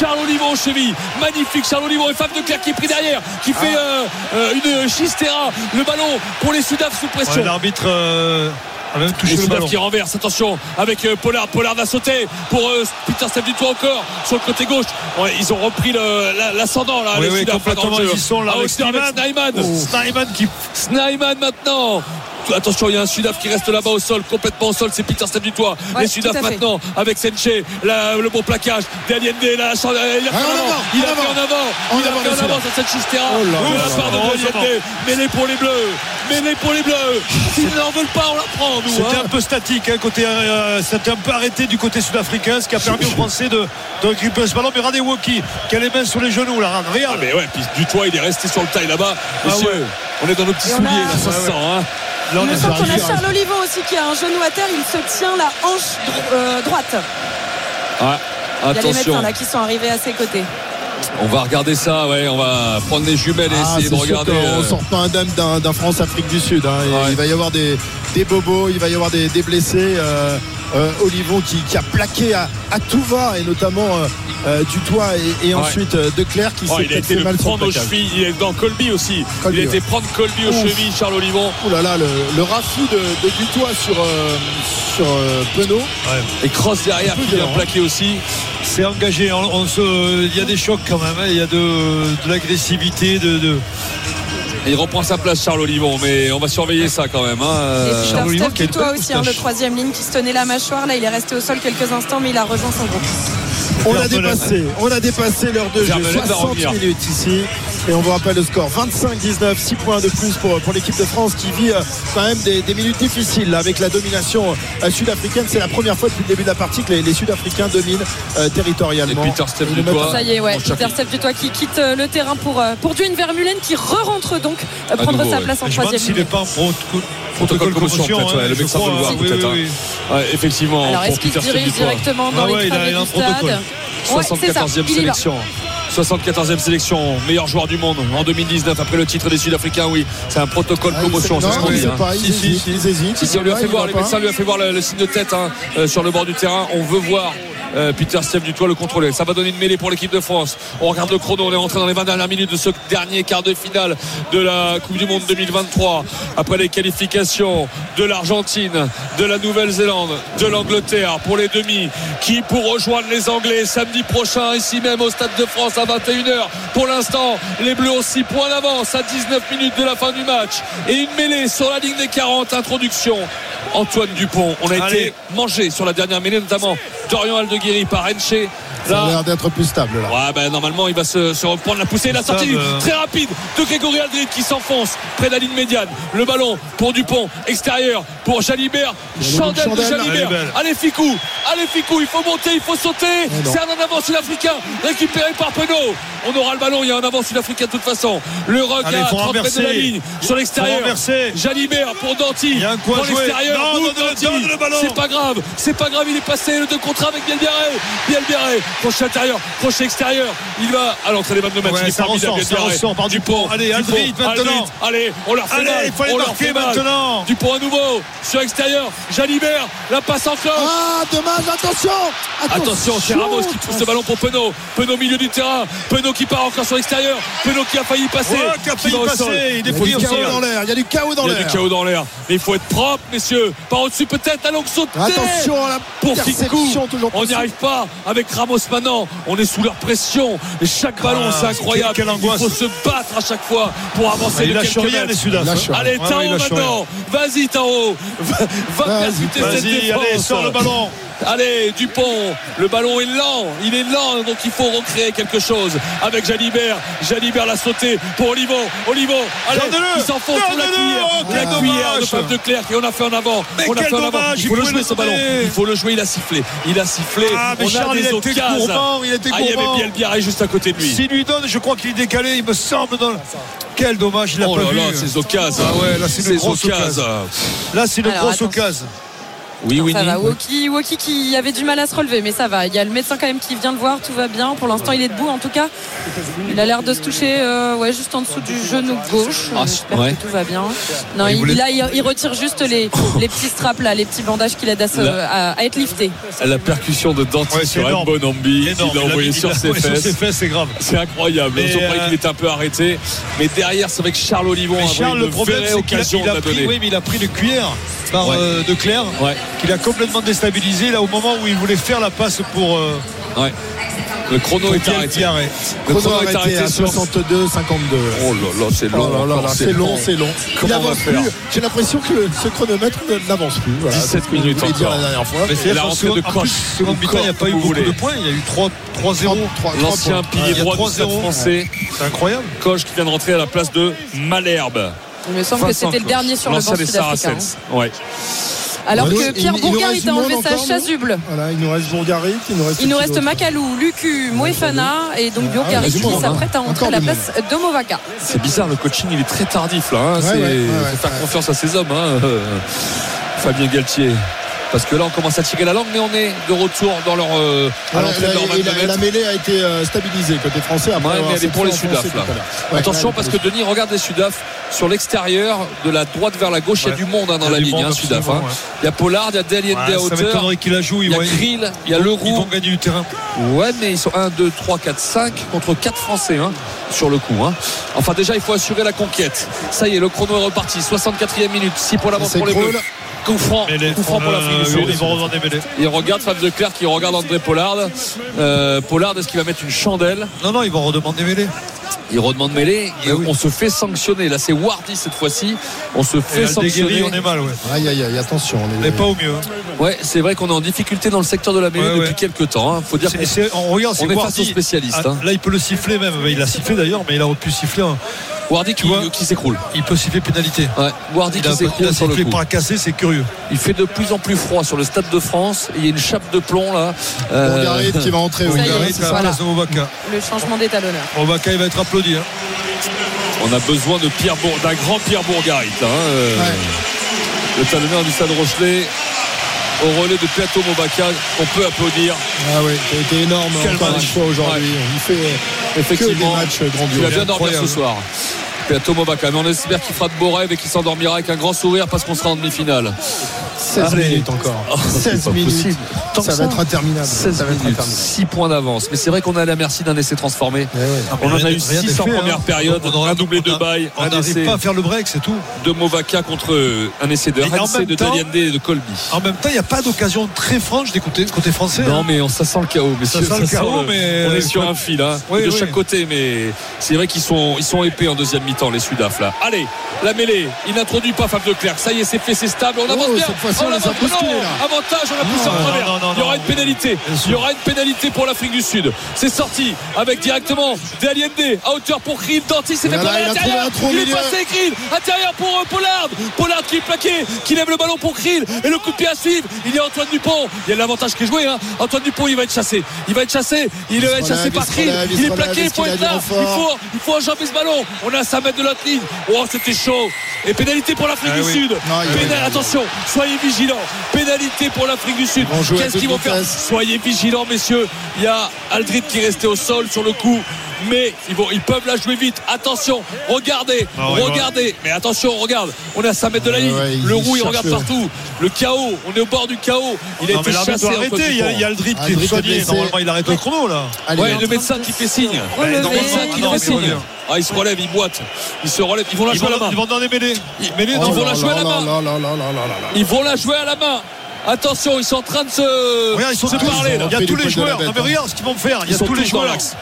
[SPEAKER 6] Charles Olivon aux chevilles. Magnifique Charles Olivon et Fab de Clerc qui est pris derrière, qui fait
[SPEAKER 4] Ah.
[SPEAKER 6] euh, euh, une chistera. Le ballon pour les Sudaf sous pression.
[SPEAKER 4] Ouais, L'arbitre euh, a même touché
[SPEAKER 6] Et
[SPEAKER 4] le
[SPEAKER 6] Sudaf
[SPEAKER 4] ballon.
[SPEAKER 6] qui renverse, attention, avec euh, Pollard. Pollard va sauter pour euh, Peter Steph du toit encore sur le côté gauche. Ouais, ils ont repris le- la- l'ascendant là.
[SPEAKER 4] Oui,
[SPEAKER 6] les
[SPEAKER 4] oui,
[SPEAKER 6] Sudaf, là, dans le
[SPEAKER 4] complètement,
[SPEAKER 6] jeu.
[SPEAKER 4] ils y sont là
[SPEAKER 6] Ah,
[SPEAKER 4] avec Oh.
[SPEAKER 6] Oxner avec
[SPEAKER 4] Snyman.
[SPEAKER 6] Snyman.
[SPEAKER 4] Snyman qui
[SPEAKER 6] Snyman maintenant Tout- Attention, il y a un Sudaf qui reste là-bas au sol, complètement au sol, c'est Peter Step du toit.
[SPEAKER 2] Ouais,
[SPEAKER 6] les Sudaf
[SPEAKER 2] tout à fait.
[SPEAKER 6] maintenant, avec Senche, la- le bon plaquage, Daliende, la chan- euh, il a fait
[SPEAKER 7] Ouais,
[SPEAKER 6] en
[SPEAKER 7] en
[SPEAKER 6] avant,
[SPEAKER 7] avant,
[SPEAKER 6] il a
[SPEAKER 7] en
[SPEAKER 6] fait
[SPEAKER 7] avant.
[SPEAKER 6] en avant,
[SPEAKER 7] En
[SPEAKER 6] il a
[SPEAKER 7] avant,
[SPEAKER 6] fait
[SPEAKER 7] les
[SPEAKER 6] en avant
[SPEAKER 7] Sudaf.
[SPEAKER 6] sur cette Chistera.
[SPEAKER 7] Oh là
[SPEAKER 6] De
[SPEAKER 7] là
[SPEAKER 6] la
[SPEAKER 7] là
[SPEAKER 6] part de
[SPEAKER 4] là.
[SPEAKER 6] Daliende, mêlée pour les bleus, mêlée pour les bleus. S'ils n'en veulent pas, on la prend, nous.
[SPEAKER 4] C'était
[SPEAKER 6] hein.
[SPEAKER 4] un peu statique, hein, côté, euh, c'était un peu arrêté du côté sud-africain, ce qui a permis aux Français de, de récupérer ce ballon. Mais Radewoki, qui a les mains sur les genoux, là,
[SPEAKER 6] Ah,
[SPEAKER 4] regarde.
[SPEAKER 6] mais ouais, puis du toit, il est resté sur le taille là-bas.
[SPEAKER 4] Ah
[SPEAKER 6] Messieurs,
[SPEAKER 4] ouais.
[SPEAKER 6] on est dans nos petits
[SPEAKER 2] Et on
[SPEAKER 6] souliers,
[SPEAKER 2] a-
[SPEAKER 6] là, ça se
[SPEAKER 4] Ouais,
[SPEAKER 6] sent. hein.
[SPEAKER 4] Là, on
[SPEAKER 2] Il me
[SPEAKER 4] est
[SPEAKER 2] semble qu'on a
[SPEAKER 4] arrivé.
[SPEAKER 2] Charles Olivon aussi qui a un genou à terre, il se tient la hanche dro- euh, droite.
[SPEAKER 6] Ouais,
[SPEAKER 2] Il y a les médecins
[SPEAKER 6] Attention,
[SPEAKER 2] là qui sont arrivés à ses côtés.
[SPEAKER 6] on va regarder ça, ouais, on va prendre les jumelles et
[SPEAKER 7] Ah,
[SPEAKER 6] essayer
[SPEAKER 7] c'est
[SPEAKER 6] de
[SPEAKER 7] sûr
[SPEAKER 6] regarder.
[SPEAKER 7] qu'on
[SPEAKER 6] euh,
[SPEAKER 7] sort pas indemne d'un, d'un France-Afrique du Sud. hein. Et
[SPEAKER 6] Ouais.
[SPEAKER 7] Il va y avoir des, des bobos, il va y avoir des, des blessés. Euh, euh, Olivon qui, qui a plaqué à, à tout va, et notamment euh, euh, Dutoit et, et
[SPEAKER 6] Ouais.
[SPEAKER 7] ensuite euh, De Clerc qui
[SPEAKER 6] Oh,
[SPEAKER 7] s'est
[SPEAKER 6] il a
[SPEAKER 7] peut-être fait
[SPEAKER 6] été le
[SPEAKER 7] mal sur le
[SPEAKER 6] prendre aux
[SPEAKER 7] plaquage.
[SPEAKER 6] chevilles, il est dans Colby aussi.
[SPEAKER 7] Colby,
[SPEAKER 6] il a été
[SPEAKER 7] ouais.
[SPEAKER 6] prendre Colby aux
[SPEAKER 7] Ouf.
[SPEAKER 6] chevilles, Charles Olivon.
[SPEAKER 7] Ouh là là, le, le raffou de, de Dutoit sur, euh, sur euh, Penaud.
[SPEAKER 6] Et Cross derrière
[SPEAKER 7] Un peu
[SPEAKER 6] qui vient
[SPEAKER 7] violent,
[SPEAKER 6] plaquer aussi.
[SPEAKER 4] C'est engagé. hein. On, on se, il y a des chocs quand même. hein. Il y a de, de l'agressivité. De, de...
[SPEAKER 6] Et il reprend sa place Charles Olivon, mais on va surveiller ça quand même. hein.
[SPEAKER 2] Et
[SPEAKER 6] Euh,
[SPEAKER 2] puis
[SPEAKER 4] Charles Olivon
[SPEAKER 2] Steph
[SPEAKER 4] qui a
[SPEAKER 2] du
[SPEAKER 4] une
[SPEAKER 2] toit
[SPEAKER 4] belle
[SPEAKER 2] aussi, hein, le
[SPEAKER 4] moustache.
[SPEAKER 2] troisième ligne qui se tenait la mâchoire. Là, il est resté au sol quelques instants, mais il a rejoint son groupe.
[SPEAKER 7] On a
[SPEAKER 4] Vermeulen.
[SPEAKER 7] dépassé, on a dépassé l'heure de jeu.
[SPEAKER 6] Vermeulen va
[SPEAKER 7] 60
[SPEAKER 6] revenir.
[SPEAKER 7] minutes ici. Et on vous rappelle le score 25-19, 6 points de plus pour, pour l'équipe de France qui vit euh, quand même des, des minutes difficiles là, avec la domination euh, sud-africaine. C'est la première fois depuis le début de la partie que les, les Sud-Africains dominent euh, territorialement.
[SPEAKER 6] Et Peter Steph
[SPEAKER 7] Ils
[SPEAKER 6] du
[SPEAKER 7] le mettent
[SPEAKER 6] doigt.
[SPEAKER 2] Ça y est, ouais.
[SPEAKER 6] Bon, chacun-
[SPEAKER 2] Peter Steph-Dutoit qui quitte euh, le terrain pour, euh, pour Dwayne Vermulen qui re-rentre donc euh, prendre
[SPEAKER 6] nouveau,
[SPEAKER 2] sa
[SPEAKER 6] ouais.
[SPEAKER 2] place en
[SPEAKER 4] Je me demande
[SPEAKER 2] troisième
[SPEAKER 4] s'il n'est
[SPEAKER 2] ligne.
[SPEAKER 4] pas en pro-
[SPEAKER 6] Protocole commotion, peut-être,
[SPEAKER 4] hein,
[SPEAKER 6] ouais, le
[SPEAKER 4] je
[SPEAKER 6] médecin
[SPEAKER 4] crois,
[SPEAKER 6] va le voir,
[SPEAKER 4] hein,
[SPEAKER 6] peut-être,
[SPEAKER 4] oui, oui,
[SPEAKER 6] Ouais, effectivement,
[SPEAKER 2] Alors
[SPEAKER 6] pour
[SPEAKER 2] est-ce qu'il se
[SPEAKER 6] Peter Steph
[SPEAKER 2] dirige
[SPEAKER 6] du doigt.
[SPEAKER 2] directement dans
[SPEAKER 4] Ah ouais,
[SPEAKER 2] les
[SPEAKER 4] il a-
[SPEAKER 2] travées
[SPEAKER 4] il a un
[SPEAKER 2] du stade
[SPEAKER 4] protocole.
[SPEAKER 2] Ouais, c'est ça,
[SPEAKER 6] 74e
[SPEAKER 2] il y va.
[SPEAKER 6] sélection. 74e sélection, meilleur joueur du monde en 2019 après le titre des Sud-Africains, oui. C'est un protocole
[SPEAKER 7] Ah, ils-
[SPEAKER 6] commotion, c'est
[SPEAKER 7] non,
[SPEAKER 6] ce qu'on
[SPEAKER 7] ils
[SPEAKER 6] dit.
[SPEAKER 7] sont
[SPEAKER 6] hein.
[SPEAKER 7] pas, ils
[SPEAKER 6] Si, si,
[SPEAKER 7] hésitent,
[SPEAKER 6] si.
[SPEAKER 7] ils hésitent.
[SPEAKER 6] Si, si, on lui a fait voir, les médecins lui a fait voir le, le signe de tête hein, euh, sur le bord du terrain. On veut voir euh, Peter Steph Dutoit le contrôler. Ça va donner une mêlée pour l'équipe de France. On regarde le chrono, on est rentré dans les 20 dernières minutes de ce dernier quart de finale de la Coupe du Monde 2023. Après les qualifications de l'Argentine, de la Nouvelle-Zélande, de l'Angleterre pour les demi, qui pour rejoindre les Anglais samedi prochain, ici même au Stade de France à 21h. Pour l'instant, les Bleus ont 6 points d'avance à 19 minutes de la fin du match. Et une mêlée sur la ligne des 40, introduction. Antoine Dupont, on a
[SPEAKER 4] Allez.
[SPEAKER 6] été mangé sur la dernière mêlée, notamment Dorian Aldeguerri par Enche.
[SPEAKER 7] Ça a
[SPEAKER 6] Là,
[SPEAKER 7] l'air d'être plus stable là.
[SPEAKER 6] Ouais, ben, normalement, il va se, se reprendre la poussée. La sortie
[SPEAKER 4] euh,
[SPEAKER 6] très rapide de Grégory Aldrit qui s'enfonce près de la ligne médiane. Le ballon pour Dupont, extérieur pour Jalibert. Chandelle,
[SPEAKER 7] Chandelle,
[SPEAKER 6] de
[SPEAKER 4] elle est
[SPEAKER 6] Jalibert.
[SPEAKER 4] belle.
[SPEAKER 6] Allez, Ficou, allez, Ficou, il faut monter, il faut sauter.
[SPEAKER 7] non.
[SPEAKER 6] C'est un avant sud-africain récupéré par Penaud. On aura le ballon, il y a un avant sud-africain de toute façon. Le rock
[SPEAKER 4] Allez,
[SPEAKER 6] à
[SPEAKER 4] faut
[SPEAKER 6] 30 mètres de la
[SPEAKER 4] renverser.
[SPEAKER 6] ligne sur l'extérieur.
[SPEAKER 4] Faut renverser.
[SPEAKER 6] Jalibert pour Danti.
[SPEAKER 4] Il y a un coin
[SPEAKER 6] Dans
[SPEAKER 4] à jouer.
[SPEAKER 6] l'extérieur,
[SPEAKER 4] Non,
[SPEAKER 6] boum,
[SPEAKER 4] donne-
[SPEAKER 6] Danti.
[SPEAKER 4] donne le ballon.
[SPEAKER 6] C'est pas grave, c'est pas grave, il est passé le 2 contre un avec Bielbiaré. Bielbiaré, crochet intérieur, crochet extérieur. Il va à l'entrée des 22 matchs.
[SPEAKER 4] Ouais,
[SPEAKER 6] il est
[SPEAKER 4] ça
[SPEAKER 6] formidable,
[SPEAKER 4] ressort, ça
[SPEAKER 6] Bielbiaré.
[SPEAKER 4] ressort par Dupont. Allez, Aldrit, maintenant.
[SPEAKER 6] Aldrit, Allez, on leur fait
[SPEAKER 4] Allez,
[SPEAKER 6] mal.
[SPEAKER 4] il faut aller
[SPEAKER 6] on leur
[SPEAKER 4] marquer
[SPEAKER 6] fait mal.
[SPEAKER 4] maintenant.
[SPEAKER 6] Dupont à nouveau, sur extérieur, Jalibert, la passe encore.
[SPEAKER 7] Ah, dommage, attention
[SPEAKER 6] Attention, c'est Ramos qui pousse le ballon pour Penaud. Penaud au milieu du terrain. Penaud qui part encore sur l'extérieur. Penaud qui a failli passer.
[SPEAKER 4] Ouais, qui a failli
[SPEAKER 6] va au
[SPEAKER 4] passer,
[SPEAKER 6] sol.
[SPEAKER 4] il est
[SPEAKER 7] Il y a
[SPEAKER 4] pris
[SPEAKER 7] du
[SPEAKER 4] au
[SPEAKER 7] chaos
[SPEAKER 4] sol.
[SPEAKER 7] dans l'air, il y a du chaos dans
[SPEAKER 6] hein. Il y a
[SPEAKER 7] l'air.
[SPEAKER 6] du chaos dans l'air. Mais il faut être propre, messieurs. Par au-dessus peut-être, la longue sautée.
[SPEAKER 7] Attention à la
[SPEAKER 6] pour
[SPEAKER 7] perception
[SPEAKER 6] Ficou.
[SPEAKER 7] toujours
[SPEAKER 6] On n'y
[SPEAKER 7] possible.
[SPEAKER 6] arrive pas avec Ramos maintenant. On est sous leur pression. Et chaque ballon,
[SPEAKER 4] Ah,
[SPEAKER 6] c'est incroyable.
[SPEAKER 4] quelle- quelle angoisse.
[SPEAKER 6] Il faut se battre à chaque fois pour avancer
[SPEAKER 4] Ah, Il
[SPEAKER 6] de
[SPEAKER 4] lâche
[SPEAKER 6] quelques
[SPEAKER 4] rien, les
[SPEAKER 6] mètres.
[SPEAKER 4] Sudaf.
[SPEAKER 7] Lâche rien.
[SPEAKER 6] Allez,
[SPEAKER 4] Ouais,
[SPEAKER 6] Tao
[SPEAKER 4] ouais, il lâche
[SPEAKER 6] maintenant. Vas-y, Tao. Va,
[SPEAKER 7] Vas-y,
[SPEAKER 6] va percuter cette
[SPEAKER 4] Vas-y,
[SPEAKER 6] défense.
[SPEAKER 4] allez, sors le ballon.
[SPEAKER 6] Allez, Dupont, le ballon est lent, il est lent, donc il faut recréer quelque chose avec Jalibert. Jalibert l'a sauté pour Olivon. Olivon, allez,
[SPEAKER 4] Gardez-le.
[SPEAKER 6] il s'enfonce sous la
[SPEAKER 4] Gardez-le.
[SPEAKER 6] cuillère.
[SPEAKER 4] Oh, quel
[SPEAKER 6] la cuillère de
[SPEAKER 4] dommage.
[SPEAKER 6] Pape de Clerc et on a fait en avant.
[SPEAKER 4] Mais
[SPEAKER 6] on a
[SPEAKER 4] quel
[SPEAKER 6] fait en avant.
[SPEAKER 4] dommage,
[SPEAKER 6] Il
[SPEAKER 4] il
[SPEAKER 6] faut le
[SPEAKER 4] pouvait
[SPEAKER 6] jouer
[SPEAKER 4] le
[SPEAKER 6] ce ballon.
[SPEAKER 4] donner.
[SPEAKER 6] Il faut le jouer, il a sifflé. Il a sifflé.
[SPEAKER 4] Ah, mais
[SPEAKER 6] on a
[SPEAKER 4] Charles,
[SPEAKER 6] des
[SPEAKER 4] il était
[SPEAKER 6] occasions.
[SPEAKER 4] gourmand, il était
[SPEAKER 6] Ah, il y avait
[SPEAKER 4] gourmand.
[SPEAKER 6] Bielbiaré juste à côté de lui.
[SPEAKER 4] S'il lui donne, je crois qu'il est décalé, il me semble. Dans... le- Quel dommage, il a
[SPEAKER 6] Oh
[SPEAKER 4] pas
[SPEAKER 6] là
[SPEAKER 4] vu.
[SPEAKER 6] là, ces occasions.
[SPEAKER 4] Ah ouais, là, c'est une
[SPEAKER 6] Ces
[SPEAKER 4] grosse
[SPEAKER 6] occasions.
[SPEAKER 4] Là, c'est une
[SPEAKER 2] Alors,
[SPEAKER 4] grosse
[SPEAKER 2] attention.
[SPEAKER 4] occasion.
[SPEAKER 6] Oui, oui,
[SPEAKER 2] Ça va, Woki, Woki qui avait du mal à se relever, mais ça va. Il y a le médecin quand même qui vient le voir, tout va bien. Pour l'instant, il est debout en tout cas. Il a l'air de se toucher euh, ouais, juste en dessous du genou gauche. Euh,
[SPEAKER 6] Ah,
[SPEAKER 2] J'espère
[SPEAKER 6] ouais. Ah,
[SPEAKER 2] que tout va bien. Non,
[SPEAKER 6] Il
[SPEAKER 2] il,
[SPEAKER 6] voulait-
[SPEAKER 2] là, il, il retire juste les, les petits straps, là, les petits bandages qu'il aide à, se-
[SPEAKER 6] Là.
[SPEAKER 2] à- à être lifté.
[SPEAKER 6] La percussion de Dante
[SPEAKER 4] Ouais, c'est
[SPEAKER 6] sur
[SPEAKER 4] énorme.
[SPEAKER 6] Mbonambi,
[SPEAKER 4] Énorme,
[SPEAKER 6] il l'a
[SPEAKER 4] il a
[SPEAKER 6] envoyé
[SPEAKER 4] mis- il
[SPEAKER 6] sur
[SPEAKER 4] l'a
[SPEAKER 6] ses
[SPEAKER 4] envoyé sur
[SPEAKER 6] fesses.
[SPEAKER 4] ses fesses, c'est grave.
[SPEAKER 6] C'est incroyable.
[SPEAKER 4] Mais,
[SPEAKER 6] on se croyait
[SPEAKER 4] euh,
[SPEAKER 6] qu'il était un peu arrêté. Mais derrière, c'est vrai que Charles Olivon
[SPEAKER 4] Mais
[SPEAKER 6] a
[SPEAKER 4] Charles,
[SPEAKER 6] eu
[SPEAKER 4] le
[SPEAKER 6] une
[SPEAKER 4] problème,
[SPEAKER 6] vraie
[SPEAKER 4] c'est qu'il a,
[SPEAKER 6] occasion
[SPEAKER 4] il a
[SPEAKER 6] de la
[SPEAKER 4] pris,
[SPEAKER 6] donner.
[SPEAKER 4] oui, mais il a pris une cuillère par
[SPEAKER 6] Ouais.
[SPEAKER 4] euh, de Clerc,
[SPEAKER 6] Ouais.
[SPEAKER 4] qu'il a complètement déstabilisé là au moment où il voulait faire la passe pour, euh,
[SPEAKER 6] Ouais. Le chrono
[SPEAKER 4] pour
[SPEAKER 6] est
[SPEAKER 4] Pierre
[SPEAKER 6] arrêté.
[SPEAKER 4] Guillaret.
[SPEAKER 6] Le
[SPEAKER 7] Chrono arrêté à 62, 52.
[SPEAKER 6] Oh là là, c'est long.
[SPEAKER 7] Oh là là
[SPEAKER 6] encore,
[SPEAKER 7] là, c'est long, c'est long. Il
[SPEAKER 6] Comment on va
[SPEAKER 7] avance
[SPEAKER 6] faire
[SPEAKER 7] plus. J'ai l'impression que ce chronomètre ne- n'avance plus. Voilà,
[SPEAKER 6] 17
[SPEAKER 7] c'est ce que je
[SPEAKER 6] minutes
[SPEAKER 7] voulais dire
[SPEAKER 6] encore.
[SPEAKER 7] la dernière fois.
[SPEAKER 6] Mais c'est la
[SPEAKER 4] En
[SPEAKER 6] rentrée de
[SPEAKER 4] seconde- en
[SPEAKER 6] Koch.
[SPEAKER 4] plus, seconde mi-temps, il n'y a pas eu
[SPEAKER 6] Vous
[SPEAKER 4] beaucoup
[SPEAKER 6] voulez.
[SPEAKER 4] de points, il y a eu 3 3-0.
[SPEAKER 7] Trois- trois
[SPEAKER 6] L'ancien
[SPEAKER 7] points.
[SPEAKER 6] pilier
[SPEAKER 4] Il y a
[SPEAKER 6] droit du stade
[SPEAKER 4] 3-0.
[SPEAKER 6] français,
[SPEAKER 4] C'est incroyable.
[SPEAKER 6] Koch qui vient de rentrer à la place de Malherbe.
[SPEAKER 2] Il me semble que
[SPEAKER 6] Vincent
[SPEAKER 2] c'était le
[SPEAKER 6] Koch,
[SPEAKER 2] dernier sur le
[SPEAKER 6] l'ancien
[SPEAKER 2] banc
[SPEAKER 6] des
[SPEAKER 2] sud-africain. hein.
[SPEAKER 6] Saracens. Ouais.
[SPEAKER 2] Alors
[SPEAKER 7] Ouais,
[SPEAKER 2] que
[SPEAKER 7] Ah il-
[SPEAKER 2] Pierre
[SPEAKER 7] il nous
[SPEAKER 2] Bourgarit
[SPEAKER 7] reste
[SPEAKER 2] a
[SPEAKER 7] une
[SPEAKER 2] enlevé
[SPEAKER 7] bonne
[SPEAKER 2] sa
[SPEAKER 7] encore, non
[SPEAKER 2] chasuble.
[SPEAKER 7] Voilà, il nous reste Bourgarit, il nous reste.
[SPEAKER 2] Il nous
[SPEAKER 7] qui
[SPEAKER 2] reste
[SPEAKER 7] d'autre
[SPEAKER 2] Macalou, Lucu, Moefana et donc
[SPEAKER 7] Ah,
[SPEAKER 2] Bourgarit
[SPEAKER 7] ouais,
[SPEAKER 2] qui
[SPEAKER 7] du monde, hein.
[SPEAKER 2] s'apprête à entrer
[SPEAKER 7] Encore
[SPEAKER 2] à la
[SPEAKER 7] du monde.
[SPEAKER 2] place d'Omovaca.
[SPEAKER 6] C'est bizarre, le coaching il est très tardif là. hein. c'est
[SPEAKER 7] ouais, ouais,
[SPEAKER 6] faut
[SPEAKER 7] ouais.
[SPEAKER 6] faire confiance à ces hommes, hein, euh, Fabien Galtier. Parce que là on commence à tirer la langue, mais on est de retour dans leur euh, à
[SPEAKER 7] Ouais,
[SPEAKER 6] l'entrée de
[SPEAKER 7] la-
[SPEAKER 6] leur
[SPEAKER 7] et la,
[SPEAKER 6] 22
[SPEAKER 7] la
[SPEAKER 6] mètres.
[SPEAKER 7] mêlée a été euh, stabilisée côté français. Après
[SPEAKER 6] Ouais, mais
[SPEAKER 7] avoir
[SPEAKER 6] elle est
[SPEAKER 7] s'être
[SPEAKER 6] pour les
[SPEAKER 7] fait
[SPEAKER 6] Sudaf
[SPEAKER 7] enfoncer
[SPEAKER 6] là.
[SPEAKER 7] tout à l'heure. Ouais,
[SPEAKER 6] Attention
[SPEAKER 7] ouais,
[SPEAKER 6] parce
[SPEAKER 7] elle
[SPEAKER 6] que
[SPEAKER 7] est
[SPEAKER 6] Denis regarde les Sudaf sur l'extérieur de la droite vers la gauche, il y a
[SPEAKER 4] Ouais.
[SPEAKER 6] du monde hein, dans
[SPEAKER 4] Il y a
[SPEAKER 6] la
[SPEAKER 4] du
[SPEAKER 6] ligne
[SPEAKER 4] monde,
[SPEAKER 6] hein, Sudaf. hein.
[SPEAKER 4] absolument, ouais.
[SPEAKER 6] Il y a Pollard, il y a Deliende
[SPEAKER 4] Ouais,
[SPEAKER 6] à
[SPEAKER 4] ça
[SPEAKER 6] hauteur,
[SPEAKER 4] m'étonnerait qu'il la joue.
[SPEAKER 6] il
[SPEAKER 4] Ils
[SPEAKER 6] y a
[SPEAKER 4] vont,
[SPEAKER 6] Krill, il y a
[SPEAKER 4] ils vont
[SPEAKER 6] Leroux.
[SPEAKER 4] gagner du terrain.
[SPEAKER 6] Ouais, mais ils sont 1, 2, 3, 4, 5 contre 4 Français hein, sur le coup. Hein. Enfin, déjà, il faut assurer la conquête. Ça y est, le chrono est reparti. 64e minute, 6 pour l'avance
[SPEAKER 7] C'est
[SPEAKER 6] pour les
[SPEAKER 7] drôle.
[SPEAKER 6] Bleus. Coup franc,
[SPEAKER 4] Mais les-
[SPEAKER 6] coup franc pour l'Afrique du
[SPEAKER 4] euh,
[SPEAKER 6] Sud.
[SPEAKER 4] Ils vont revoir des mêlées.
[SPEAKER 6] Il regarde Fab de Clerc qui regarde André Pollard. Euh, Pollard, est-ce qu'il va mettre une chandelle
[SPEAKER 4] Non, non, ils vont redemander mêlée.
[SPEAKER 6] il redemande mêlée et
[SPEAKER 4] Ah oui.
[SPEAKER 6] on se fait sanctionner. Là, c'est Wardy cette fois-ci. On se
[SPEAKER 4] Et
[SPEAKER 6] fait
[SPEAKER 4] Aldeguerri,
[SPEAKER 6] sanctionner.
[SPEAKER 4] on est mal, ouais.
[SPEAKER 7] Aïe, aïe, aïe, attention. on est-
[SPEAKER 4] Mais pas au mieux. hein.
[SPEAKER 6] Ouais, c'est vrai qu'on est en difficulté dans le secteur de la mêlée
[SPEAKER 4] Ouais,
[SPEAKER 6] depuis
[SPEAKER 4] ouais.
[SPEAKER 6] quelques temps. hein. Faut dire
[SPEAKER 4] C'est-
[SPEAKER 6] qu'on-
[SPEAKER 4] c'est- on regarde,
[SPEAKER 6] on
[SPEAKER 4] c'est
[SPEAKER 6] est face
[SPEAKER 4] Wardy.
[SPEAKER 6] aux spécialistes,
[SPEAKER 4] Ah,
[SPEAKER 6] hein.
[SPEAKER 4] Là, il peut le siffler même. Il l'a sifflé d'ailleurs, mais il aurait pu siffler. hein.
[SPEAKER 6] Wardy qui,
[SPEAKER 4] vois.
[SPEAKER 6] qui s'écroule.
[SPEAKER 4] Il peut siffler pénalité.
[SPEAKER 6] Ouais, Wardy
[SPEAKER 4] Il a,
[SPEAKER 6] qui
[SPEAKER 4] il a
[SPEAKER 6] s'écroule sur le
[SPEAKER 4] sifflé
[SPEAKER 6] coup.
[SPEAKER 4] par cassé, c'est curieux.
[SPEAKER 6] Il fait de plus en plus froid sur le stade de France. Il y a une chape de plomb là. Euh,
[SPEAKER 7] Bongaride qui va entrer. oui.
[SPEAKER 2] Ça y est,
[SPEAKER 4] Gareth à la
[SPEAKER 2] voilà.
[SPEAKER 4] place de Obaka.
[SPEAKER 2] Le changement d'étalonneur.
[SPEAKER 4] Obaka, il va être applaudi. hein.
[SPEAKER 6] Euh, On a besoin de Pierre Bour- d'un grand Pierre Bourgarit. hein, euh,
[SPEAKER 7] Ouais.
[SPEAKER 6] Le talonneur du stade Rochelet. Au relais de Plateau Mobaka, on peut applaudir.
[SPEAKER 7] Ah oui, qui a été énorme hein,
[SPEAKER 6] Quel
[SPEAKER 7] encore
[SPEAKER 6] match.
[SPEAKER 7] une fois aujourd'hui. Il fait euh,
[SPEAKER 6] Effectivement.
[SPEAKER 7] que des matchs
[SPEAKER 6] Tu vas
[SPEAKER 7] grandioses.
[SPEAKER 6] bien dormir ce
[SPEAKER 4] Incroyable.
[SPEAKER 6] soir. Plateau Mobaka. Mais on espère qu'il fera de beaux rêves et qu'il s'endormira avec un grand sourire parce qu'on sera en demi-finale.
[SPEAKER 7] 16
[SPEAKER 6] Allez.
[SPEAKER 7] minutes encore.
[SPEAKER 6] Oh, c'est
[SPEAKER 7] 16
[SPEAKER 6] pas
[SPEAKER 7] minutes.
[SPEAKER 6] possible. Tant
[SPEAKER 7] Ça
[SPEAKER 6] que
[SPEAKER 7] va
[SPEAKER 6] ça.
[SPEAKER 7] être interminable.
[SPEAKER 6] 16
[SPEAKER 7] Ça va être
[SPEAKER 6] minutes,
[SPEAKER 7] interminable.
[SPEAKER 6] 6 points d'avance. Mais c'est vrai qu'on est à la merci d'un essai transformé.
[SPEAKER 7] Eh ouais.
[SPEAKER 6] On en
[SPEAKER 4] Rien-
[SPEAKER 6] a eu
[SPEAKER 4] rien n'est
[SPEAKER 6] 6 en
[SPEAKER 4] fait, hein.
[SPEAKER 6] première période.
[SPEAKER 4] On aura-
[SPEAKER 6] un doublé de
[SPEAKER 4] on a-
[SPEAKER 6] bail,
[SPEAKER 4] On
[SPEAKER 6] un essai
[SPEAKER 4] n'arrive pas à faire le break, c'est tout.
[SPEAKER 6] de Movaca contre euh, un essai de
[SPEAKER 4] Et en
[SPEAKER 6] Hansen,
[SPEAKER 4] même
[SPEAKER 6] de
[SPEAKER 4] temps-
[SPEAKER 6] Daliande et de Colby.
[SPEAKER 4] En même temps, il n'y a pas d'occasion très franche des côtés, côté français.
[SPEAKER 6] Non
[SPEAKER 4] hein.
[SPEAKER 6] mais on, ça sent le chaos, messieurs.
[SPEAKER 4] sent le chaos, mais- euh,
[SPEAKER 6] on est sur un fil, hein,
[SPEAKER 4] Oui,
[SPEAKER 6] de
[SPEAKER 4] oui.
[SPEAKER 6] chaque côté, mais c'est vrai qu'ils sont, ils sont épais en deuxième mi-temps, les Sudaf là. Allez, la mêlée, il n'introduit pas Fab Leclerc. Ça y est, c'est fait, c'est stable. On avance
[SPEAKER 7] Oh,
[SPEAKER 6] bien.
[SPEAKER 7] cette fois-ci, on
[SPEAKER 6] avance.
[SPEAKER 7] les a bousculés,
[SPEAKER 6] Non,
[SPEAKER 7] là.
[SPEAKER 6] avantage, on a poussé en
[SPEAKER 4] non,
[SPEAKER 6] travers.
[SPEAKER 4] non, non,
[SPEAKER 6] il y aura
[SPEAKER 4] non.
[SPEAKER 6] une pénalité.
[SPEAKER 4] Bien sûr.
[SPEAKER 6] Il y aura une pénalité pour l'Afrique du Sud. C'est sorti avec directement Daliende à hauteur pour Krill. Danti s'est fait
[SPEAKER 7] Voilà,
[SPEAKER 6] coller à
[SPEAKER 7] il a trouvé
[SPEAKER 6] l'intérieur.
[SPEAKER 7] un trou au
[SPEAKER 6] Il est
[SPEAKER 7] milieu.
[SPEAKER 6] passé c'est Krill Intérieur pour euh, Pollard Pollard qui est plaqué Qui lève le ballon pour Krill Et le coup de pied à suivre Il y a Antoine Dupont Il y a l'avantage qui est joué hein. Antoine Dupont il va être chassé Il va être chassé Il va
[SPEAKER 7] se
[SPEAKER 6] être chassé
[SPEAKER 7] relève,
[SPEAKER 6] par
[SPEAKER 7] il se
[SPEAKER 6] Krill
[SPEAKER 7] relève, il
[SPEAKER 6] Il est
[SPEAKER 7] se relève,
[SPEAKER 6] plaqué il
[SPEAKER 7] est-ce
[SPEAKER 6] faut
[SPEAKER 7] qu'il a
[SPEAKER 6] être
[SPEAKER 7] du
[SPEAKER 6] là Il
[SPEAKER 7] renfort
[SPEAKER 6] faut, il faut enjamber ce ballon On a 5 mètres de l'autre ligne Oh c'était chaud Et pénalité pour l'Afrique
[SPEAKER 4] Ah
[SPEAKER 6] du
[SPEAKER 4] oui.
[SPEAKER 6] Sud
[SPEAKER 7] Eh Non, il y a
[SPEAKER 6] Pénal-
[SPEAKER 7] rien.
[SPEAKER 6] Attention Soyez vigilants Pénalité pour l'Afrique du Sud
[SPEAKER 7] vont jouer à
[SPEAKER 6] Qu'est-ce qu'ils
[SPEAKER 7] toute
[SPEAKER 6] vont faire
[SPEAKER 7] vitesse.
[SPEAKER 6] Soyez vigilants, messieurs. Il y a Aldrit qui restait au sol sur le coup. Mais ils, vont, ils peuvent la jouer vite. Attention, regardez,
[SPEAKER 4] Ah ouais,
[SPEAKER 6] regardez. Mais attention, regarde, on est à 5 mètres de la ligne.
[SPEAKER 7] ouais,
[SPEAKER 6] le
[SPEAKER 7] il
[SPEAKER 6] roux, il
[SPEAKER 7] cherche
[SPEAKER 6] regarde
[SPEAKER 7] le-
[SPEAKER 6] partout. Le chaos, on est au bord du chaos. Il a
[SPEAKER 4] Non, mais
[SPEAKER 6] été
[SPEAKER 4] l'arbitre
[SPEAKER 6] chassé.
[SPEAKER 4] doit
[SPEAKER 6] Antoine
[SPEAKER 4] arrêter. Il y a-
[SPEAKER 6] Dupont.
[SPEAKER 4] il y a le drip qui
[SPEAKER 7] Aldrit
[SPEAKER 4] est soigné.
[SPEAKER 7] blessé.
[SPEAKER 4] Normalement, il arrête le chrono, là.
[SPEAKER 7] Allez,
[SPEAKER 6] Ouais,
[SPEAKER 7] on
[SPEAKER 6] le médecin qui fait signe.
[SPEAKER 2] Relevé.
[SPEAKER 6] Le médecin qui
[SPEAKER 4] Non,
[SPEAKER 6] fait
[SPEAKER 4] mais il
[SPEAKER 6] signe.
[SPEAKER 4] revient.
[SPEAKER 6] Ah, il se relève, il boite. Il se relève. Ils vont la
[SPEAKER 4] Ils
[SPEAKER 6] jouer
[SPEAKER 4] vont,
[SPEAKER 6] à la main.
[SPEAKER 4] ils vont dans les mêlées. Mêlées
[SPEAKER 6] Oh
[SPEAKER 4] dans-
[SPEAKER 6] ils vont la jouer à la main.
[SPEAKER 7] là, là, là, là, là, là, là.
[SPEAKER 6] Ils vont la jouer à la main. Attention, ils sont en train de se,
[SPEAKER 4] Regarde, ils sont
[SPEAKER 6] se
[SPEAKER 4] tous.
[SPEAKER 6] parler. là.
[SPEAKER 4] Il y a
[SPEAKER 7] Ils
[SPEAKER 4] tous
[SPEAKER 7] ont
[SPEAKER 4] les
[SPEAKER 7] pris le coup de
[SPEAKER 4] joueurs.
[SPEAKER 7] la
[SPEAKER 4] Non, mais
[SPEAKER 7] bête,
[SPEAKER 4] regarde ce qu'ils vont faire. Il y
[SPEAKER 6] hein. Ils
[SPEAKER 4] a
[SPEAKER 6] sont
[SPEAKER 4] tous les
[SPEAKER 6] tous dans
[SPEAKER 4] joueurs.
[SPEAKER 6] l'axe.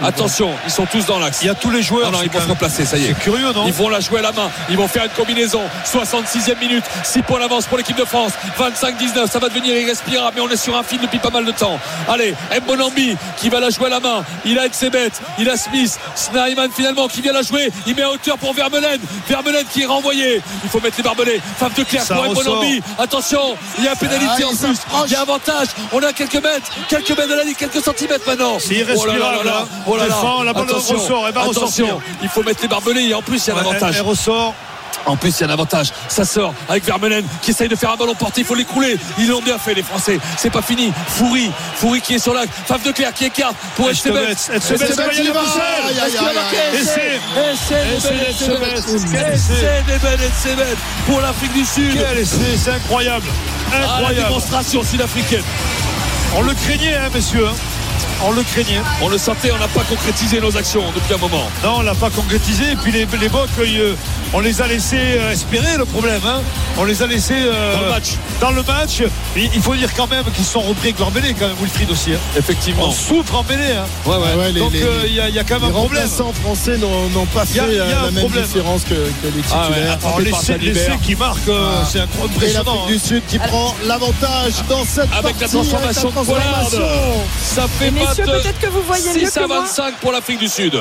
[SPEAKER 6] Attention, ils sont tous dans l'axe.
[SPEAKER 4] Il y a tous les joueurs.
[SPEAKER 6] Non, non,
[SPEAKER 4] c'est
[SPEAKER 6] ils vont
[SPEAKER 4] quand
[SPEAKER 6] se
[SPEAKER 4] même-
[SPEAKER 6] replacer, ça y est.
[SPEAKER 4] C'est curieux, non
[SPEAKER 6] Ils vont la jouer à la main. Ils vont faire une combinaison. 66e minute. 6 points d'avance pour l'équipe de France. 25-19. Ça va devenir irrespirable. Mais on est sur un fil depuis pas mal de temps. Allez, Mbonambi qui va la jouer à la main. Il a Exebet. Il a Smith. Snyman finalement qui vient la jouer. Il met à hauteur pour Vermeulen. Vermeulen qui est renvoyé. Il faut mettre les barbelés. Femme de Claire
[SPEAKER 4] Ça
[SPEAKER 6] pour
[SPEAKER 4] ressort.
[SPEAKER 6] Mbonambi. Attention, il y a pénalité
[SPEAKER 7] Ah,
[SPEAKER 6] en
[SPEAKER 7] il
[SPEAKER 6] plus.
[SPEAKER 7] s'approche.
[SPEAKER 6] Il y a avantage. On a quelques mètres. Quelques mètres de la ligne. Quelques centimètres maintenant.
[SPEAKER 4] C'est irrespirable, hein. Défend, la balle
[SPEAKER 6] oh Attention,
[SPEAKER 4] ressort, elle va
[SPEAKER 6] attention.
[SPEAKER 4] ressortir.
[SPEAKER 6] Il faut mettre les barbelés et en plus il y a un
[SPEAKER 4] Ouais, elle-
[SPEAKER 6] avantage.
[SPEAKER 4] Elle ressort.
[SPEAKER 6] En plus il y a un avantage. Ça sort avec Vermeulen qui essaye de faire un ballon porté. Il faut l'écrouler. Ils l'ont bien fait les Français. C'est pas fini. Foury, Foury qui est sur l'axe. Fave de Claire qui écarte pour
[SPEAKER 4] Elle se
[SPEAKER 6] Estebet.
[SPEAKER 4] met. Elle se met.
[SPEAKER 7] Estevez
[SPEAKER 4] Elle
[SPEAKER 7] qui va.
[SPEAKER 4] se
[SPEAKER 7] Aïe,
[SPEAKER 4] met.
[SPEAKER 7] aïe,
[SPEAKER 6] Est-ce qu'il va
[SPEAKER 7] aïe,
[SPEAKER 6] marquer
[SPEAKER 4] aïe.
[SPEAKER 6] Essai Essai
[SPEAKER 4] Essai
[SPEAKER 6] d'Estebet.
[SPEAKER 4] d'Estevez.
[SPEAKER 6] Essai d'Estebez, Estebet pour l'Afrique du Sud.
[SPEAKER 4] Quel essai, C'est incroyable.
[SPEAKER 6] Ah, la
[SPEAKER 4] Incroyable.
[SPEAKER 6] démonstration sud-africaine.
[SPEAKER 4] On le craignait, hein, messieurs. hein. On le craignait.
[SPEAKER 6] On le sentait, on n'a pas concrétisé nos actions depuis un moment.
[SPEAKER 4] Non, on l'a pas concrétisé. Et puis les, les Bocs, euh, on les a laissés euh, espérer le problème. hein. On les a laissés euh,
[SPEAKER 6] Dans le match.
[SPEAKER 4] dans le match. Mais il faut dire quand même qu'ils sont repris avec leur mêlée, quand même, Wilfried aussi. hein. On
[SPEAKER 6] Effectivement.
[SPEAKER 4] souffre en mêlée. hein.
[SPEAKER 6] Ouais, ouais.
[SPEAKER 7] Ouais, les-
[SPEAKER 4] Donc
[SPEAKER 7] les-
[SPEAKER 4] euh, il y, a- il y a quand
[SPEAKER 7] Les
[SPEAKER 4] même un problème.
[SPEAKER 7] remplaçants français n'ont n'ont pas
[SPEAKER 4] Il y
[SPEAKER 7] fait
[SPEAKER 4] a- il y a
[SPEAKER 7] euh, la
[SPEAKER 4] un
[SPEAKER 7] même
[SPEAKER 4] problème.
[SPEAKER 7] différence que, que les titulaires.
[SPEAKER 6] Ah ouais,
[SPEAKER 4] Alors,
[SPEAKER 7] Frappé
[SPEAKER 4] l'essai
[SPEAKER 7] par Salibert.
[SPEAKER 4] l'essai qui marque, euh, c'est
[SPEAKER 7] Et
[SPEAKER 4] incro-
[SPEAKER 7] l'Afrique
[SPEAKER 4] impressionnant. hein.
[SPEAKER 7] du Sud qui prend l'avantage dans cette
[SPEAKER 6] Avec la
[SPEAKER 7] partie
[SPEAKER 6] transformation de
[SPEAKER 7] avec la
[SPEAKER 6] Pollard.
[SPEAKER 7] transformation.
[SPEAKER 6] Ça fait
[SPEAKER 2] Messieurs,
[SPEAKER 6] 20,
[SPEAKER 2] peut-être que vous voyez mieux
[SPEAKER 6] 6 à
[SPEAKER 2] que moi.
[SPEAKER 6] 25 pour l'Afrique du Sud.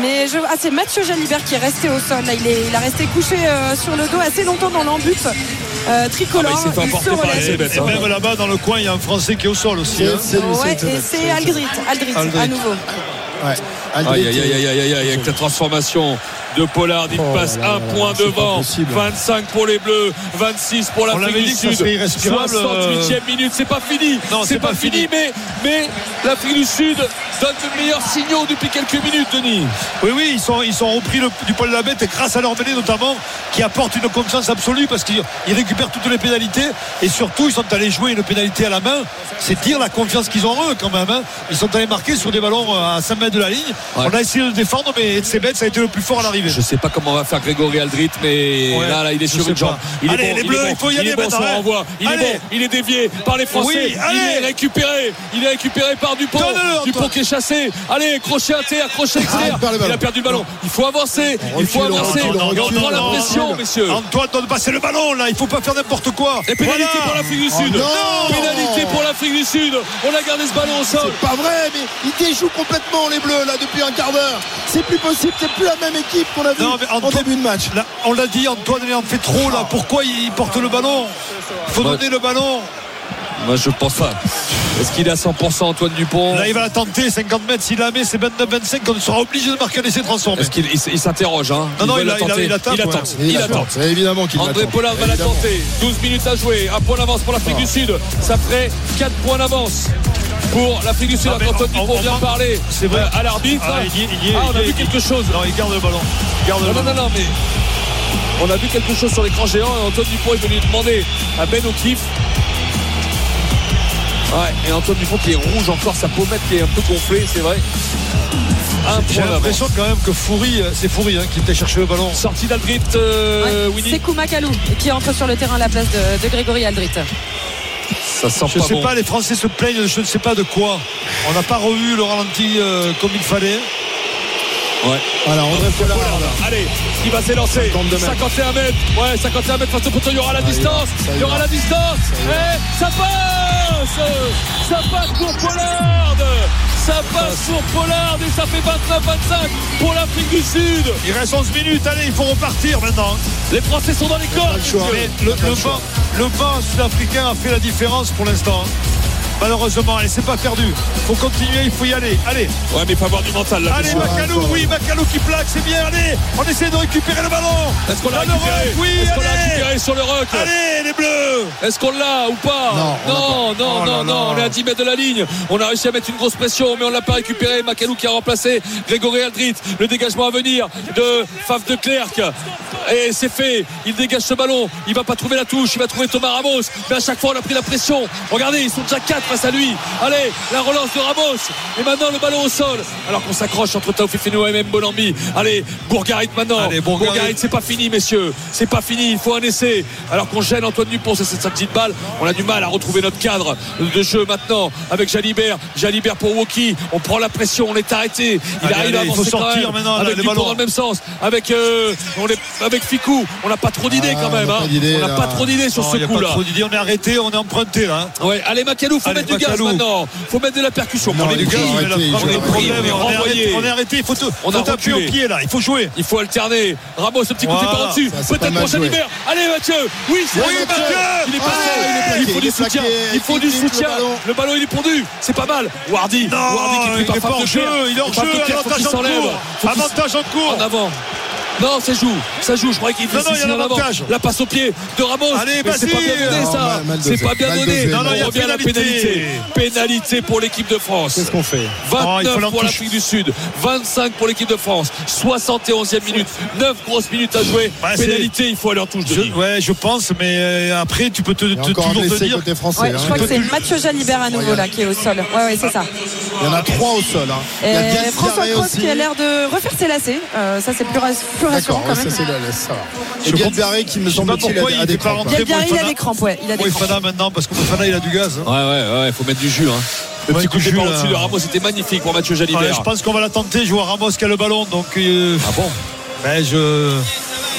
[SPEAKER 2] Mais je... ah, c'est Mathieu Jalibert qui est resté au sol. là. Il, est... il a resté couché euh, sur le dos assez longtemps dans l'embut euh, tricolore.
[SPEAKER 6] Ah bah, il s'est fait
[SPEAKER 2] se
[SPEAKER 6] emporter par
[SPEAKER 4] hein.
[SPEAKER 6] la
[SPEAKER 2] relève.
[SPEAKER 6] C'est
[SPEAKER 4] Et,
[SPEAKER 6] bête,
[SPEAKER 4] et
[SPEAKER 6] hein.
[SPEAKER 4] même là-bas, dans le coin, il y a un Français qui est au sol aussi.
[SPEAKER 7] C'est-
[SPEAKER 4] hein.
[SPEAKER 7] c'est lui,
[SPEAKER 2] Ouais,
[SPEAKER 7] c'est-
[SPEAKER 2] et c'est Aldrit, Aldrit, à
[SPEAKER 4] Aldrit.
[SPEAKER 2] nouveau.
[SPEAKER 7] Ouais.
[SPEAKER 6] Aïe,
[SPEAKER 7] Aldrit,
[SPEAKER 6] aïe, aïe, aïe, aïe, aïe, aïe, avec la transformation de Pollard, il
[SPEAKER 7] Oh
[SPEAKER 6] passe
[SPEAKER 7] là là
[SPEAKER 6] un
[SPEAKER 7] là,
[SPEAKER 6] point
[SPEAKER 7] c'est pas
[SPEAKER 6] devant.
[SPEAKER 7] possible.
[SPEAKER 6] 25 pour les Bleus, 26 pour l'Afrique
[SPEAKER 4] l'avait
[SPEAKER 6] du
[SPEAKER 4] dit que ça
[SPEAKER 6] Sud.
[SPEAKER 4] serait irrespirable,
[SPEAKER 6] 68e minute, c'est pas fini.
[SPEAKER 4] Non,
[SPEAKER 6] C'est pas, fini, mais, mais l'Afrique du Sud donne de meilleurs signaux depuis quelques minutes, Denis.
[SPEAKER 4] Oui, oui, ils sont, ils sont repris le- du poil de la bête et grâce à leur mêlée notamment, qui apporte une confiance absolue parce qu'ils ils récupèrent toutes les pénalités et surtout ils sont allés jouer une pénalité à la main. C'est dire la confiance qu'ils ont en eux quand même. hein. Ils sont allés marquer sur des ballons euh, à 5 mètres de la ligne.
[SPEAKER 6] Ouais.
[SPEAKER 4] On a essayé de défendre, mais ces bêtes, ça a été le plus fort à l'arrivée.
[SPEAKER 6] Je sais pas comment va faire Grégory Aldrit, mais
[SPEAKER 4] Ouais,
[SPEAKER 6] là, là, il est
[SPEAKER 4] je
[SPEAKER 6] sur
[SPEAKER 4] sais
[SPEAKER 6] une jambe.
[SPEAKER 4] pas.
[SPEAKER 6] Il est
[SPEAKER 4] Allez, les
[SPEAKER 6] bon, il est
[SPEAKER 4] Bleus,
[SPEAKER 6] bon,
[SPEAKER 4] il faut y aller
[SPEAKER 6] est bon,
[SPEAKER 4] maintenant,
[SPEAKER 6] son
[SPEAKER 4] hein.
[SPEAKER 6] renvoi. Il
[SPEAKER 4] Allez.
[SPEAKER 6] est bon, il est dévié par les Français.
[SPEAKER 4] Oui, allez.
[SPEAKER 6] il est récupéré. Il est récupéré par Dupont.
[SPEAKER 4] Donne-le, Antoine.
[SPEAKER 6] Dupont qui est chassé. Allez, crochet à terre, crochet
[SPEAKER 4] Ah,
[SPEAKER 6] extérieur.
[SPEAKER 7] par le ballon.
[SPEAKER 6] Il a perdu le ballon. Il faut avancer.
[SPEAKER 7] On
[SPEAKER 6] Il faut
[SPEAKER 7] recule, on
[SPEAKER 6] avancer.
[SPEAKER 7] recule, on
[SPEAKER 6] Et on
[SPEAKER 7] recule,
[SPEAKER 6] prend la
[SPEAKER 7] on
[SPEAKER 6] pression,
[SPEAKER 7] recule.
[SPEAKER 6] messieurs.
[SPEAKER 4] Antoine donne passer le ballon là, il faut pas faire n'importe quoi.
[SPEAKER 6] Et pénalité pour l'Afrique
[SPEAKER 4] Oh
[SPEAKER 6] du Sud.
[SPEAKER 7] non
[SPEAKER 6] pénalité pour l'Afrique du Sud. On a gardé ce ballon au sol.
[SPEAKER 7] C'est pas vrai, mais ils déjouent complètement les Bleus là depuis un quart d'heure. C'est plus possible, c'est plus la même équipe qu'on a vue
[SPEAKER 4] Non, mais
[SPEAKER 7] en
[SPEAKER 4] Antoine-
[SPEAKER 7] début de match.
[SPEAKER 4] Là, on l'a dit, Antoine il en fait trop là. Pourquoi il porte le ballon Il faut
[SPEAKER 6] Ah. Ouais.
[SPEAKER 4] donner le ballon.
[SPEAKER 6] Moi, je pense pas. Est-ce qu'il est à 100% Antoine Dupont
[SPEAKER 4] Là, il va la tenter, 50 mètres. S'il la met, c'est 29-25 qu'on sera obligé de marquer un essai transformé.
[SPEAKER 6] Est-ce qu'il il s- il s'interroge hein
[SPEAKER 4] Non, non,
[SPEAKER 6] veut
[SPEAKER 4] il
[SPEAKER 6] la
[SPEAKER 4] a- il a-
[SPEAKER 6] tenter.
[SPEAKER 4] il a tape,
[SPEAKER 6] il
[SPEAKER 4] ouais.
[SPEAKER 6] attend.
[SPEAKER 7] Et
[SPEAKER 6] Il attend.
[SPEAKER 7] l'attend. Évidemment qu'il
[SPEAKER 6] André
[SPEAKER 7] l'attend.
[SPEAKER 6] Pollard va la
[SPEAKER 7] Évidemment.
[SPEAKER 6] tenter. 12 minutes à jouer. Un point d'avance pour l'Afrique du Sud. Ça ferait 4 points d'avance pour l'Afrique du Sud.
[SPEAKER 4] Non, mais
[SPEAKER 6] Antoine
[SPEAKER 4] on-
[SPEAKER 6] Dupont
[SPEAKER 4] on-
[SPEAKER 6] vient
[SPEAKER 4] on-
[SPEAKER 6] parler
[SPEAKER 4] c'est vrai.
[SPEAKER 6] euh, à l'arbitre.
[SPEAKER 4] Ah, il y est, il y est,
[SPEAKER 6] Ah, on
[SPEAKER 4] il
[SPEAKER 6] a
[SPEAKER 4] y est.
[SPEAKER 6] vu quelque chose.
[SPEAKER 4] Non, il garde le ballon. Il garde le
[SPEAKER 6] Non, non,
[SPEAKER 4] ballon.
[SPEAKER 6] non, non, mais on a vu quelque chose sur l'écran géant et Antoine Dupont est venu demander à Ben O'Keefe. Ouais, et Antoine Dupont qui est rouge encore, sa pommette qui est un peu gonflée, c'est vrai. Un
[SPEAKER 4] J'ai
[SPEAKER 6] point d'avance.
[SPEAKER 4] l'impression quand même que Foury, euh, c'est Foury hein, qui était chercher le ballon.
[SPEAKER 7] Ah,
[SPEAKER 6] Sortie d'Aldrit, euh,
[SPEAKER 2] Ouais, c'est
[SPEAKER 6] Winnie.
[SPEAKER 2] Kouma Kalou qui entre sur le terrain à la place de, de Grégory Aldrit.
[SPEAKER 6] Ça sent
[SPEAKER 4] Je ne sais pas, les Français se plaignent, je ne sais pas de quoi. On n'a pas revu le ralenti euh, comme il fallait.
[SPEAKER 6] Ouais.
[SPEAKER 7] Voilà, André Pollard.
[SPEAKER 6] Pollard,
[SPEAKER 7] là.
[SPEAKER 6] Allez, il va s'élancer.
[SPEAKER 7] 52 mètres.
[SPEAKER 6] 51 mètres. Ouais, 51 mètres face au poteau. Il y aura la
[SPEAKER 7] y
[SPEAKER 6] distance.
[SPEAKER 7] va, ça y
[SPEAKER 6] Il y aura
[SPEAKER 7] va.
[SPEAKER 6] la distance. Et ça passe. Ça passe pour Pollard. Ça passe pour Pollard et ça fait 29-25 pour l'Afrique du Sud.
[SPEAKER 4] Il reste 11 minutes, allez, il faut repartir maintenant. hein.
[SPEAKER 6] Les Français sont dans les cordes.
[SPEAKER 7] choix.
[SPEAKER 4] Mais le,
[SPEAKER 7] pas
[SPEAKER 4] le
[SPEAKER 7] le
[SPEAKER 4] vent,
[SPEAKER 7] choix.
[SPEAKER 4] le vent sud-africain a fait la différence pour l'instant. hein. Malheureusement, allez, c'est pas perdu. Faut continuer, il faut y aller. Allez,
[SPEAKER 6] Ouais, mais il faut avoir du mental là.
[SPEAKER 4] allez,
[SPEAKER 7] sûr.
[SPEAKER 4] Bacalou, oui, Bacalou qui plaque, c'est bien, allez, on essaie de récupérer le ballon.
[SPEAKER 6] Est-ce qu'on l'a
[SPEAKER 4] Dans le
[SPEAKER 6] récupéré
[SPEAKER 4] ruck, Oui,
[SPEAKER 6] Est-ce qu'on l'a
[SPEAKER 4] allez,
[SPEAKER 6] récupéré sur le rock
[SPEAKER 4] allez, les bleus.
[SPEAKER 6] Est-ce qu'on l'a ou pas Non, non, non,
[SPEAKER 4] Oh là
[SPEAKER 6] non,
[SPEAKER 4] là.
[SPEAKER 6] on est à 10 mètres de la ligne. On a réussi à mettre une grosse pression, mais on l'a pas récupéré. Macalou qui a remplacé Grégory Aldrit. Le dégagement à venir de Faf de Clerc. Et c'est fait. Il dégage ce ballon. Il va pas trouver la touche. Il va trouver Thomas Ramos. Mais à chaque fois, on a pris la pression. Regardez, ils sont déjà 4 face à lui. Allez, la relance de Ramos. Et maintenant, le ballon au sol. Alors qu'on s'accroche entre Taoufé Feno et même Bonambi. Allez, Bourgarit maintenant.
[SPEAKER 4] Allez, Bourgarit.
[SPEAKER 6] Bourgarit, c'est pas fini, messieurs. C'est pas fini. Il faut un essai. Alors qu'on gêne Antoine Dupont, c'est cette petite balle. On a du mal à retrouver notre cadre de jeu maintenant avec Jalibert. Jalibert pour Woki. On prend la pression. On est arrêté. Il
[SPEAKER 4] Allez,
[SPEAKER 6] arrive
[SPEAKER 4] allez,
[SPEAKER 6] à
[SPEAKER 4] il faut
[SPEAKER 6] avancer quand
[SPEAKER 4] sortir
[SPEAKER 6] même.
[SPEAKER 4] maintenant, là,
[SPEAKER 6] Avec
[SPEAKER 4] les
[SPEAKER 6] Dupont
[SPEAKER 4] ballons.
[SPEAKER 6] dans le même sens. Avec, euh, on est, avec Ficou. On n'a pas trop d'idées
[SPEAKER 7] Ah,
[SPEAKER 6] quand même.
[SPEAKER 7] on n'a
[SPEAKER 6] hein.
[SPEAKER 7] pas d'idées,
[SPEAKER 6] On n'a
[SPEAKER 7] là.
[SPEAKER 6] pas trop d'idées sur
[SPEAKER 4] Non,
[SPEAKER 6] ce
[SPEAKER 4] y a pas
[SPEAKER 6] coup-là.
[SPEAKER 4] trop d'idées, on est arrêté, on est emprunté là. hein.
[SPEAKER 6] Ouais, allez Macalou, faut
[SPEAKER 4] Allez,
[SPEAKER 6] mettre du gaz
[SPEAKER 4] Macalou.
[SPEAKER 6] maintenant. Faut mettre de la percussion.
[SPEAKER 7] Non,
[SPEAKER 6] on est
[SPEAKER 7] du
[SPEAKER 6] pris.
[SPEAKER 7] gaz,
[SPEAKER 4] Mais là,
[SPEAKER 7] Arrêtez,
[SPEAKER 4] on est
[SPEAKER 7] je-
[SPEAKER 4] au problème, on
[SPEAKER 6] Arrêtez,
[SPEAKER 4] est arrêté,
[SPEAKER 6] renvoyez.
[SPEAKER 4] on est arrêté, il faut, tout-
[SPEAKER 6] On
[SPEAKER 4] faut
[SPEAKER 6] a
[SPEAKER 4] taper au
[SPEAKER 6] reculé.
[SPEAKER 4] pied là, il faut jouer.
[SPEAKER 6] Il faut alterner. Ramos, ce petit coup de pied
[SPEAKER 4] Voilà.
[SPEAKER 6] par au-dessus.
[SPEAKER 7] Ça, c'est pas
[SPEAKER 6] Peut-être
[SPEAKER 7] mal
[SPEAKER 6] pour
[SPEAKER 7] joué.
[SPEAKER 6] Jalibert. Allez, Mathieu. Oui, c'est
[SPEAKER 7] Oui,
[SPEAKER 6] vrai,
[SPEAKER 7] Mathieu.
[SPEAKER 6] Il
[SPEAKER 4] Ah,
[SPEAKER 6] est passé.
[SPEAKER 7] Ouais,
[SPEAKER 6] il est plaqué. il faut
[SPEAKER 7] il
[SPEAKER 6] du
[SPEAKER 7] est plaqué.
[SPEAKER 6] soutien. Il faut
[SPEAKER 7] Il
[SPEAKER 6] du
[SPEAKER 7] pique le
[SPEAKER 6] soutien.
[SPEAKER 7] ballon.
[SPEAKER 6] Le ballon, il est pondu. C'est pas mal. Wardy.
[SPEAKER 4] Non,
[SPEAKER 6] Wardy qui
[SPEAKER 4] il est
[SPEAKER 6] fait
[SPEAKER 4] pas
[SPEAKER 6] par frappe
[SPEAKER 4] en
[SPEAKER 6] de
[SPEAKER 4] jeu,
[SPEAKER 6] Claire.
[SPEAKER 4] il est en
[SPEAKER 6] Frappe
[SPEAKER 4] jeu,
[SPEAKER 6] de Claire, faut
[SPEAKER 4] avantage
[SPEAKER 6] qu'il
[SPEAKER 4] en
[SPEAKER 6] s'enlève.
[SPEAKER 4] cours.
[SPEAKER 6] Faut qu'il s-
[SPEAKER 4] Avantage en cours.
[SPEAKER 6] En avant. Non, ça joue, ça joue. Je croyais qu'il
[SPEAKER 4] Non, non,
[SPEAKER 6] faisait
[SPEAKER 4] il y a
[SPEAKER 6] en avant.
[SPEAKER 4] l'avantage.
[SPEAKER 6] La passe au pied de Ramos.
[SPEAKER 4] Allez,
[SPEAKER 6] Mais c'est pas
[SPEAKER 4] vas-y.
[SPEAKER 6] bien donné,
[SPEAKER 7] Non,
[SPEAKER 6] ça.
[SPEAKER 7] mal- mal
[SPEAKER 6] C'est
[SPEAKER 7] dosé.
[SPEAKER 6] pas bien
[SPEAKER 7] Mal
[SPEAKER 6] donné.
[SPEAKER 7] dosé. Non,
[SPEAKER 4] non, il y a
[SPEAKER 6] On revient à la
[SPEAKER 4] pénalité.
[SPEAKER 6] pénalité. Pénalité pour l'équipe de France.
[SPEAKER 7] Qu'est-ce qu'on fait
[SPEAKER 6] Ah, 29
[SPEAKER 4] Oh, il faut
[SPEAKER 6] pour
[SPEAKER 4] l'en
[SPEAKER 6] l'Afrique du Sud, 25 pour l'équipe de France, 71e minute, 9 grosses minutes à jouer,
[SPEAKER 4] Bah, c'est-
[SPEAKER 6] pénalité, il faut aller en touche de
[SPEAKER 4] Je- ouais, je pense, mais euh, après, tu peux te,
[SPEAKER 7] Il y
[SPEAKER 4] te-
[SPEAKER 7] a encore un
[SPEAKER 4] toujours te
[SPEAKER 7] blessé
[SPEAKER 4] dire.
[SPEAKER 7] côté français.
[SPEAKER 2] Ouais,
[SPEAKER 7] hein.
[SPEAKER 2] je crois que c'est Mathieu Jalibert à nouveau là qui est au sol. Ouais, ouais, c'est ça.
[SPEAKER 7] Il y en a trois au sol. hein. Il y a
[SPEAKER 2] Et
[SPEAKER 7] Diaz
[SPEAKER 2] Euh, François
[SPEAKER 7] Carré
[SPEAKER 2] Cross
[SPEAKER 7] aussi.
[SPEAKER 2] qui a l'air de refaire ses lacets. Euh, ça, c'est plus, ras- plus rassurant
[SPEAKER 7] D'accord,
[SPEAKER 2] quand
[SPEAKER 7] ouais, ça
[SPEAKER 2] même.
[SPEAKER 7] c'est la laisse. ça va.
[SPEAKER 4] Je
[SPEAKER 7] Et Diaz
[SPEAKER 4] comprends-
[SPEAKER 7] Carré qui me
[SPEAKER 4] Je sais pas
[SPEAKER 7] semble-t-il
[SPEAKER 4] pourquoi
[SPEAKER 7] a- a
[SPEAKER 4] il
[SPEAKER 7] des
[SPEAKER 4] est pas
[SPEAKER 7] crampes.
[SPEAKER 4] rentré.
[SPEAKER 2] Il y a bien, il a
[SPEAKER 4] Moefana.
[SPEAKER 2] des crampes, ouais. Il a des crampes.
[SPEAKER 4] Moefana maintenant, parce que Mofana, il a du gaz. hein.
[SPEAKER 6] Ouais, ouais, ouais, faut mettre du jus. Hein. Le
[SPEAKER 4] Ouais,
[SPEAKER 6] petit coup
[SPEAKER 4] du
[SPEAKER 6] de
[SPEAKER 4] jus,
[SPEAKER 6] par
[SPEAKER 4] là.
[SPEAKER 6] au-dessus de Ramos, c'était magnifique pour Mathieu Jalibert.
[SPEAKER 4] Ouais, je pense qu'on va la tenter. Je vois Ramos qui a le ballon, donc. euh,
[SPEAKER 6] Ah bon
[SPEAKER 4] ben, je.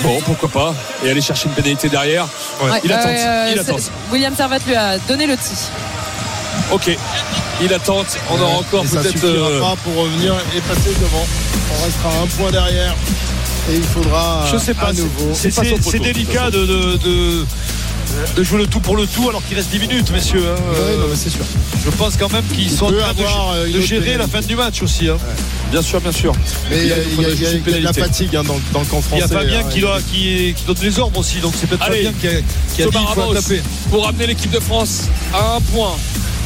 [SPEAKER 6] Bon, pourquoi pas. Et aller chercher une pénalité derrière.
[SPEAKER 2] Ouais,
[SPEAKER 6] il attend.
[SPEAKER 2] euh,
[SPEAKER 6] il
[SPEAKER 2] c'est-
[SPEAKER 6] attend.
[SPEAKER 2] William Servat lui a donné le tee.
[SPEAKER 6] Ok. Il attend. On aura encore
[SPEAKER 7] hein. Et ça
[SPEAKER 6] peut-être.
[SPEAKER 7] suffira
[SPEAKER 6] euh,
[SPEAKER 7] pas pour revenir et passer devant. On restera un point derrière. Et il faudra
[SPEAKER 4] Je sais
[SPEAKER 7] à
[SPEAKER 4] pas. c'est-
[SPEAKER 7] nouveau.
[SPEAKER 4] c'est-
[SPEAKER 6] pas son
[SPEAKER 4] C'est
[SPEAKER 6] poteau,
[SPEAKER 4] c'est
[SPEAKER 6] de toute
[SPEAKER 4] délicat de. de- de- de jouer le tout pour le tout alors qu'il reste 10 minutes messieurs hein.
[SPEAKER 7] Ouais, non,
[SPEAKER 4] Euh,
[SPEAKER 7] mais c'est sûr.
[SPEAKER 4] je pense quand même qu'ils sont en
[SPEAKER 7] peut
[SPEAKER 4] train de,
[SPEAKER 7] avoir, euh, une
[SPEAKER 4] de
[SPEAKER 7] autre
[SPEAKER 4] gérer la
[SPEAKER 7] pénalité.
[SPEAKER 4] fin du match aussi hein.
[SPEAKER 6] Bien sûr, bien sûr.
[SPEAKER 7] Mais il y a, il y a- il y a-
[SPEAKER 6] une
[SPEAKER 7] il y a de la
[SPEAKER 6] pénalité.
[SPEAKER 7] fatigue hein, dans, le- dans le camp
[SPEAKER 4] il
[SPEAKER 7] français.
[SPEAKER 4] y a Fabien
[SPEAKER 7] hein,
[SPEAKER 4] qui, doit- qui, qui donne les ordres aussi donc c'est peut-être
[SPEAKER 6] Allez,
[SPEAKER 4] Fabien qui a, qui a dit
[SPEAKER 6] Thomas
[SPEAKER 4] il faut
[SPEAKER 6] Ramos
[SPEAKER 4] taper
[SPEAKER 6] pour ramener l'équipe de France à un point,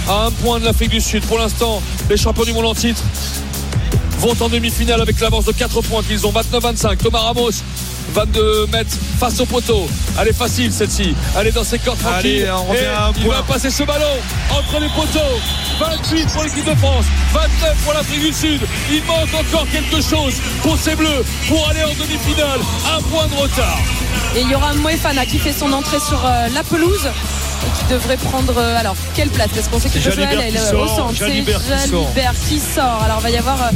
[SPEAKER 6] à un point de l'Afrique du Sud. Pour l'instant, les champions du monde en titre vont en demi-finale avec l'avance de 4 points qu'ils ont 29-25. Thomas Ramos 22 mètres face au poteau. Elle est facile celle-ci. Elle est dans ses cordes tranquilles.
[SPEAKER 4] Allez, on revient
[SPEAKER 6] Et
[SPEAKER 4] à un
[SPEAKER 6] il
[SPEAKER 4] point.
[SPEAKER 6] va passer ce ballon entre les poteaux. 28 pour l'équipe de France, 29 pour l'Afrique du Sud. Il manque encore quelque chose pour ces bleus pour aller en demi-finale. Un point de retard.
[SPEAKER 2] Et il y aura Moefana qui fait son entrée sur euh, la pelouse. et qui devrait prendre. euh, alors, quelle place Parce qu'on sait que
[SPEAKER 4] C'est
[SPEAKER 2] Joël
[SPEAKER 4] Jalibert
[SPEAKER 2] elle
[SPEAKER 4] qui
[SPEAKER 2] est au
[SPEAKER 4] sort,
[SPEAKER 2] centre. C'est
[SPEAKER 4] Jalibert qui sort.
[SPEAKER 2] Jalibert qui sort. Alors, il va y avoir euh,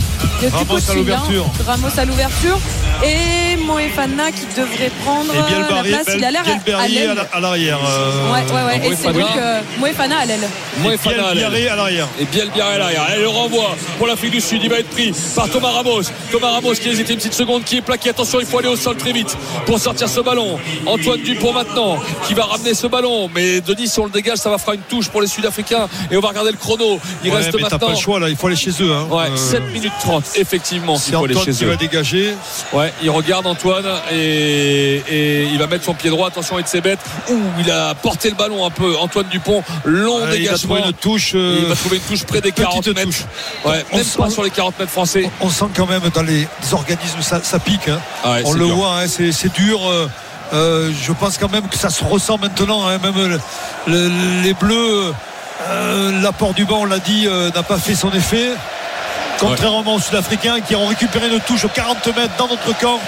[SPEAKER 2] le petit
[SPEAKER 4] Ramos
[SPEAKER 2] coup de
[SPEAKER 4] à
[SPEAKER 2] fil, hein.
[SPEAKER 4] l'ouverture.
[SPEAKER 2] Ramos à l'ouverture. Et Moefana qui devrait
[SPEAKER 6] Ah,
[SPEAKER 2] prendre
[SPEAKER 4] Et
[SPEAKER 2] euh, la
[SPEAKER 4] Bielbarri
[SPEAKER 2] place. Il a l'air à- à
[SPEAKER 4] Bielbarri à
[SPEAKER 2] l'aile.
[SPEAKER 4] la- à l'arrière. euh,
[SPEAKER 2] Ouais, ouais, ouais. Et c'est
[SPEAKER 6] Moefana.
[SPEAKER 2] donc euh, Moefana à l'aile.
[SPEAKER 6] Moefana à l'aile.
[SPEAKER 4] Bielbarri à l'arrière.
[SPEAKER 6] Et bien à l'arrière. Allez, le renvoi pour l'Afrique du Sud. Il va être pris par Thomas Ramos. Thomas Ramos qui hésite une petite seconde, qui est plaqué. Attention, il faut aller au sol très vite pour sortir ce ballon. Antoine Dupont maintenant qui va ramener ce ballon. Mais Denis, si on le dégage, ça va faire une touche pour les Sud-Africains. Et on va regarder le chrono. Il
[SPEAKER 4] Ouais,
[SPEAKER 6] reste
[SPEAKER 4] mais t'as pas
[SPEAKER 6] maintenant.
[SPEAKER 4] le choix là, il faut aller chez eux. hein.
[SPEAKER 6] Ouais,
[SPEAKER 4] Euh,
[SPEAKER 6] 7 minutes 30, effectivement,
[SPEAKER 4] C'est
[SPEAKER 6] s'il faut aller
[SPEAKER 4] Antoine
[SPEAKER 6] chez
[SPEAKER 4] qui
[SPEAKER 6] eux.
[SPEAKER 4] va dégager. Euh,
[SPEAKER 6] Ouais, il regarde Antoine et, et il va mettre son pied droit. Attention, Etzebeth. Ouh, il a porté le ballon un peu. Antoine Dupont, long
[SPEAKER 4] Euh, il va
[SPEAKER 6] dégagement.
[SPEAKER 4] trouver une touche.
[SPEAKER 6] Et
[SPEAKER 4] euh,
[SPEAKER 6] il va trouver une touche près des
[SPEAKER 4] Petite
[SPEAKER 6] 40 mètres.
[SPEAKER 4] touche.
[SPEAKER 6] Ouais,
[SPEAKER 4] On
[SPEAKER 6] même
[SPEAKER 4] se-
[SPEAKER 6] pas sur les 40 mètres français.
[SPEAKER 4] On sent quand même dans les organismes, ça, ça pique. hein.
[SPEAKER 6] Ah ouais,
[SPEAKER 4] on
[SPEAKER 6] c'est
[SPEAKER 4] le
[SPEAKER 6] dur.
[SPEAKER 4] voit, hein, c'est c'est dur. euh, euh, je pense quand même que ça se ressent maintenant. hein, même le- le- les Bleus, euh, l'apport du banc, on l'a dit, euh, n'a pas fait son effet. Contrairement aux Sud-Africains qui ont récupéré une touche aux 40 mètres dans notre camp.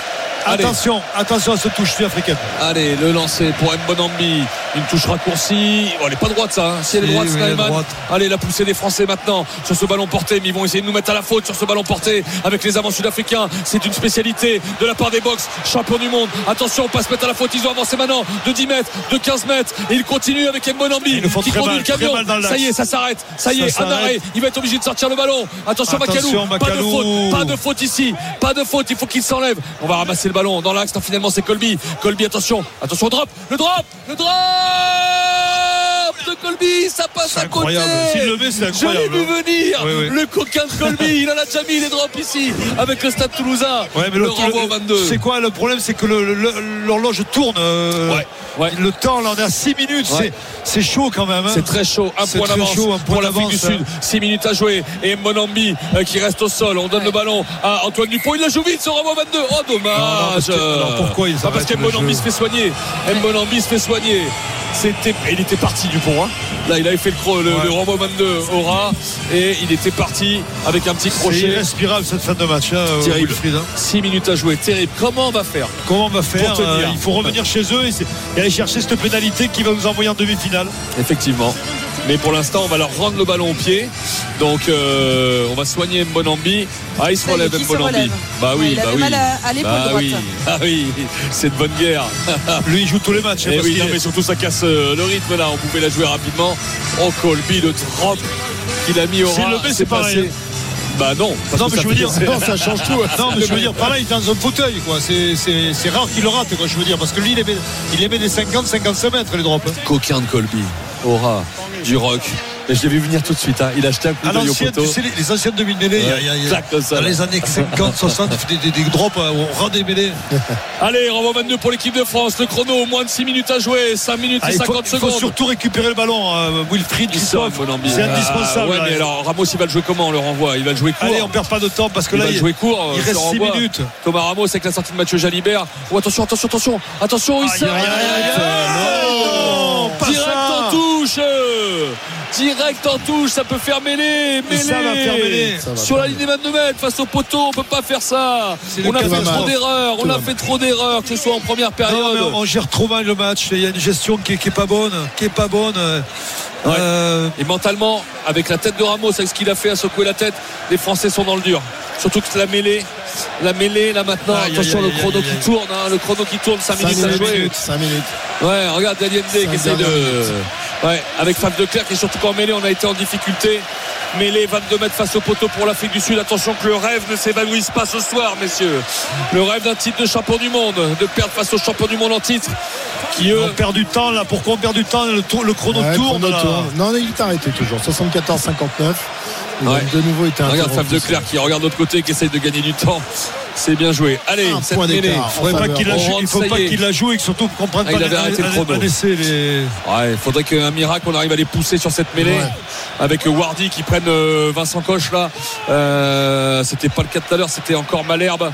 [SPEAKER 6] Allez.
[SPEAKER 4] Attention, attention à cette touche sud-africaine.
[SPEAKER 6] Allez, le lancer pour Mbonambi. Une touche raccourcie. Oh, elle est pas droite, ça. hein. Si elle est
[SPEAKER 4] Si,
[SPEAKER 6] droite,
[SPEAKER 4] oui,
[SPEAKER 6] Snyman.
[SPEAKER 4] elle est droite.
[SPEAKER 6] Allez, la poussée des Français maintenant sur ce ballon porté. Mais ils vont essayer de nous mettre à la faute sur ce ballon porté avec les avants sud-africains. C'est une spécialité de la part des box champion du monde. Attention, on passe mettre à la faute. Ils ont avancé maintenant de 10 mètres, de 15 mètres. Et ils continuent avec Mbonambi
[SPEAKER 4] Ils le font
[SPEAKER 6] qui
[SPEAKER 4] très
[SPEAKER 6] conduit
[SPEAKER 4] mal,
[SPEAKER 6] le
[SPEAKER 4] très
[SPEAKER 6] camion.
[SPEAKER 4] mal dans l'axe.
[SPEAKER 6] Ça y est, ça s'arrête. Ça y
[SPEAKER 4] Ça
[SPEAKER 6] est, un
[SPEAKER 4] s'arrête.
[SPEAKER 6] arrêt. Il va être obligé de sortir le ballon. Attention,
[SPEAKER 4] Attention,
[SPEAKER 6] Pas de
[SPEAKER 4] Macalou.
[SPEAKER 6] faute. Pas de faute ici. Pas de faute. Il faut qu'il s'enlève. On va ramasser le ballon dans l'axe. Non, Finalement, c'est Colby. Colby, attention. Attention au drop. Le drop. Le drop de Colby. Ça passe
[SPEAKER 4] C'est
[SPEAKER 6] à côté.
[SPEAKER 4] incroyable. S'il le met, c'est incroyable.
[SPEAKER 6] Je l'ai vu venir.
[SPEAKER 4] Oui, oui.
[SPEAKER 6] Le coquin de Colby. Il en a déjà mis les drops ici avec le stade toulousain. le
[SPEAKER 4] l'autre-
[SPEAKER 6] renvoi au 22.
[SPEAKER 4] C'est quoi le problème C'est que le- le- l'horloge tourne. euh,
[SPEAKER 6] Ouais, ouais.
[SPEAKER 4] Le temps, là, on est à 6 minutes.
[SPEAKER 6] Ouais.
[SPEAKER 4] C'est c'est chaud quand même. hein.
[SPEAKER 6] C'est très chaud, un
[SPEAKER 4] C'est
[SPEAKER 6] point
[SPEAKER 4] très
[SPEAKER 6] d'avance
[SPEAKER 4] chaud, un point
[SPEAKER 6] pour l'Afrique du
[SPEAKER 4] d'avance,
[SPEAKER 6] Sud. 6 minutes à jouer et Monambi euh, qui reste au sol. On donne le ballon à Antoine Dupont. Il la joue vite, son renvoi 22. Oh
[SPEAKER 4] Non, non, parce
[SPEAKER 6] dommage.
[SPEAKER 4] que- alors, pourquoi il
[SPEAKER 6] Ah, Parce
[SPEAKER 4] s'arrête le
[SPEAKER 6] qu'Monambi
[SPEAKER 4] jeu
[SPEAKER 6] se fait soigner. Monambi se fait soigner. C'était, il était parti Dupont. Hein. Là, il avait fait le, cro- le,
[SPEAKER 4] Ouais.
[SPEAKER 6] le renvoi 22 au rat et il était parti avec un petit
[SPEAKER 4] C'est
[SPEAKER 6] crochet.
[SPEAKER 4] irrespirable cette fin de match, hein,
[SPEAKER 6] Terrible.
[SPEAKER 4] Wilfried, hein.
[SPEAKER 6] 6 minutes à jouer, terrible. Comment on va faire
[SPEAKER 4] Comment on va faire
[SPEAKER 6] Pour tenir.
[SPEAKER 4] euh, Il faut revenir chez eux et, c'est- et aller chercher cette pénalité qui va nous envoyer en demi-finale.
[SPEAKER 6] Effectivement. Mais pour l'instant, on va leur rendre le ballon au pied. Donc, euh, on va soigner Mbonambi. Ah, il se
[SPEAKER 2] Ça y est,
[SPEAKER 6] relève
[SPEAKER 2] qui se
[SPEAKER 6] Mbonambi.
[SPEAKER 2] relève.
[SPEAKER 6] Bah oui,
[SPEAKER 2] Il
[SPEAKER 6] bah
[SPEAKER 2] avait
[SPEAKER 6] oui.
[SPEAKER 2] mal à- à l'épaule
[SPEAKER 6] bah
[SPEAKER 2] droite.
[SPEAKER 6] oui, ah oui, c'est de bonne guerre.
[SPEAKER 4] Lui, il joue tous les matchs. hein,
[SPEAKER 6] Et
[SPEAKER 4] parce
[SPEAKER 6] oui,
[SPEAKER 4] qu'il
[SPEAKER 6] non,
[SPEAKER 4] est-
[SPEAKER 6] mais surtout, ça casse euh, le rythme là. On pouvait la jouer rapidement. Oh, Colby, le drop qu'il a mis au
[SPEAKER 4] S'il
[SPEAKER 6] ras,
[SPEAKER 4] le met, c'est pareil.
[SPEAKER 6] Bah non, parce
[SPEAKER 4] Non,
[SPEAKER 6] que
[SPEAKER 4] mais
[SPEAKER 6] ça
[SPEAKER 4] je veux
[SPEAKER 6] fait-
[SPEAKER 4] dire, non, ça change tout. hein. Non, mais je veux dire, par là, il est dans un fauteuil, quoi. C'est- C'est c'est rare qu'il le rate, quoi, je veux dire. Parce que lui, il aimait, il aimait des 50-55 mètres, les drops. hein.
[SPEAKER 6] Coquin de Colby, au ras, du rock. Et je l'ai vu venir tout de suite. hein. Il a acheté un coup
[SPEAKER 4] À
[SPEAKER 6] d'œil au
[SPEAKER 4] l'ancienne,
[SPEAKER 6] poteau.
[SPEAKER 4] tu sais, les, les anciennes demi-mêlées, il y a- il y a- il y a-
[SPEAKER 6] Clac, comme ça,
[SPEAKER 4] dans
[SPEAKER 6] là.
[SPEAKER 4] les années 50, 60, il fait des, des, des drops hein, au rang des mêlées.
[SPEAKER 6] Allez, renvoi 22 pour l'équipe de France. Le chrono, moins de 6 minutes à jouer. 5 minutes
[SPEAKER 4] Ah,
[SPEAKER 6] et
[SPEAKER 4] il,
[SPEAKER 6] 50
[SPEAKER 4] faut, il faut
[SPEAKER 6] secondes.
[SPEAKER 4] surtout récupérer le ballon, euh, Wilfried,
[SPEAKER 6] Il sort,
[SPEAKER 4] Christophe.
[SPEAKER 6] Monambi.
[SPEAKER 4] C'est
[SPEAKER 6] Ah,
[SPEAKER 4] indispensable.
[SPEAKER 6] ouais,
[SPEAKER 4] là.
[SPEAKER 6] mais alors Ramos, il va le jouer comment on le renvoie Il va le jouer court.
[SPEAKER 4] Allez, on perd pas de temps parce que
[SPEAKER 6] il
[SPEAKER 4] là,
[SPEAKER 6] va le jouer court.
[SPEAKER 4] il
[SPEAKER 6] euh,
[SPEAKER 4] reste
[SPEAKER 6] ce
[SPEAKER 4] six
[SPEAKER 6] renvoi.
[SPEAKER 4] minutes.
[SPEAKER 6] Thomas Ramos avec la sortie de Mathieu Jalibert. Oh, attention, attention, attention. Attention, il
[SPEAKER 4] Aïe, aïe, aïe, aïe. Non, pas
[SPEAKER 6] Direct
[SPEAKER 4] ça.
[SPEAKER 6] en touche. euh, Direct en touche, ça peut faire mêler.
[SPEAKER 4] Mais ça va faire mêler.
[SPEAKER 6] Sur la ligne des 22 mètres, face au poteau, on peut pas faire ça.
[SPEAKER 4] C'est le
[SPEAKER 6] On a fait
[SPEAKER 4] catastrophe.
[SPEAKER 6] trop d'erreurs. On
[SPEAKER 7] Tout
[SPEAKER 6] a
[SPEAKER 7] va
[SPEAKER 6] fait trop d'erreurs, que ce soit en première
[SPEAKER 4] Non,
[SPEAKER 6] période.
[SPEAKER 4] mais on gère trop mal le match. Il y a une gestion qui est, qui est pas bonne, qui est pas bonne. Euh,
[SPEAKER 6] Et mentalement, avec la tête de Ramos, avec ce qu'il a fait à secouer la tête, les Français sont dans le dur. Surtout que la mêlée, la mêlée là maintenant,
[SPEAKER 4] Aïe, aïe,
[SPEAKER 6] attention
[SPEAKER 4] aïe,
[SPEAKER 6] le chrono
[SPEAKER 4] aïe,
[SPEAKER 6] qui
[SPEAKER 4] aïe.
[SPEAKER 6] tourne, hein, le chrono qui tourne, 5
[SPEAKER 7] 5
[SPEAKER 6] minutes à jouer.
[SPEAKER 7] minutes. 5 minutes.
[SPEAKER 6] Ouais, regarde Daniel Day qui essaie de. Ouais, avec Fab de Clerc et surtout qu'en mêlée, on a été en difficulté. Mêlée 22 mètres face au poteau pour l'Afrique du Sud. Attention que le rêve ne s'évanouisse pas ce soir, messieurs. Le rêve d'un titre de champion du monde, de perdre face aux champions du monde en titre, qui eux
[SPEAKER 4] on perd du temps là. Pourquoi on perd du temps Le, tour- le chrono
[SPEAKER 7] Ouais,
[SPEAKER 4] tourne.
[SPEAKER 7] chrono
[SPEAKER 4] là.
[SPEAKER 7] tourne. Non, il est arrêté toujours. 74-59. Il a
[SPEAKER 6] Ouais.
[SPEAKER 7] De nouveau, été
[SPEAKER 6] Regarde
[SPEAKER 7] interrompu.
[SPEAKER 6] Fab de Clerc qui regarde de l'autre côté qui essaye de gagner du temps. C'est bien joué. Allez,
[SPEAKER 7] Un
[SPEAKER 6] cette
[SPEAKER 7] point
[SPEAKER 6] mêlée.
[SPEAKER 7] d'écart.
[SPEAKER 4] Faudrait
[SPEAKER 7] Enfin,
[SPEAKER 4] pas qu'il la
[SPEAKER 6] on
[SPEAKER 4] joue-
[SPEAKER 6] rentre,
[SPEAKER 4] il faut
[SPEAKER 6] ça
[SPEAKER 4] pas
[SPEAKER 6] y est.
[SPEAKER 4] qu'il la joue et que surtout qu'on prenne
[SPEAKER 6] Ah,
[SPEAKER 4] pas
[SPEAKER 6] il avait arrêté le chrono.
[SPEAKER 4] laisser les.
[SPEAKER 6] Ouais, il faudrait qu'un miracle, on arrive à les pousser sur cette mêlée.
[SPEAKER 7] Ouais.
[SPEAKER 6] Avec Wardy qui prenne euh, Vincent Coche là. Euh, c'était pas le cas tout à l'heure, c'était encore Malherbe.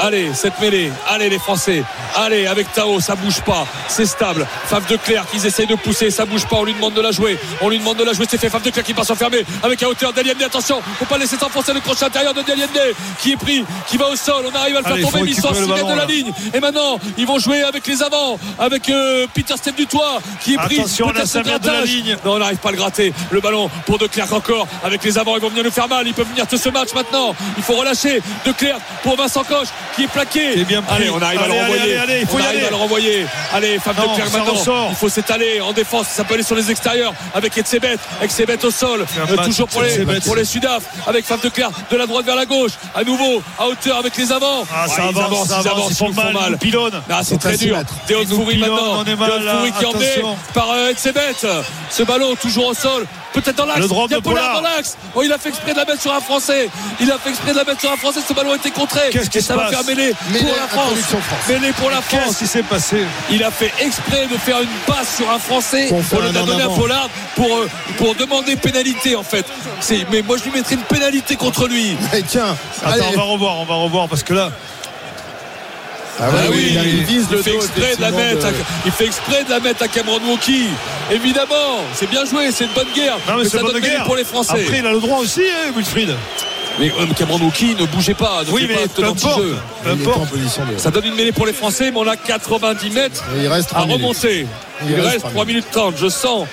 [SPEAKER 6] Allez, cette mêlée. Allez les Français. Allez, avec Tao, ça bouge pas. C'est stable. Fave de Clerc qu'ils essayent de pousser, ça bouge pas. On lui demande de la jouer. On lui demande de la jouer. C'est fait. Fave de Clerc qui part s'enfermer avec à hauteur d'Eliende. Attention, faut pas laisser s'enfoncer le crochet intérieur de Deliende qui est pris, qui va au sol. Paul. On arrive à le faire
[SPEAKER 4] Allez,
[SPEAKER 6] tomber,
[SPEAKER 4] faut
[SPEAKER 6] mais ils sont
[SPEAKER 4] récupérer
[SPEAKER 6] six
[SPEAKER 4] le
[SPEAKER 6] mètres de
[SPEAKER 4] ballon,
[SPEAKER 6] la
[SPEAKER 4] là.
[SPEAKER 6] ligne. Et maintenant, ils vont jouer avec les avants, avec euh, Peter Steph du Toit qui est pris.
[SPEAKER 4] Attention,
[SPEAKER 6] Peut-être
[SPEAKER 4] là, ça
[SPEAKER 6] ce
[SPEAKER 4] vient de la
[SPEAKER 6] grattage.
[SPEAKER 4] ligne.
[SPEAKER 6] Non, on n'arrive pas à le gratter. Le ballon pour De Clercq encore. Avec les avants, ils vont venir nous faire mal. Ils peuvent venir tout ce match maintenant. Il faut relâcher De Clercq pour Vincent Coche qui est plaqué.
[SPEAKER 4] C'est bien pris.
[SPEAKER 6] Allez, on arrive à
[SPEAKER 4] Allez,
[SPEAKER 6] le
[SPEAKER 4] allez,
[SPEAKER 6] renvoyer.
[SPEAKER 4] allez, allez, il faut
[SPEAKER 6] on
[SPEAKER 4] y
[SPEAKER 6] arrive
[SPEAKER 4] aller.
[SPEAKER 6] à le renvoyer. Allez, Fab
[SPEAKER 4] Non,
[SPEAKER 6] De Clercq
[SPEAKER 4] ça
[SPEAKER 6] maintenant.
[SPEAKER 4] ressort.
[SPEAKER 6] Il faut s'étaler en défense. Ça peut aller sur les extérieurs avec Etzebet. Etzebet au sol.
[SPEAKER 4] C'est un
[SPEAKER 6] Euh,
[SPEAKER 4] match,
[SPEAKER 6] toujours pour les,
[SPEAKER 4] Etzebet.
[SPEAKER 6] pour les Sudaf. Avec Fab De Clercq de la droite vers la gauche. À nouveau, à hauteur avec les avants.
[SPEAKER 4] Ah, ça
[SPEAKER 6] Ouais, ils
[SPEAKER 4] avance, ça
[SPEAKER 6] ils
[SPEAKER 4] avance, ils font
[SPEAKER 6] nous
[SPEAKER 4] mal, ils nous pilonnent.
[SPEAKER 6] Ah, c'est
[SPEAKER 4] Donc, à
[SPEAKER 6] très
[SPEAKER 4] six
[SPEAKER 6] dur.
[SPEAKER 4] mètres.
[SPEAKER 6] Théo
[SPEAKER 4] Ils nous
[SPEAKER 6] Foury
[SPEAKER 4] pilonnent,
[SPEAKER 6] maintenant.
[SPEAKER 4] on est mal,
[SPEAKER 6] Théo
[SPEAKER 4] là,
[SPEAKER 6] Foury qui est emmené
[SPEAKER 4] attention.
[SPEAKER 6] par euh, Etzebet. Ce ballon toujours au sol. Peut-être dans l'axe.
[SPEAKER 4] Le drop
[SPEAKER 6] Il y a
[SPEAKER 4] de
[SPEAKER 6] Pollard
[SPEAKER 4] Pollard.
[SPEAKER 6] dans l'axe. Oh, il a fait exprès de la mettre sur un Français. Il a fait exprès de la mettre sur un Français. Ce ballon a été contré.
[SPEAKER 4] Qu'est-ce qui
[SPEAKER 6] Et
[SPEAKER 4] se
[SPEAKER 6] ça va
[SPEAKER 4] passe
[SPEAKER 6] faire mêler
[SPEAKER 7] Mêlée
[SPEAKER 6] pour la
[SPEAKER 7] à
[SPEAKER 6] France.
[SPEAKER 7] conviction France.
[SPEAKER 6] Mêlée pour la
[SPEAKER 4] Qu'est-ce
[SPEAKER 6] France.
[SPEAKER 4] qui s'est passé
[SPEAKER 6] Il a fait exprès de faire une passe sur un Français
[SPEAKER 7] Pour faire
[SPEAKER 6] pour le
[SPEAKER 7] un en
[SPEAKER 6] donner à
[SPEAKER 7] avant.
[SPEAKER 6] Pollard pour, euh, pour demander pénalité en fait. C'est- Mais moi je lui mettrais une pénalité contre lui.
[SPEAKER 7] Eh, tiens,
[SPEAKER 4] Attends,
[SPEAKER 7] allez.
[SPEAKER 4] on va revoir, on va revoir parce que là,
[SPEAKER 7] Ah ouais,
[SPEAKER 6] Ah oui,
[SPEAKER 7] il, il vise
[SPEAKER 6] il
[SPEAKER 7] le
[SPEAKER 6] fait
[SPEAKER 7] dos,
[SPEAKER 6] exprès de la
[SPEAKER 7] effectivement,
[SPEAKER 6] mettre. à-
[SPEAKER 7] de-
[SPEAKER 6] Il fait exprès de la mettre à Cameron Wookie. Évidemment, c'est bien joué, c'est une bonne guerre.
[SPEAKER 4] non mais, c'est
[SPEAKER 6] ça
[SPEAKER 4] bonne
[SPEAKER 6] donne des
[SPEAKER 4] guerre.
[SPEAKER 6] pour les Français.
[SPEAKER 4] Après, il a le droit aussi, hein, Wilfried.
[SPEAKER 6] Mais euh, Cameron Wookie ne bougez pas. Ne
[SPEAKER 4] Oui,
[SPEAKER 6] faites
[SPEAKER 4] mais
[SPEAKER 6] pas
[SPEAKER 4] peu
[SPEAKER 6] de
[SPEAKER 4] importe,
[SPEAKER 6] jeu.
[SPEAKER 4] peu
[SPEAKER 7] Il est pas en
[SPEAKER 4] importe.
[SPEAKER 7] position de.
[SPEAKER 6] Ça donne une mêlée pour les Français, mais on a 90 mètres
[SPEAKER 7] Et il reste
[SPEAKER 6] à
[SPEAKER 7] trois minutes.
[SPEAKER 6] remonter.
[SPEAKER 7] Il
[SPEAKER 6] Il
[SPEAKER 7] reste
[SPEAKER 6] reste
[SPEAKER 7] trois
[SPEAKER 6] 3 minutes 30. Je sens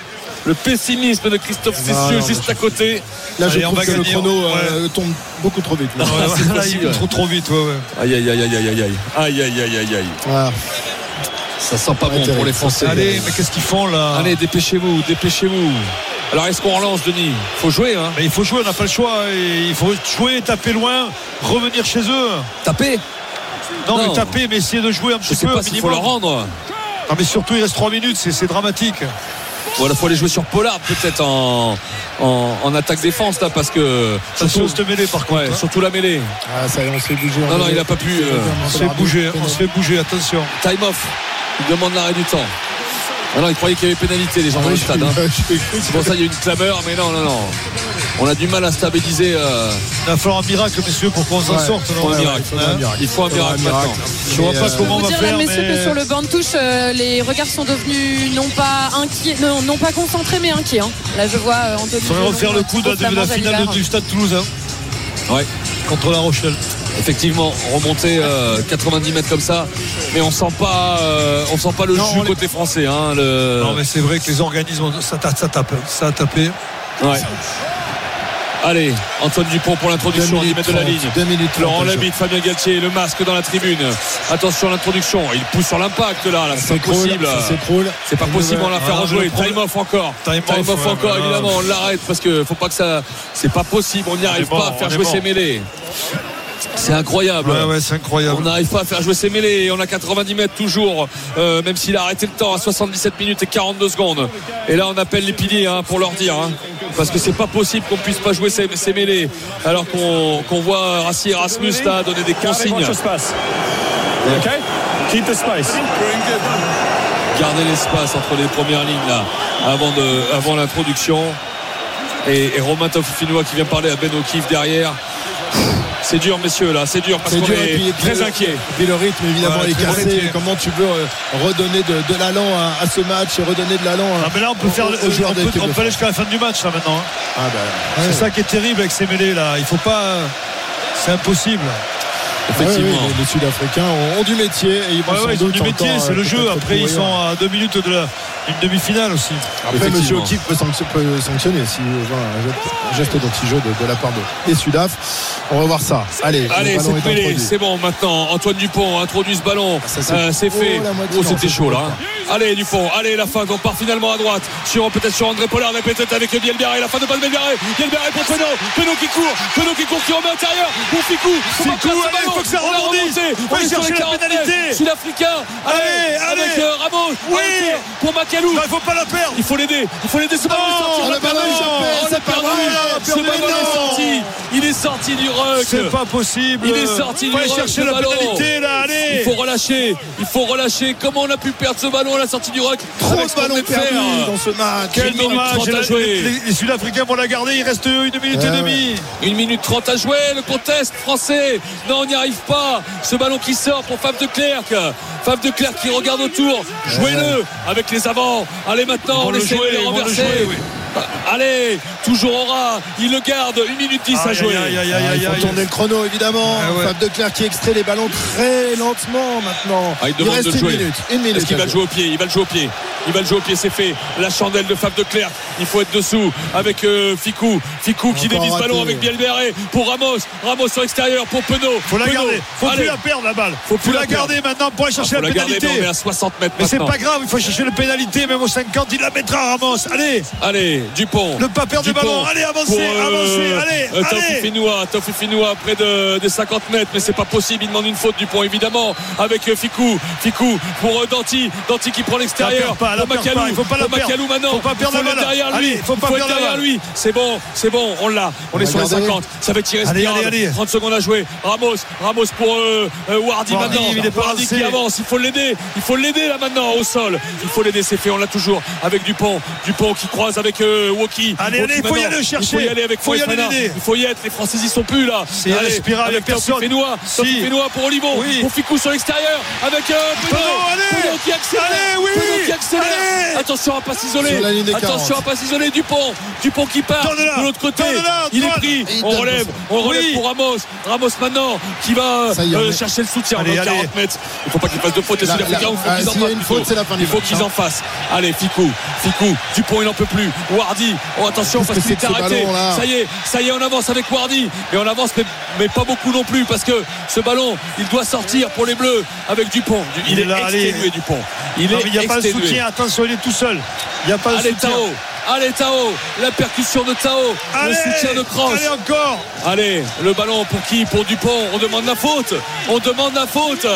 [SPEAKER 6] le pessimisme de Christophe
[SPEAKER 7] non,
[SPEAKER 6] Cessieux
[SPEAKER 7] mais
[SPEAKER 6] juste à côté.
[SPEAKER 7] Là, je
[SPEAKER 4] Allez, on
[SPEAKER 7] trouve
[SPEAKER 4] va
[SPEAKER 7] que le
[SPEAKER 4] gagner,
[SPEAKER 7] chrono euh, tombe beaucoup trop vite. là.
[SPEAKER 4] Ouais,
[SPEAKER 6] c'est
[SPEAKER 4] voilà,
[SPEAKER 6] possible,
[SPEAKER 4] il est
[SPEAKER 6] ouais.
[SPEAKER 4] trop trop vite, ouais, ouais.
[SPEAKER 6] Aïe aïe aïe aïe aïe aïe aïe. Aïe aïe aïe aïe aïe.
[SPEAKER 7] Voilà.
[SPEAKER 6] Ça sent pas bon
[SPEAKER 7] terrible.
[SPEAKER 6] pour les Français.
[SPEAKER 4] Allez, mais qu'est-ce qu'ils font là
[SPEAKER 6] Allez, dépêchez-vous, dépêchez-vous. Alors est-ce qu'on relance Denis Faut jouer hein.
[SPEAKER 4] Mais il faut jouer, on n'a pas le choix. Et il faut jouer, taper loin, revenir chez eux.
[SPEAKER 6] Taper
[SPEAKER 4] Non,
[SPEAKER 6] Non.
[SPEAKER 4] mais taper, mais essayer de jouer un petit
[SPEAKER 6] Je sais
[SPEAKER 4] peu
[SPEAKER 6] pas
[SPEAKER 4] au
[SPEAKER 6] s'il faut
[SPEAKER 4] minimum.
[SPEAKER 6] le rendre.
[SPEAKER 4] Non, mais surtout, il reste 3 minutes, c'est- c'est dramatique.
[SPEAKER 6] Ou alors faut aller jouer sur Pollard peut-être en, en, en attaque défense là parce que
[SPEAKER 4] Attention, cette mêlée par contre.
[SPEAKER 6] ouais,
[SPEAKER 4] hein.
[SPEAKER 6] surtout la mêlée.
[SPEAKER 7] Ah, ça y est, on s'est bougé.
[SPEAKER 6] Non non il a pas pu. euh,
[SPEAKER 4] On se fait bouger, on se fait bouger, attention.
[SPEAKER 6] time off. Il demande l'arrêt du temps. Alors il croyait qu'il y avait
[SPEAKER 7] Ah,
[SPEAKER 6] pénalité les gens dans le stade. hein. C'est pour ça qu'il y a eu une clameur mais non non non. On a du mal à stabiliser. euh,
[SPEAKER 4] Il va falloir un miracle, messieurs, pour qu'on s'en sorte. non
[SPEAKER 6] faut un
[SPEAKER 4] Ouais,
[SPEAKER 6] miracle. euh,
[SPEAKER 4] ouais.
[SPEAKER 6] hein. Il faut un miracle maintenant.
[SPEAKER 4] Je vois pas comment on
[SPEAKER 2] vous
[SPEAKER 4] va
[SPEAKER 2] dire, là,
[SPEAKER 4] faire.
[SPEAKER 2] messieurs,
[SPEAKER 4] mais-
[SPEAKER 2] que sur le banc de touche, euh, les regards sont devenus non pas inquiets, non, non pas concentrés, mais inquiets. hein. Là, je vois euh, Anthony.
[SPEAKER 4] faudrait
[SPEAKER 2] Delon,
[SPEAKER 4] refaire le coup de, la- de
[SPEAKER 2] Flamand
[SPEAKER 4] la finale
[SPEAKER 2] Jalibert.
[SPEAKER 4] du Stade Toulousain
[SPEAKER 6] Ouais.
[SPEAKER 4] contre La Rochelle.
[SPEAKER 6] Effectivement, remonter euh, 90 mètres comme ça, mais on sent pas, euh, on sent pas le
[SPEAKER 4] Non,
[SPEAKER 6] jus
[SPEAKER 4] on les-
[SPEAKER 6] côté français. Hein, le...
[SPEAKER 4] Non, mais c'est vrai que les organismes, ont- ça tape, ça tape, ça a tapé.
[SPEAKER 6] Ouais. Allez, Antoine Dupont pour l'introduction, 10 mètres de la ligne.
[SPEAKER 7] 2 minutes.
[SPEAKER 6] Laurent Labitte, Fabien Galtier, le masque dans la tribune. Attention à l'introduction, il pousse sur l'impact là, là, c'est pas possible.
[SPEAKER 7] s'écroule.
[SPEAKER 6] C'est pas possible, on la
[SPEAKER 4] Ah,
[SPEAKER 6] faire
[SPEAKER 4] mais le
[SPEAKER 6] rejouer.
[SPEAKER 4] problème-
[SPEAKER 6] Time off encore.
[SPEAKER 4] Time off, ouais,
[SPEAKER 6] encore,
[SPEAKER 4] voilà.
[SPEAKER 6] évidemment, on l'arrête parce que faut pas que ça. C'est pas possible, on n'y arrive
[SPEAKER 4] mort,
[SPEAKER 6] pas à faire
[SPEAKER 4] on est
[SPEAKER 6] jouer
[SPEAKER 4] mort.
[SPEAKER 6] ses mêlées. C'est incroyable.
[SPEAKER 4] Ouais, ouais, c'est incroyable.
[SPEAKER 6] On n'arrive pas à faire jouer ses mêlées. et On a 90 mètres toujours, euh, même s'il a arrêté le temps à 77 minutes et 42 secondes. Et là, on appelle les piliers hein, pour leur dire, hein, parce que c'est pas possible qu'on puisse pas jouer ses, ses mêlées, alors qu'on qu'on voit Rassi Erasmus là donner des
[SPEAKER 5] Garvey,
[SPEAKER 6] consignes.
[SPEAKER 5] watch your space. Okay? Keep the space.
[SPEAKER 4] Ah,
[SPEAKER 6] Garder l'espace entre les premières lignes là, avant de, avant l'introduction. Et, et Romain Tofinois qui vient parler à Ben O'Keefe derrière. C'est dur, messieurs, là, c'est dur parce
[SPEAKER 7] C'est
[SPEAKER 6] qu'on
[SPEAKER 7] dur et
[SPEAKER 6] est
[SPEAKER 7] puis, et puis
[SPEAKER 6] très
[SPEAKER 7] le-
[SPEAKER 6] inquiet.
[SPEAKER 7] et Puis le rythme évidemment
[SPEAKER 4] Ouais,
[SPEAKER 7] est
[SPEAKER 4] très
[SPEAKER 7] cassé.
[SPEAKER 4] inquiet.
[SPEAKER 7] Comment tu veux euh, redonner de, de l'allant à, à ce match et redonner de l'allant
[SPEAKER 4] Ah,
[SPEAKER 7] à-
[SPEAKER 4] mais là, on peut, faire,
[SPEAKER 7] aux,
[SPEAKER 4] on
[SPEAKER 7] aux joueurs de
[SPEAKER 4] peut,
[SPEAKER 7] l'équipe
[SPEAKER 4] on
[SPEAKER 7] de
[SPEAKER 4] peut aller jusqu'à la fin du match, là, maintenant. hein.
[SPEAKER 7] France. Ah, bah, ouais.
[SPEAKER 4] C'est ça qui est terrible avec ces mêlées, là. Il faut pas. euh, C'est impossible.
[SPEAKER 7] Ouais, ouais,
[SPEAKER 6] Effectivement.
[SPEAKER 7] Ah, les, les Sud-Africains ont, ont du métier et ils vont
[SPEAKER 4] Ouais,
[SPEAKER 7] sans
[SPEAKER 4] ouais, ils ont
[SPEAKER 7] doute
[SPEAKER 4] du métier,
[SPEAKER 7] encore,
[SPEAKER 4] c'est le
[SPEAKER 7] euh,
[SPEAKER 4] jeu.
[SPEAKER 7] peut-être
[SPEAKER 4] Après, ils
[SPEAKER 7] courir.
[SPEAKER 4] sont à deux minutes de la, une demi-finale aussi.
[SPEAKER 7] Après, Monsieur
[SPEAKER 6] Effectivement.
[SPEAKER 7] O'Keefe peut, sanction- peut sanctionner si euh, voilà, un geste- un geste d'anti-jeu de, de la part de- des Sudaf. On va voir ça. Allez, le
[SPEAKER 6] Allez,
[SPEAKER 7] ballon
[SPEAKER 6] c'est
[SPEAKER 7] est
[SPEAKER 6] Pelé,
[SPEAKER 7] introduit.
[SPEAKER 6] c'est bon maintenant. Antoine Dupont introduit ce ballon.
[SPEAKER 4] Ah,
[SPEAKER 7] ça, c'est-
[SPEAKER 6] Euh, C'est
[SPEAKER 7] Oh,
[SPEAKER 6] fait.
[SPEAKER 7] la moitié,
[SPEAKER 6] Oh,
[SPEAKER 7] non, c'est
[SPEAKER 6] c'était chaud là. hein.
[SPEAKER 7] pas
[SPEAKER 6] Allez, Dupont, allez, la fin. On part finalement à droite. Sur peut-être sur André Pollard, mais peut-être avec Bielberré. La fin de balle de Bielberré. Bielberré pour Penaud. Penaud qui court. Penaud qui court, qui remet à l'intérieur. Pour Ficou. Faut pas
[SPEAKER 4] Ficou,
[SPEAKER 6] perdre ce
[SPEAKER 4] allez,
[SPEAKER 6] ballon.
[SPEAKER 4] faut que ça
[SPEAKER 6] On l'a
[SPEAKER 4] rebondisse.
[SPEAKER 6] remonté.
[SPEAKER 4] Faut
[SPEAKER 6] On est
[SPEAKER 4] aller
[SPEAKER 6] sur les
[SPEAKER 4] chercher la
[SPEAKER 6] 49.
[SPEAKER 4] pénalité.
[SPEAKER 6] Sud-africain. Allez,
[SPEAKER 4] Allez,
[SPEAKER 6] avec
[SPEAKER 4] allez.
[SPEAKER 6] euh, Ramos.
[SPEAKER 4] Oui.
[SPEAKER 6] Allez, Pour Macalou.
[SPEAKER 4] Non, il faut pas la perdre.
[SPEAKER 6] Il faut l'aider, il faut l'aider ce ballon est sorti,
[SPEAKER 7] Oh,
[SPEAKER 6] on l'a
[SPEAKER 7] le ballon
[SPEAKER 6] perdu.
[SPEAKER 7] est échappé,
[SPEAKER 6] On l'a
[SPEAKER 7] c'est pas
[SPEAKER 6] perdu.
[SPEAKER 7] vrai, on l'a
[SPEAKER 6] Ce
[SPEAKER 7] perdu,
[SPEAKER 6] ballon
[SPEAKER 7] non.
[SPEAKER 6] est sorti, il est sorti du ruck.
[SPEAKER 4] C'est pas possible.
[SPEAKER 6] Il est sorti du
[SPEAKER 4] Faut aller
[SPEAKER 6] rush,
[SPEAKER 4] chercher
[SPEAKER 6] le
[SPEAKER 4] la
[SPEAKER 6] ballon.
[SPEAKER 4] pénalité, là.
[SPEAKER 6] Il
[SPEAKER 4] Allez.
[SPEAKER 6] faut relâcher, il faut relâcher. Comment on a pu perdre ce ballon à la sortie du rock
[SPEAKER 7] Trop de ballons perdus dans ce match.
[SPEAKER 4] Quel
[SPEAKER 6] Une minute
[SPEAKER 4] dommage.
[SPEAKER 6] trente à
[SPEAKER 4] Et la-
[SPEAKER 6] jouer.
[SPEAKER 4] Les, les Sud-Africains vont la garder. Il reste une minute et
[SPEAKER 7] Ouais,
[SPEAKER 4] demie.
[SPEAKER 6] Une minute trente à jouer, le contest français. Non, on n'y arrive pas. Ce ballon qui sort pour Fab de Clercq. Fab de Clercq qui regarde autour. Jouez-le avec les avants. Allez maintenant,
[SPEAKER 4] vont
[SPEAKER 6] on
[SPEAKER 4] le
[SPEAKER 6] essaie
[SPEAKER 4] jouer,
[SPEAKER 6] de les
[SPEAKER 4] ils vont le
[SPEAKER 6] renverser.
[SPEAKER 4] jouer, oui.
[SPEAKER 6] Allez, Toujours aura. Il le garde. 1 minute 10 à
[SPEAKER 4] Aïe,
[SPEAKER 6] jouer.
[SPEAKER 4] aïe, aïe, aïe,
[SPEAKER 7] Ah,
[SPEAKER 4] aïe,
[SPEAKER 7] il faut
[SPEAKER 4] aïe.
[SPEAKER 7] tourner le chrono évidemment.
[SPEAKER 4] Ah ouais.
[SPEAKER 7] Fab de Clerc qui extrait les ballons très lentement maintenant.
[SPEAKER 6] Ah, il demande
[SPEAKER 7] reste
[SPEAKER 6] de
[SPEAKER 7] une
[SPEAKER 6] jouer.
[SPEAKER 7] minute. Une minute.
[SPEAKER 6] Est-ce qu'il
[SPEAKER 7] à
[SPEAKER 6] va le jouer au pied Il va le jouer au pied. Il va le jouer au pied, c'est fait. La chandelle de Fab de Clerc. Il faut être dessous avec euh, Ficou. Ficou qui
[SPEAKER 7] Encore
[SPEAKER 6] dévisse
[SPEAKER 7] raté.
[SPEAKER 6] ballon avec Bielberé pour Ramos. Ramos sur l'extérieur pour Penaud.
[SPEAKER 4] Faut la
[SPEAKER 6] Penaud.
[SPEAKER 4] garder. Faut
[SPEAKER 6] Allez.
[SPEAKER 4] plus la perdre la balle.
[SPEAKER 6] Faut plus la
[SPEAKER 4] la garder maintenant pour aller chercher
[SPEAKER 6] Faut
[SPEAKER 4] la
[SPEAKER 6] la garder, mais on est
[SPEAKER 4] pénalité.
[SPEAKER 6] à 60 mètres
[SPEAKER 4] Mais c'est
[SPEAKER 6] maintenant.
[SPEAKER 4] pas grave, il faut chercher la pénalité, même aux 50, il la mettra Ramos. Allez,
[SPEAKER 6] Allez, Dupont.
[SPEAKER 4] ne pas perdre de
[SPEAKER 6] Dupont
[SPEAKER 4] ballon. Allez, avancez,
[SPEAKER 6] pour, euh,
[SPEAKER 4] avancez, allez,
[SPEAKER 6] euh, Taoufik
[SPEAKER 4] allez.
[SPEAKER 6] Finois, Taoufik Finois près de, des 50 mètres, mais c'est pas possible. Il demande une faute Dupont, évidemment, avec euh, Ficou, Ficou pour euh, Danti, Danti qui prend l'extérieur.
[SPEAKER 4] La perd pas, la
[SPEAKER 6] pour
[SPEAKER 4] perd
[SPEAKER 6] Macalou,
[SPEAKER 4] pas, il faut pas la
[SPEAKER 6] pour
[SPEAKER 4] perdre.
[SPEAKER 6] Macalou maintenant.
[SPEAKER 4] Faut pas perdre
[SPEAKER 6] Il
[SPEAKER 4] la
[SPEAKER 6] être
[SPEAKER 4] balle.
[SPEAKER 6] derrière lui.
[SPEAKER 4] Allez, faut pas
[SPEAKER 6] être
[SPEAKER 4] perdre la
[SPEAKER 6] derrière
[SPEAKER 4] balle.
[SPEAKER 6] lui. C'est bon, c'est bon, on l'a. On est sur les
[SPEAKER 7] Regardez.
[SPEAKER 6] 50. Ça va tirer
[SPEAKER 4] Allez,
[SPEAKER 6] Spirale.
[SPEAKER 4] allez, allez.
[SPEAKER 6] 30 secondes à jouer. Ramos, Ramos pour euh, euh, Wardy
[SPEAKER 4] Wardy,
[SPEAKER 6] maintenant.
[SPEAKER 4] il est pas
[SPEAKER 6] Wardy qui
[SPEAKER 4] lancé.
[SPEAKER 6] avance. Il faut l'aider. Il faut l'aider là maintenant au sol. Il faut l'aider. C'est fait. On l'a toujours avec Dupont. Dupont qui croise avec euh, Woki.
[SPEAKER 4] Allez, allez,
[SPEAKER 6] Woki
[SPEAKER 4] il faut y
[SPEAKER 6] maintenant.
[SPEAKER 4] aller le chercher.
[SPEAKER 6] Il faut y aller avec
[SPEAKER 4] Faut y
[SPEAKER 6] Fofana.
[SPEAKER 4] aller l'aider.
[SPEAKER 6] Il faut y être. Les Français y sont plus là.
[SPEAKER 4] C'est la spirale,
[SPEAKER 6] avec
[SPEAKER 4] personne.
[SPEAKER 6] Taufik Fenois. Taufik
[SPEAKER 4] Si.
[SPEAKER 6] Fenois pour Olivon.
[SPEAKER 4] Oui.
[SPEAKER 6] Pour Ficou sur l'extérieur. Avec euh, Penaud.
[SPEAKER 4] Penaud, allez.
[SPEAKER 6] Penaud qui accélère.
[SPEAKER 4] Allez, oui.
[SPEAKER 6] Penaud qui accélère.
[SPEAKER 4] Allez.
[SPEAKER 6] Attention à pas s'isoler.
[SPEAKER 7] Sur la ligne des 40.
[SPEAKER 6] Attention à pas s'isoler. Dupont. Dupont qui part
[SPEAKER 4] Donne-la.
[SPEAKER 6] de l'autre côté.
[SPEAKER 4] Donne-la,
[SPEAKER 6] Il est
[SPEAKER 4] Antoine.
[SPEAKER 6] pris.
[SPEAKER 7] Et il
[SPEAKER 6] On
[SPEAKER 7] donne
[SPEAKER 6] relève. On relève
[SPEAKER 4] Oui.
[SPEAKER 6] pour Ramos. Ramos maintenant qui va
[SPEAKER 7] Ça y est,
[SPEAKER 6] euh,
[SPEAKER 7] on est-
[SPEAKER 6] chercher le soutien.
[SPEAKER 4] Allez,
[SPEAKER 6] Dans 40
[SPEAKER 4] allez.
[SPEAKER 6] mètres. Il faut pas qu'il fasse de faute. Les
[SPEAKER 7] La-
[SPEAKER 6] Sud-Africains,
[SPEAKER 7] la-
[SPEAKER 6] il faut
[SPEAKER 7] ah,
[SPEAKER 6] qu'ils en
[SPEAKER 7] s'il y a
[SPEAKER 6] fassent
[SPEAKER 7] une
[SPEAKER 6] plutôt.
[SPEAKER 7] faute, c'est la fin du
[SPEAKER 6] Il faut
[SPEAKER 7] match,
[SPEAKER 6] qu'ils
[SPEAKER 7] hein.
[SPEAKER 6] en fassent. Allez, Ficou. Ficou. Dupont, il en peut plus. Wardy. Oh, attention parce
[SPEAKER 7] Qu'est-ce
[SPEAKER 6] qu'il
[SPEAKER 7] que
[SPEAKER 6] est
[SPEAKER 7] c'est que ce
[SPEAKER 6] arrêté.
[SPEAKER 7] ballon, là
[SPEAKER 6] Ça y est, ça y est, on avance avec Wardy. Mais on avance, mais, mais pas beaucoup non plus parce que ce ballon, il doit sortir pour les Bleus avec Dupont. Du- Il,
[SPEAKER 4] Il est
[SPEAKER 6] est
[SPEAKER 4] là, allez.
[SPEAKER 6] exténué, Dupont. Il
[SPEAKER 4] Non,
[SPEAKER 6] est
[SPEAKER 4] mais Il n'y a pas de
[SPEAKER 6] exténué.
[SPEAKER 4] soutien, attention, il est tout seul. Il n'y a pas de
[SPEAKER 6] Allez
[SPEAKER 4] soutien.
[SPEAKER 6] Tao, allez Tao, la percussion de Tao,
[SPEAKER 4] Allez,
[SPEAKER 6] le soutien de Kroos.
[SPEAKER 4] Allez encore
[SPEAKER 6] Allez, le ballon pour qui Pour Dupont. On demande la faute. On demande la faute.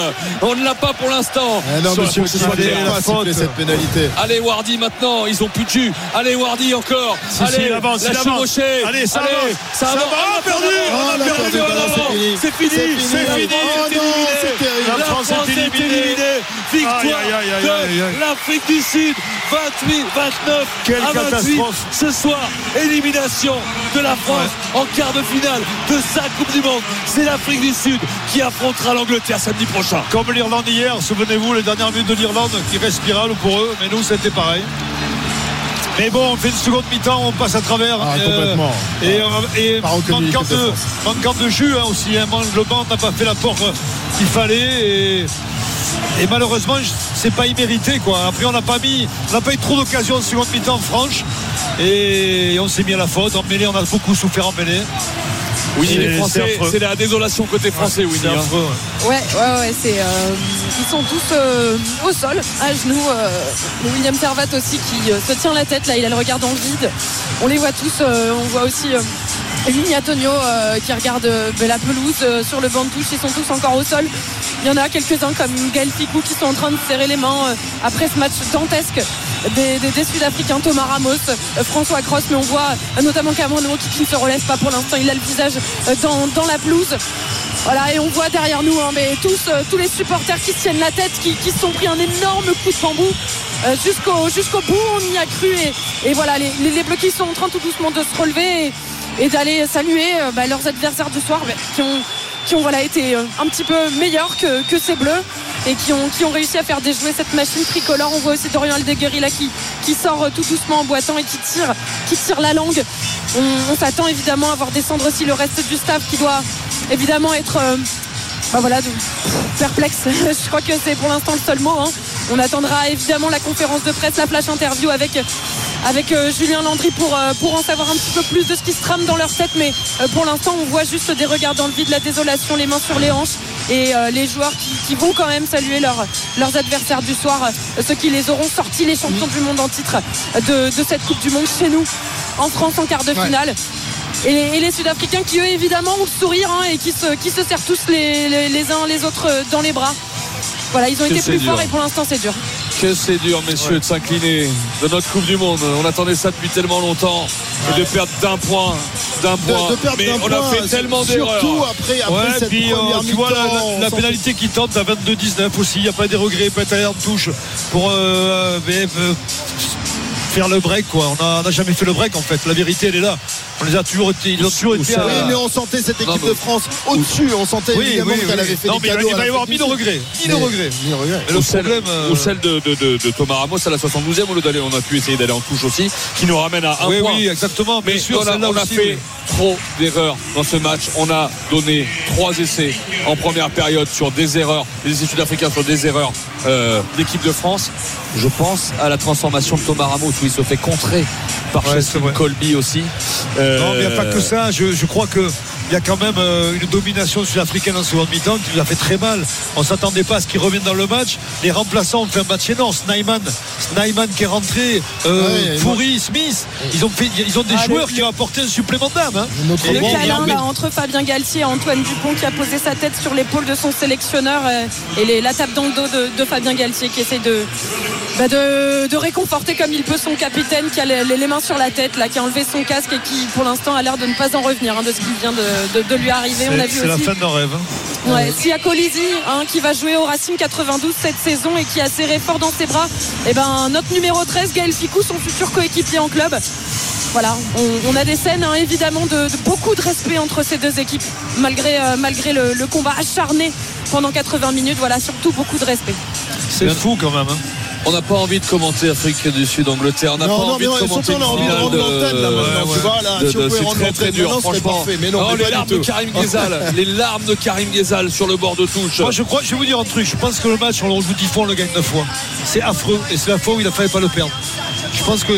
[SPEAKER 6] On ne l'a pas pour l'instant.
[SPEAKER 7] Ah non,
[SPEAKER 6] Sur la
[SPEAKER 7] monsieur,
[SPEAKER 6] faute,
[SPEAKER 7] il
[SPEAKER 6] c'est
[SPEAKER 7] faut
[SPEAKER 4] Allez,
[SPEAKER 6] Valère.
[SPEAKER 4] la
[SPEAKER 7] pas
[SPEAKER 4] faute.
[SPEAKER 7] siffler cette pénalité.
[SPEAKER 6] Allez Wardy maintenant, ils ont plus de jus. Allez Wardy encore. allez,
[SPEAKER 4] si, il avance,
[SPEAKER 6] la
[SPEAKER 4] il avance.
[SPEAKER 6] chevauchée.
[SPEAKER 4] Allez, ça avance, ça
[SPEAKER 6] ça avance.
[SPEAKER 4] avance.
[SPEAKER 6] Ah,
[SPEAKER 4] Ah, perdu.
[SPEAKER 6] on a
[SPEAKER 7] Ah, la
[SPEAKER 6] perdu,
[SPEAKER 7] perte de
[SPEAKER 6] on
[SPEAKER 7] ballon,
[SPEAKER 6] avance.
[SPEAKER 7] c'est
[SPEAKER 6] C'est fini, c'est
[SPEAKER 7] la
[SPEAKER 6] fini.
[SPEAKER 7] France.
[SPEAKER 6] c'est
[SPEAKER 7] Oh
[SPEAKER 6] fini.
[SPEAKER 7] non, c'est terrible.
[SPEAKER 6] La France est éliminée. Victoire
[SPEAKER 4] Aïe, aïe, aïe, aïe, aïe.
[SPEAKER 6] de l'Afrique du Sud. 28, 29
[SPEAKER 4] Quelle
[SPEAKER 6] à 28.
[SPEAKER 4] catastrophe.
[SPEAKER 6] Ce soir, élimination de la France en quart de finale de sa Coupe du Monde. C'est l'Afrique du Sud qui affrontera l'Angleterre samedi prochain.
[SPEAKER 4] Comme l'Irlande hier, souvenez-vous, les dernières minutes de l'Irlande qui reste spirale pour eux, mais nous c'était pareil. Mais bon, on fait une seconde mi-temps, on passe à travers.
[SPEAKER 7] Ah, complètement.
[SPEAKER 4] Et, euh, et
[SPEAKER 7] Par aucune
[SPEAKER 4] manquant,
[SPEAKER 7] équipe de
[SPEAKER 4] de,
[SPEAKER 7] France.
[SPEAKER 4] manquant de jus hein, aussi, hein, manque- le banc n'a pas fait la porte qu'il fallait. Et, et malheureusement, je- c'est pas immérité. Quoi. Après, on n'a pas mis, on n'a pas eu trop d'occasions en seconde mi-temps, franche. Et on s'est mis à la faute. En mêlée, on a beaucoup souffert en mêlée.
[SPEAKER 6] Oui, les
[SPEAKER 4] C'est- c'est
[SPEAKER 6] Français,
[SPEAKER 4] affreux.
[SPEAKER 6] c'est la désolation côté français, Winnie.
[SPEAKER 4] C'est
[SPEAKER 6] hein.
[SPEAKER 4] affreux, ouais.
[SPEAKER 2] Ouais, ouais, ouais, c'est. euh, ils sont tous euh, au sol, à genoux. euh, William Servat aussi qui euh, se tient la tête, là, il a le regard dans le vide. On les voit tous, euh, on voit aussi. Euh, Ligny Antonio euh, qui regarde euh, la pelouse euh, sur le banc de touche, ils sont tous encore au sol. Il y en a quelques-uns comme Gaël Ficou qui sont en train de serrer les mains euh, après ce match dantesque des, des- des Sud-Africains, Thomas Ramos, euh, François Cross, mais on voit euh, notamment Cameron Wauki qui ne se relève pas pour l'instant, il a le visage euh, dans, dans la pelouse. Voilà, et on voit derrière nous, hein, mais tous, euh, tous les supporters qui se tiennent la tête, qui, qui se sont pris un énorme coup de bambou euh, jusqu'au jusqu'au bout, on y a cru. Et, et voilà, les, les, les Bleus qui sont en train tout doucement de se relever et, et d'aller saluer euh, bah, leurs adversaires du soir bah, qui ont, qui ont voilà, été euh, un petit peu meilleurs que, que ces Bleus et qui ont, qui ont réussi à faire déjouer cette machine tricolore. On voit aussi Dorian Aldeguerri là qui, qui sort euh, tout doucement en boitant et qui tire, qui tire la langue. On, on s'attend évidemment à voir descendre aussi le reste du staff qui doit évidemment être euh, bah voilà, de- perplexe. Je crois que c'est pour l'instant le seul mot. hein. On attendra évidemment la conférence de presse, la flash interview avec, avec euh, Julien Landry pour, euh, pour en savoir un petit peu plus de ce qui se trame dans leur tête. Mais euh, pour l'instant, on voit juste des regards dans le vide, la désolation, les mains sur les hanches et euh, les joueurs qui, qui vont quand même saluer leurs- leurs adversaires du soir, euh, ceux qui les auront sortis, les champions du monde en titre euh, de, de cette Coupe du Monde chez nous, en France en quart de
[SPEAKER 7] Ouais.
[SPEAKER 2] finale. Et les, et les Sud-Africains qui eux évidemment ont le sourire hein, et qui se, qui se serrent tous les, les- les uns les autres euh, dans les bras. Voilà, ils ont été
[SPEAKER 6] c'est
[SPEAKER 2] plus
[SPEAKER 6] dur.
[SPEAKER 2] forts et pour l'instant c'est dur.
[SPEAKER 6] Que c'est dur, messieurs, de s'incliner de notre Coupe du Monde. On attendait ça depuis tellement longtemps. Et de perdre d'un point,
[SPEAKER 7] De,
[SPEAKER 6] d'un point.
[SPEAKER 7] de perdre
[SPEAKER 6] Mais
[SPEAKER 7] d'un
[SPEAKER 6] on
[SPEAKER 7] point,
[SPEAKER 6] a fait tellement d'erreurs.
[SPEAKER 7] surtout après, après
[SPEAKER 4] Ouais,
[SPEAKER 7] cette
[SPEAKER 4] puis euh,
[SPEAKER 7] première
[SPEAKER 4] tu vois la,
[SPEAKER 7] mi-temps,
[SPEAKER 4] la- la
[SPEAKER 7] on s'en
[SPEAKER 4] pénalité qui tente à 22-19 aussi, il n'y a pas des regrets, pas derrière de touche pour euh, BF, euh, faire le break quoi. On n'a on n'a jamais fait le break en fait, la vérité elle est là. On On les a toujours été. Ils ont toujours été. à-
[SPEAKER 7] Oui, mais on sentait cette équipe
[SPEAKER 6] Non, mais-
[SPEAKER 7] de France au-dessus. On sentait
[SPEAKER 4] Oui,
[SPEAKER 7] évidemment
[SPEAKER 4] oui,
[SPEAKER 7] qu'elle
[SPEAKER 4] oui.
[SPEAKER 7] avait fait
[SPEAKER 4] Non,
[SPEAKER 7] des
[SPEAKER 4] mais il va-
[SPEAKER 7] cadeaux.
[SPEAKER 4] il
[SPEAKER 7] à
[SPEAKER 4] va y
[SPEAKER 7] la
[SPEAKER 4] avoir
[SPEAKER 7] Coupe
[SPEAKER 4] mille
[SPEAKER 7] du Monde.
[SPEAKER 4] regrets. Mille
[SPEAKER 7] Mais-
[SPEAKER 4] regrets.
[SPEAKER 7] mille regrets.
[SPEAKER 4] Mais le
[SPEAKER 6] ou celle,
[SPEAKER 4] problème, euh,
[SPEAKER 6] ou celle de, de- de- de Thomas Ramos à la 72e où le d'aller- on a pu essayer d'aller en touche aussi qui nous ramène à un
[SPEAKER 4] Oui,
[SPEAKER 6] point
[SPEAKER 4] oui, exactement.
[SPEAKER 6] mais
[SPEAKER 4] Bien sûr,
[SPEAKER 6] on a,
[SPEAKER 4] celle-là
[SPEAKER 6] on a
[SPEAKER 4] aussi,
[SPEAKER 6] fait
[SPEAKER 4] oui.
[SPEAKER 6] trop d'erreurs dans ce match on a donné trois essais en première période sur des erreurs les essais sud-africains sur des erreurs euh, d'équipe de France je pense à la transformation de Thomas Ramos où il se fait contrer par
[SPEAKER 4] Ouais, c'est
[SPEAKER 6] Chelsea
[SPEAKER 4] vrai.
[SPEAKER 6] Colby aussi
[SPEAKER 4] Non, mais il n'y a pas que
[SPEAKER 6] Euh,
[SPEAKER 4] ça. Je, je crois qu'il y a quand même euh, une domination sud-africaine en seconde mi-temps qui nous a fait très mal. On ne s'attendait pas à ce qu'ils reviennent dans le match. Les remplaçants ont fait un match énorme. Snyman, Snyman qui est rentré, euh,
[SPEAKER 7] Ouais, et
[SPEAKER 4] Foury, Smith. Ils ont, fait, ils ont des
[SPEAKER 2] Ah,
[SPEAKER 4] joueurs
[SPEAKER 2] le-
[SPEAKER 4] qui ont apporté un supplément d'âme. hein.
[SPEAKER 7] Notre
[SPEAKER 4] Et-
[SPEAKER 2] Le
[SPEAKER 7] Bon,
[SPEAKER 2] câlin
[SPEAKER 7] mais-
[SPEAKER 2] là, entre Fabien Galtier et Antoine Dupont qui a posé sa tête sur l'épaule de son sélectionneur euh, et les- la tape dans le dos de, de Fabien Galtier qui essaie de, bah, de, de réconforter comme il peut son capitaine qui a les, les mains sur la tête, là, qui a enlevé son casque et qui pour l'instant a l'air de ne pas en revenir hein, de ce qui vient de, de- de lui arriver. On a
[SPEAKER 4] C'est
[SPEAKER 2] vu
[SPEAKER 4] c'est la
[SPEAKER 2] aussi
[SPEAKER 4] fin d'un rêve. hein.
[SPEAKER 2] Ouais, s'il y a Colisi hein, qui va jouer au Racing 92 cette saison et qui a serré fort dans ses bras, et ben notre numéro 13, Gaël Ficou, son futur coéquipier en club. Voilà, on, on a des scènes hein, évidemment de, de beaucoup de respect entre ces deux équipes, malgré, euh, malgré le, le combat acharné pendant 80 minutes. Voilà, surtout beaucoup de respect.
[SPEAKER 4] C'est fou quand même. hein.
[SPEAKER 6] on n'a pas envie de commenter Afrique du Sud Angleterre on n'a pas
[SPEAKER 7] Non, non, mais
[SPEAKER 6] envie
[SPEAKER 7] non,
[SPEAKER 6] de
[SPEAKER 7] et surtout,
[SPEAKER 6] commenter euh,
[SPEAKER 7] on a envie de
[SPEAKER 6] le final
[SPEAKER 7] rendre
[SPEAKER 6] de-
[SPEAKER 7] l'antenne là maintenant.
[SPEAKER 4] ouais,
[SPEAKER 7] Tu vois, là,
[SPEAKER 6] de-
[SPEAKER 7] si on
[SPEAKER 6] de-
[SPEAKER 7] pouvait
[SPEAKER 6] c'est
[SPEAKER 7] rendre
[SPEAKER 6] très très
[SPEAKER 7] l'antenne
[SPEAKER 6] dur
[SPEAKER 7] maintenant, c'était
[SPEAKER 6] franchement
[SPEAKER 7] parfait. Mais non,
[SPEAKER 6] Oh,
[SPEAKER 7] mais
[SPEAKER 6] les
[SPEAKER 7] pas
[SPEAKER 6] larmes
[SPEAKER 7] du
[SPEAKER 6] de
[SPEAKER 7] tout.
[SPEAKER 6] Karim Ghezal les larmes de Karim Ghezal sur le bord de touche
[SPEAKER 4] Moi, je crois, je vais vous dire un truc. Je pense que le match, on le rejoue 10 fois, on le gagne 9 fois. C'est affreux. Et c'est la fois où il ne fallait pas le perdre. Je pense que.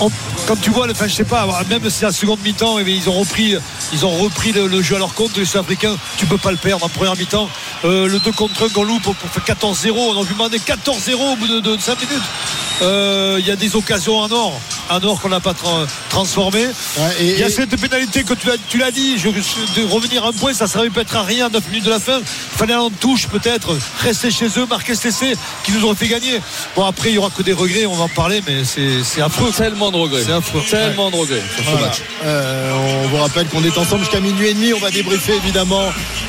[SPEAKER 4] on- quand tu vois, le- enfin, je sais pas, même si la seconde mi-temps, eh bien, ils ont repris, ils ont repris le, le jeu à leur compte, les Sud-Africains, tu peux pas le perdre en première mi-temps. Euh, le 2 contre 1 qu'on loupe pour, pour faire 14-0, on a vu demander 14-0 au bout de, 5 minutes. Euh, Il y a des occasions en or, en or qu'on n'a pas tra- transformé.
[SPEAKER 7] Ouais, et-
[SPEAKER 4] Il y a
[SPEAKER 7] et-
[SPEAKER 4] cette pénalité que tu l'as, tu l'as dit, je, je- de revenir à un point, ça ne servait peut-être à rien à 9 minutes de la fin. Il fallait aller en touche peut-être, rester chez eux, marquer cet essai qui nous aurait fait gagner. Bon, après, il n'y aura que des regrets, on va en parler, mais c'est c'est affreux.
[SPEAKER 6] Tellement de regrets.
[SPEAKER 4] C'est affreux.
[SPEAKER 6] Tellement de regrets sur ce
[SPEAKER 7] Voilà.
[SPEAKER 6] match.
[SPEAKER 7] Euh, on vous rappelle qu'on est ensemble jusqu'à minuit et demi. On va débriefer évidemment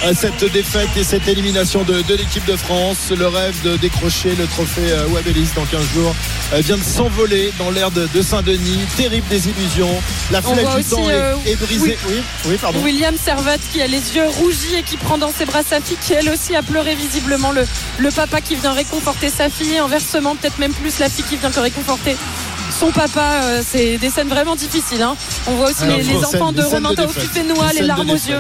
[SPEAKER 7] euh, cette défaite et cette élimination de, de l'équipe de France. Le rêve de décrocher le trophée euh, Wabelis dans 15 jours euh, vient de s'envoler dans l'air de, de Saint-Denis. Terrible désillusion. La
[SPEAKER 2] On voit
[SPEAKER 7] flèche du
[SPEAKER 2] aussi,
[SPEAKER 7] temps est-
[SPEAKER 2] euh,
[SPEAKER 7] est, brisée. Oui, oui, pardon.
[SPEAKER 2] William Servette qui a les yeux rougis et qui prend dans ses bras sa fille qui elle aussi a pleuré visiblement le, le papa qui vient réconforter sa fille et inversement peut-être même plus la fille qui vient que réconforter son papa Euh, c'est des scènes vraiment difficiles hein. on voit aussi
[SPEAKER 7] Alors,
[SPEAKER 2] les,
[SPEAKER 7] des
[SPEAKER 2] les
[SPEAKER 7] scènes-
[SPEAKER 2] enfants
[SPEAKER 7] des
[SPEAKER 2] de
[SPEAKER 7] scènes
[SPEAKER 2] Romain
[SPEAKER 7] de
[SPEAKER 2] Tao
[SPEAKER 7] défaite.
[SPEAKER 2] qui fait noix,
[SPEAKER 7] Des
[SPEAKER 2] les
[SPEAKER 7] scènes
[SPEAKER 2] larmes
[SPEAKER 7] de
[SPEAKER 2] aux
[SPEAKER 7] défaite.
[SPEAKER 2] yeux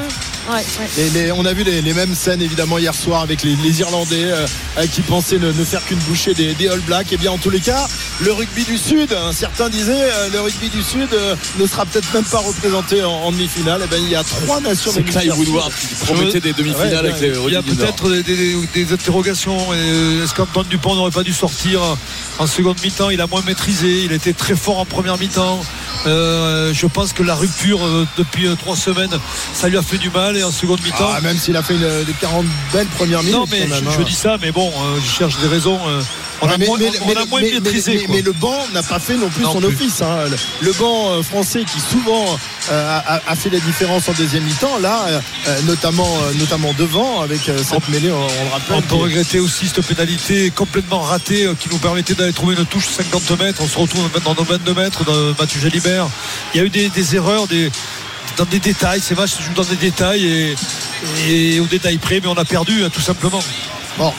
[SPEAKER 2] Ouais, ouais.
[SPEAKER 7] Les- les- on a vu les, les mêmes scènes évidemment hier soir avec les, les Irlandais euh, euh, qui pensaient ne, ne faire qu'une bouchée des, des All Blacks. Et bien en tous les cas, le rugby du Sud, hein, certains disaient, euh, le rugby du Sud euh, ne sera peut-être même pas représenté en, en demi-finale. Et bien il y a trois nations
[SPEAKER 6] C'est
[SPEAKER 7] de
[SPEAKER 6] Clyde Woodward qui promettait des
[SPEAKER 7] Ouais,
[SPEAKER 6] demi-finales avec les
[SPEAKER 4] Il y a
[SPEAKER 6] Rodriguez d'Or.
[SPEAKER 4] peut-être des, des- des interrogations. Et euh, Est-ce qu'Antoine Dupont n'aurait pas dû sortir en seconde mi-temps Il a moins maîtrisé, il était très fort en première mi-temps. Euh, je pense que la rupture euh, depuis euh, trois semaines, ça lui a fait du mal et en seconde mi-temps.
[SPEAKER 7] Ah, même s'il a fait une- des 40 belles premières minutes.
[SPEAKER 4] non mais
[SPEAKER 7] quand même,
[SPEAKER 4] je,
[SPEAKER 7] hein.
[SPEAKER 4] je dis ça, mais bon, euh, je cherche des raisons. euh, on
[SPEAKER 7] Ouais,
[SPEAKER 4] a
[SPEAKER 7] Ah, mais-
[SPEAKER 4] moins,
[SPEAKER 7] mais-
[SPEAKER 4] on-
[SPEAKER 7] mais-
[SPEAKER 4] on a moins
[SPEAKER 7] mais-
[SPEAKER 4] maîtrisé.
[SPEAKER 7] mais-
[SPEAKER 4] quoi.
[SPEAKER 7] mais- mais le banc n'a pas fait non plus
[SPEAKER 4] Non
[SPEAKER 7] son
[SPEAKER 4] plus.
[SPEAKER 7] office. hein. Le, le banc euh, français qui souvent euh, a, a- a fait la différence en deuxième mi-temps, là, euh, euh, notamment, euh, notamment devant, avec euh, cette mêlée, on, on le rappelle.
[SPEAKER 4] On peut
[SPEAKER 7] qui-
[SPEAKER 4] regretter aussi cette pénalité complètement ratée euh, qui nous permettait d'aller trouver une touche 50 mètres. On se retrouve maintenant dans nos 22 mètres dans Mathieu Jalibert. Il y a eu des, des erreurs des, dans des détails. Ces matchs se jouent dans des détails et, et au détail près, mais on a perdu hein, tout simplement.
[SPEAKER 7] Bon.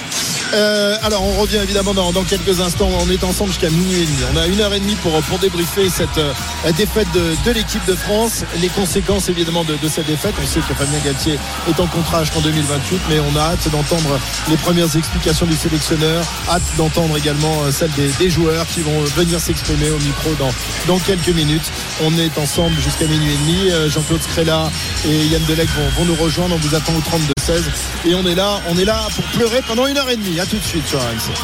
[SPEAKER 7] Euh, alors on revient évidemment dans, dans quelques instants. On est ensemble jusqu'à minuit et demi. On a une heure et demie pour, pour débriefer cette euh, défaite de, de l'équipe de France. Les conséquences évidemment de, de cette défaite. On sait que Fabien Galtier est en contrat jusqu'en 2028, mais on a hâte d'entendre les premières explications du sélectionneur. Hâte d'entendre également euh, celles des, des joueurs qui vont venir s'exprimer au micro dans, dans quelques minutes. On est ensemble jusqu'à minuit et demi. Euh, Jean-Claude Scrella et Yann Delec vont, vont nous rejoindre. On vous attend au 32-16. Et on est là, on est là pour pleurer pendant une heure et demie. À tout de suite sur RMC.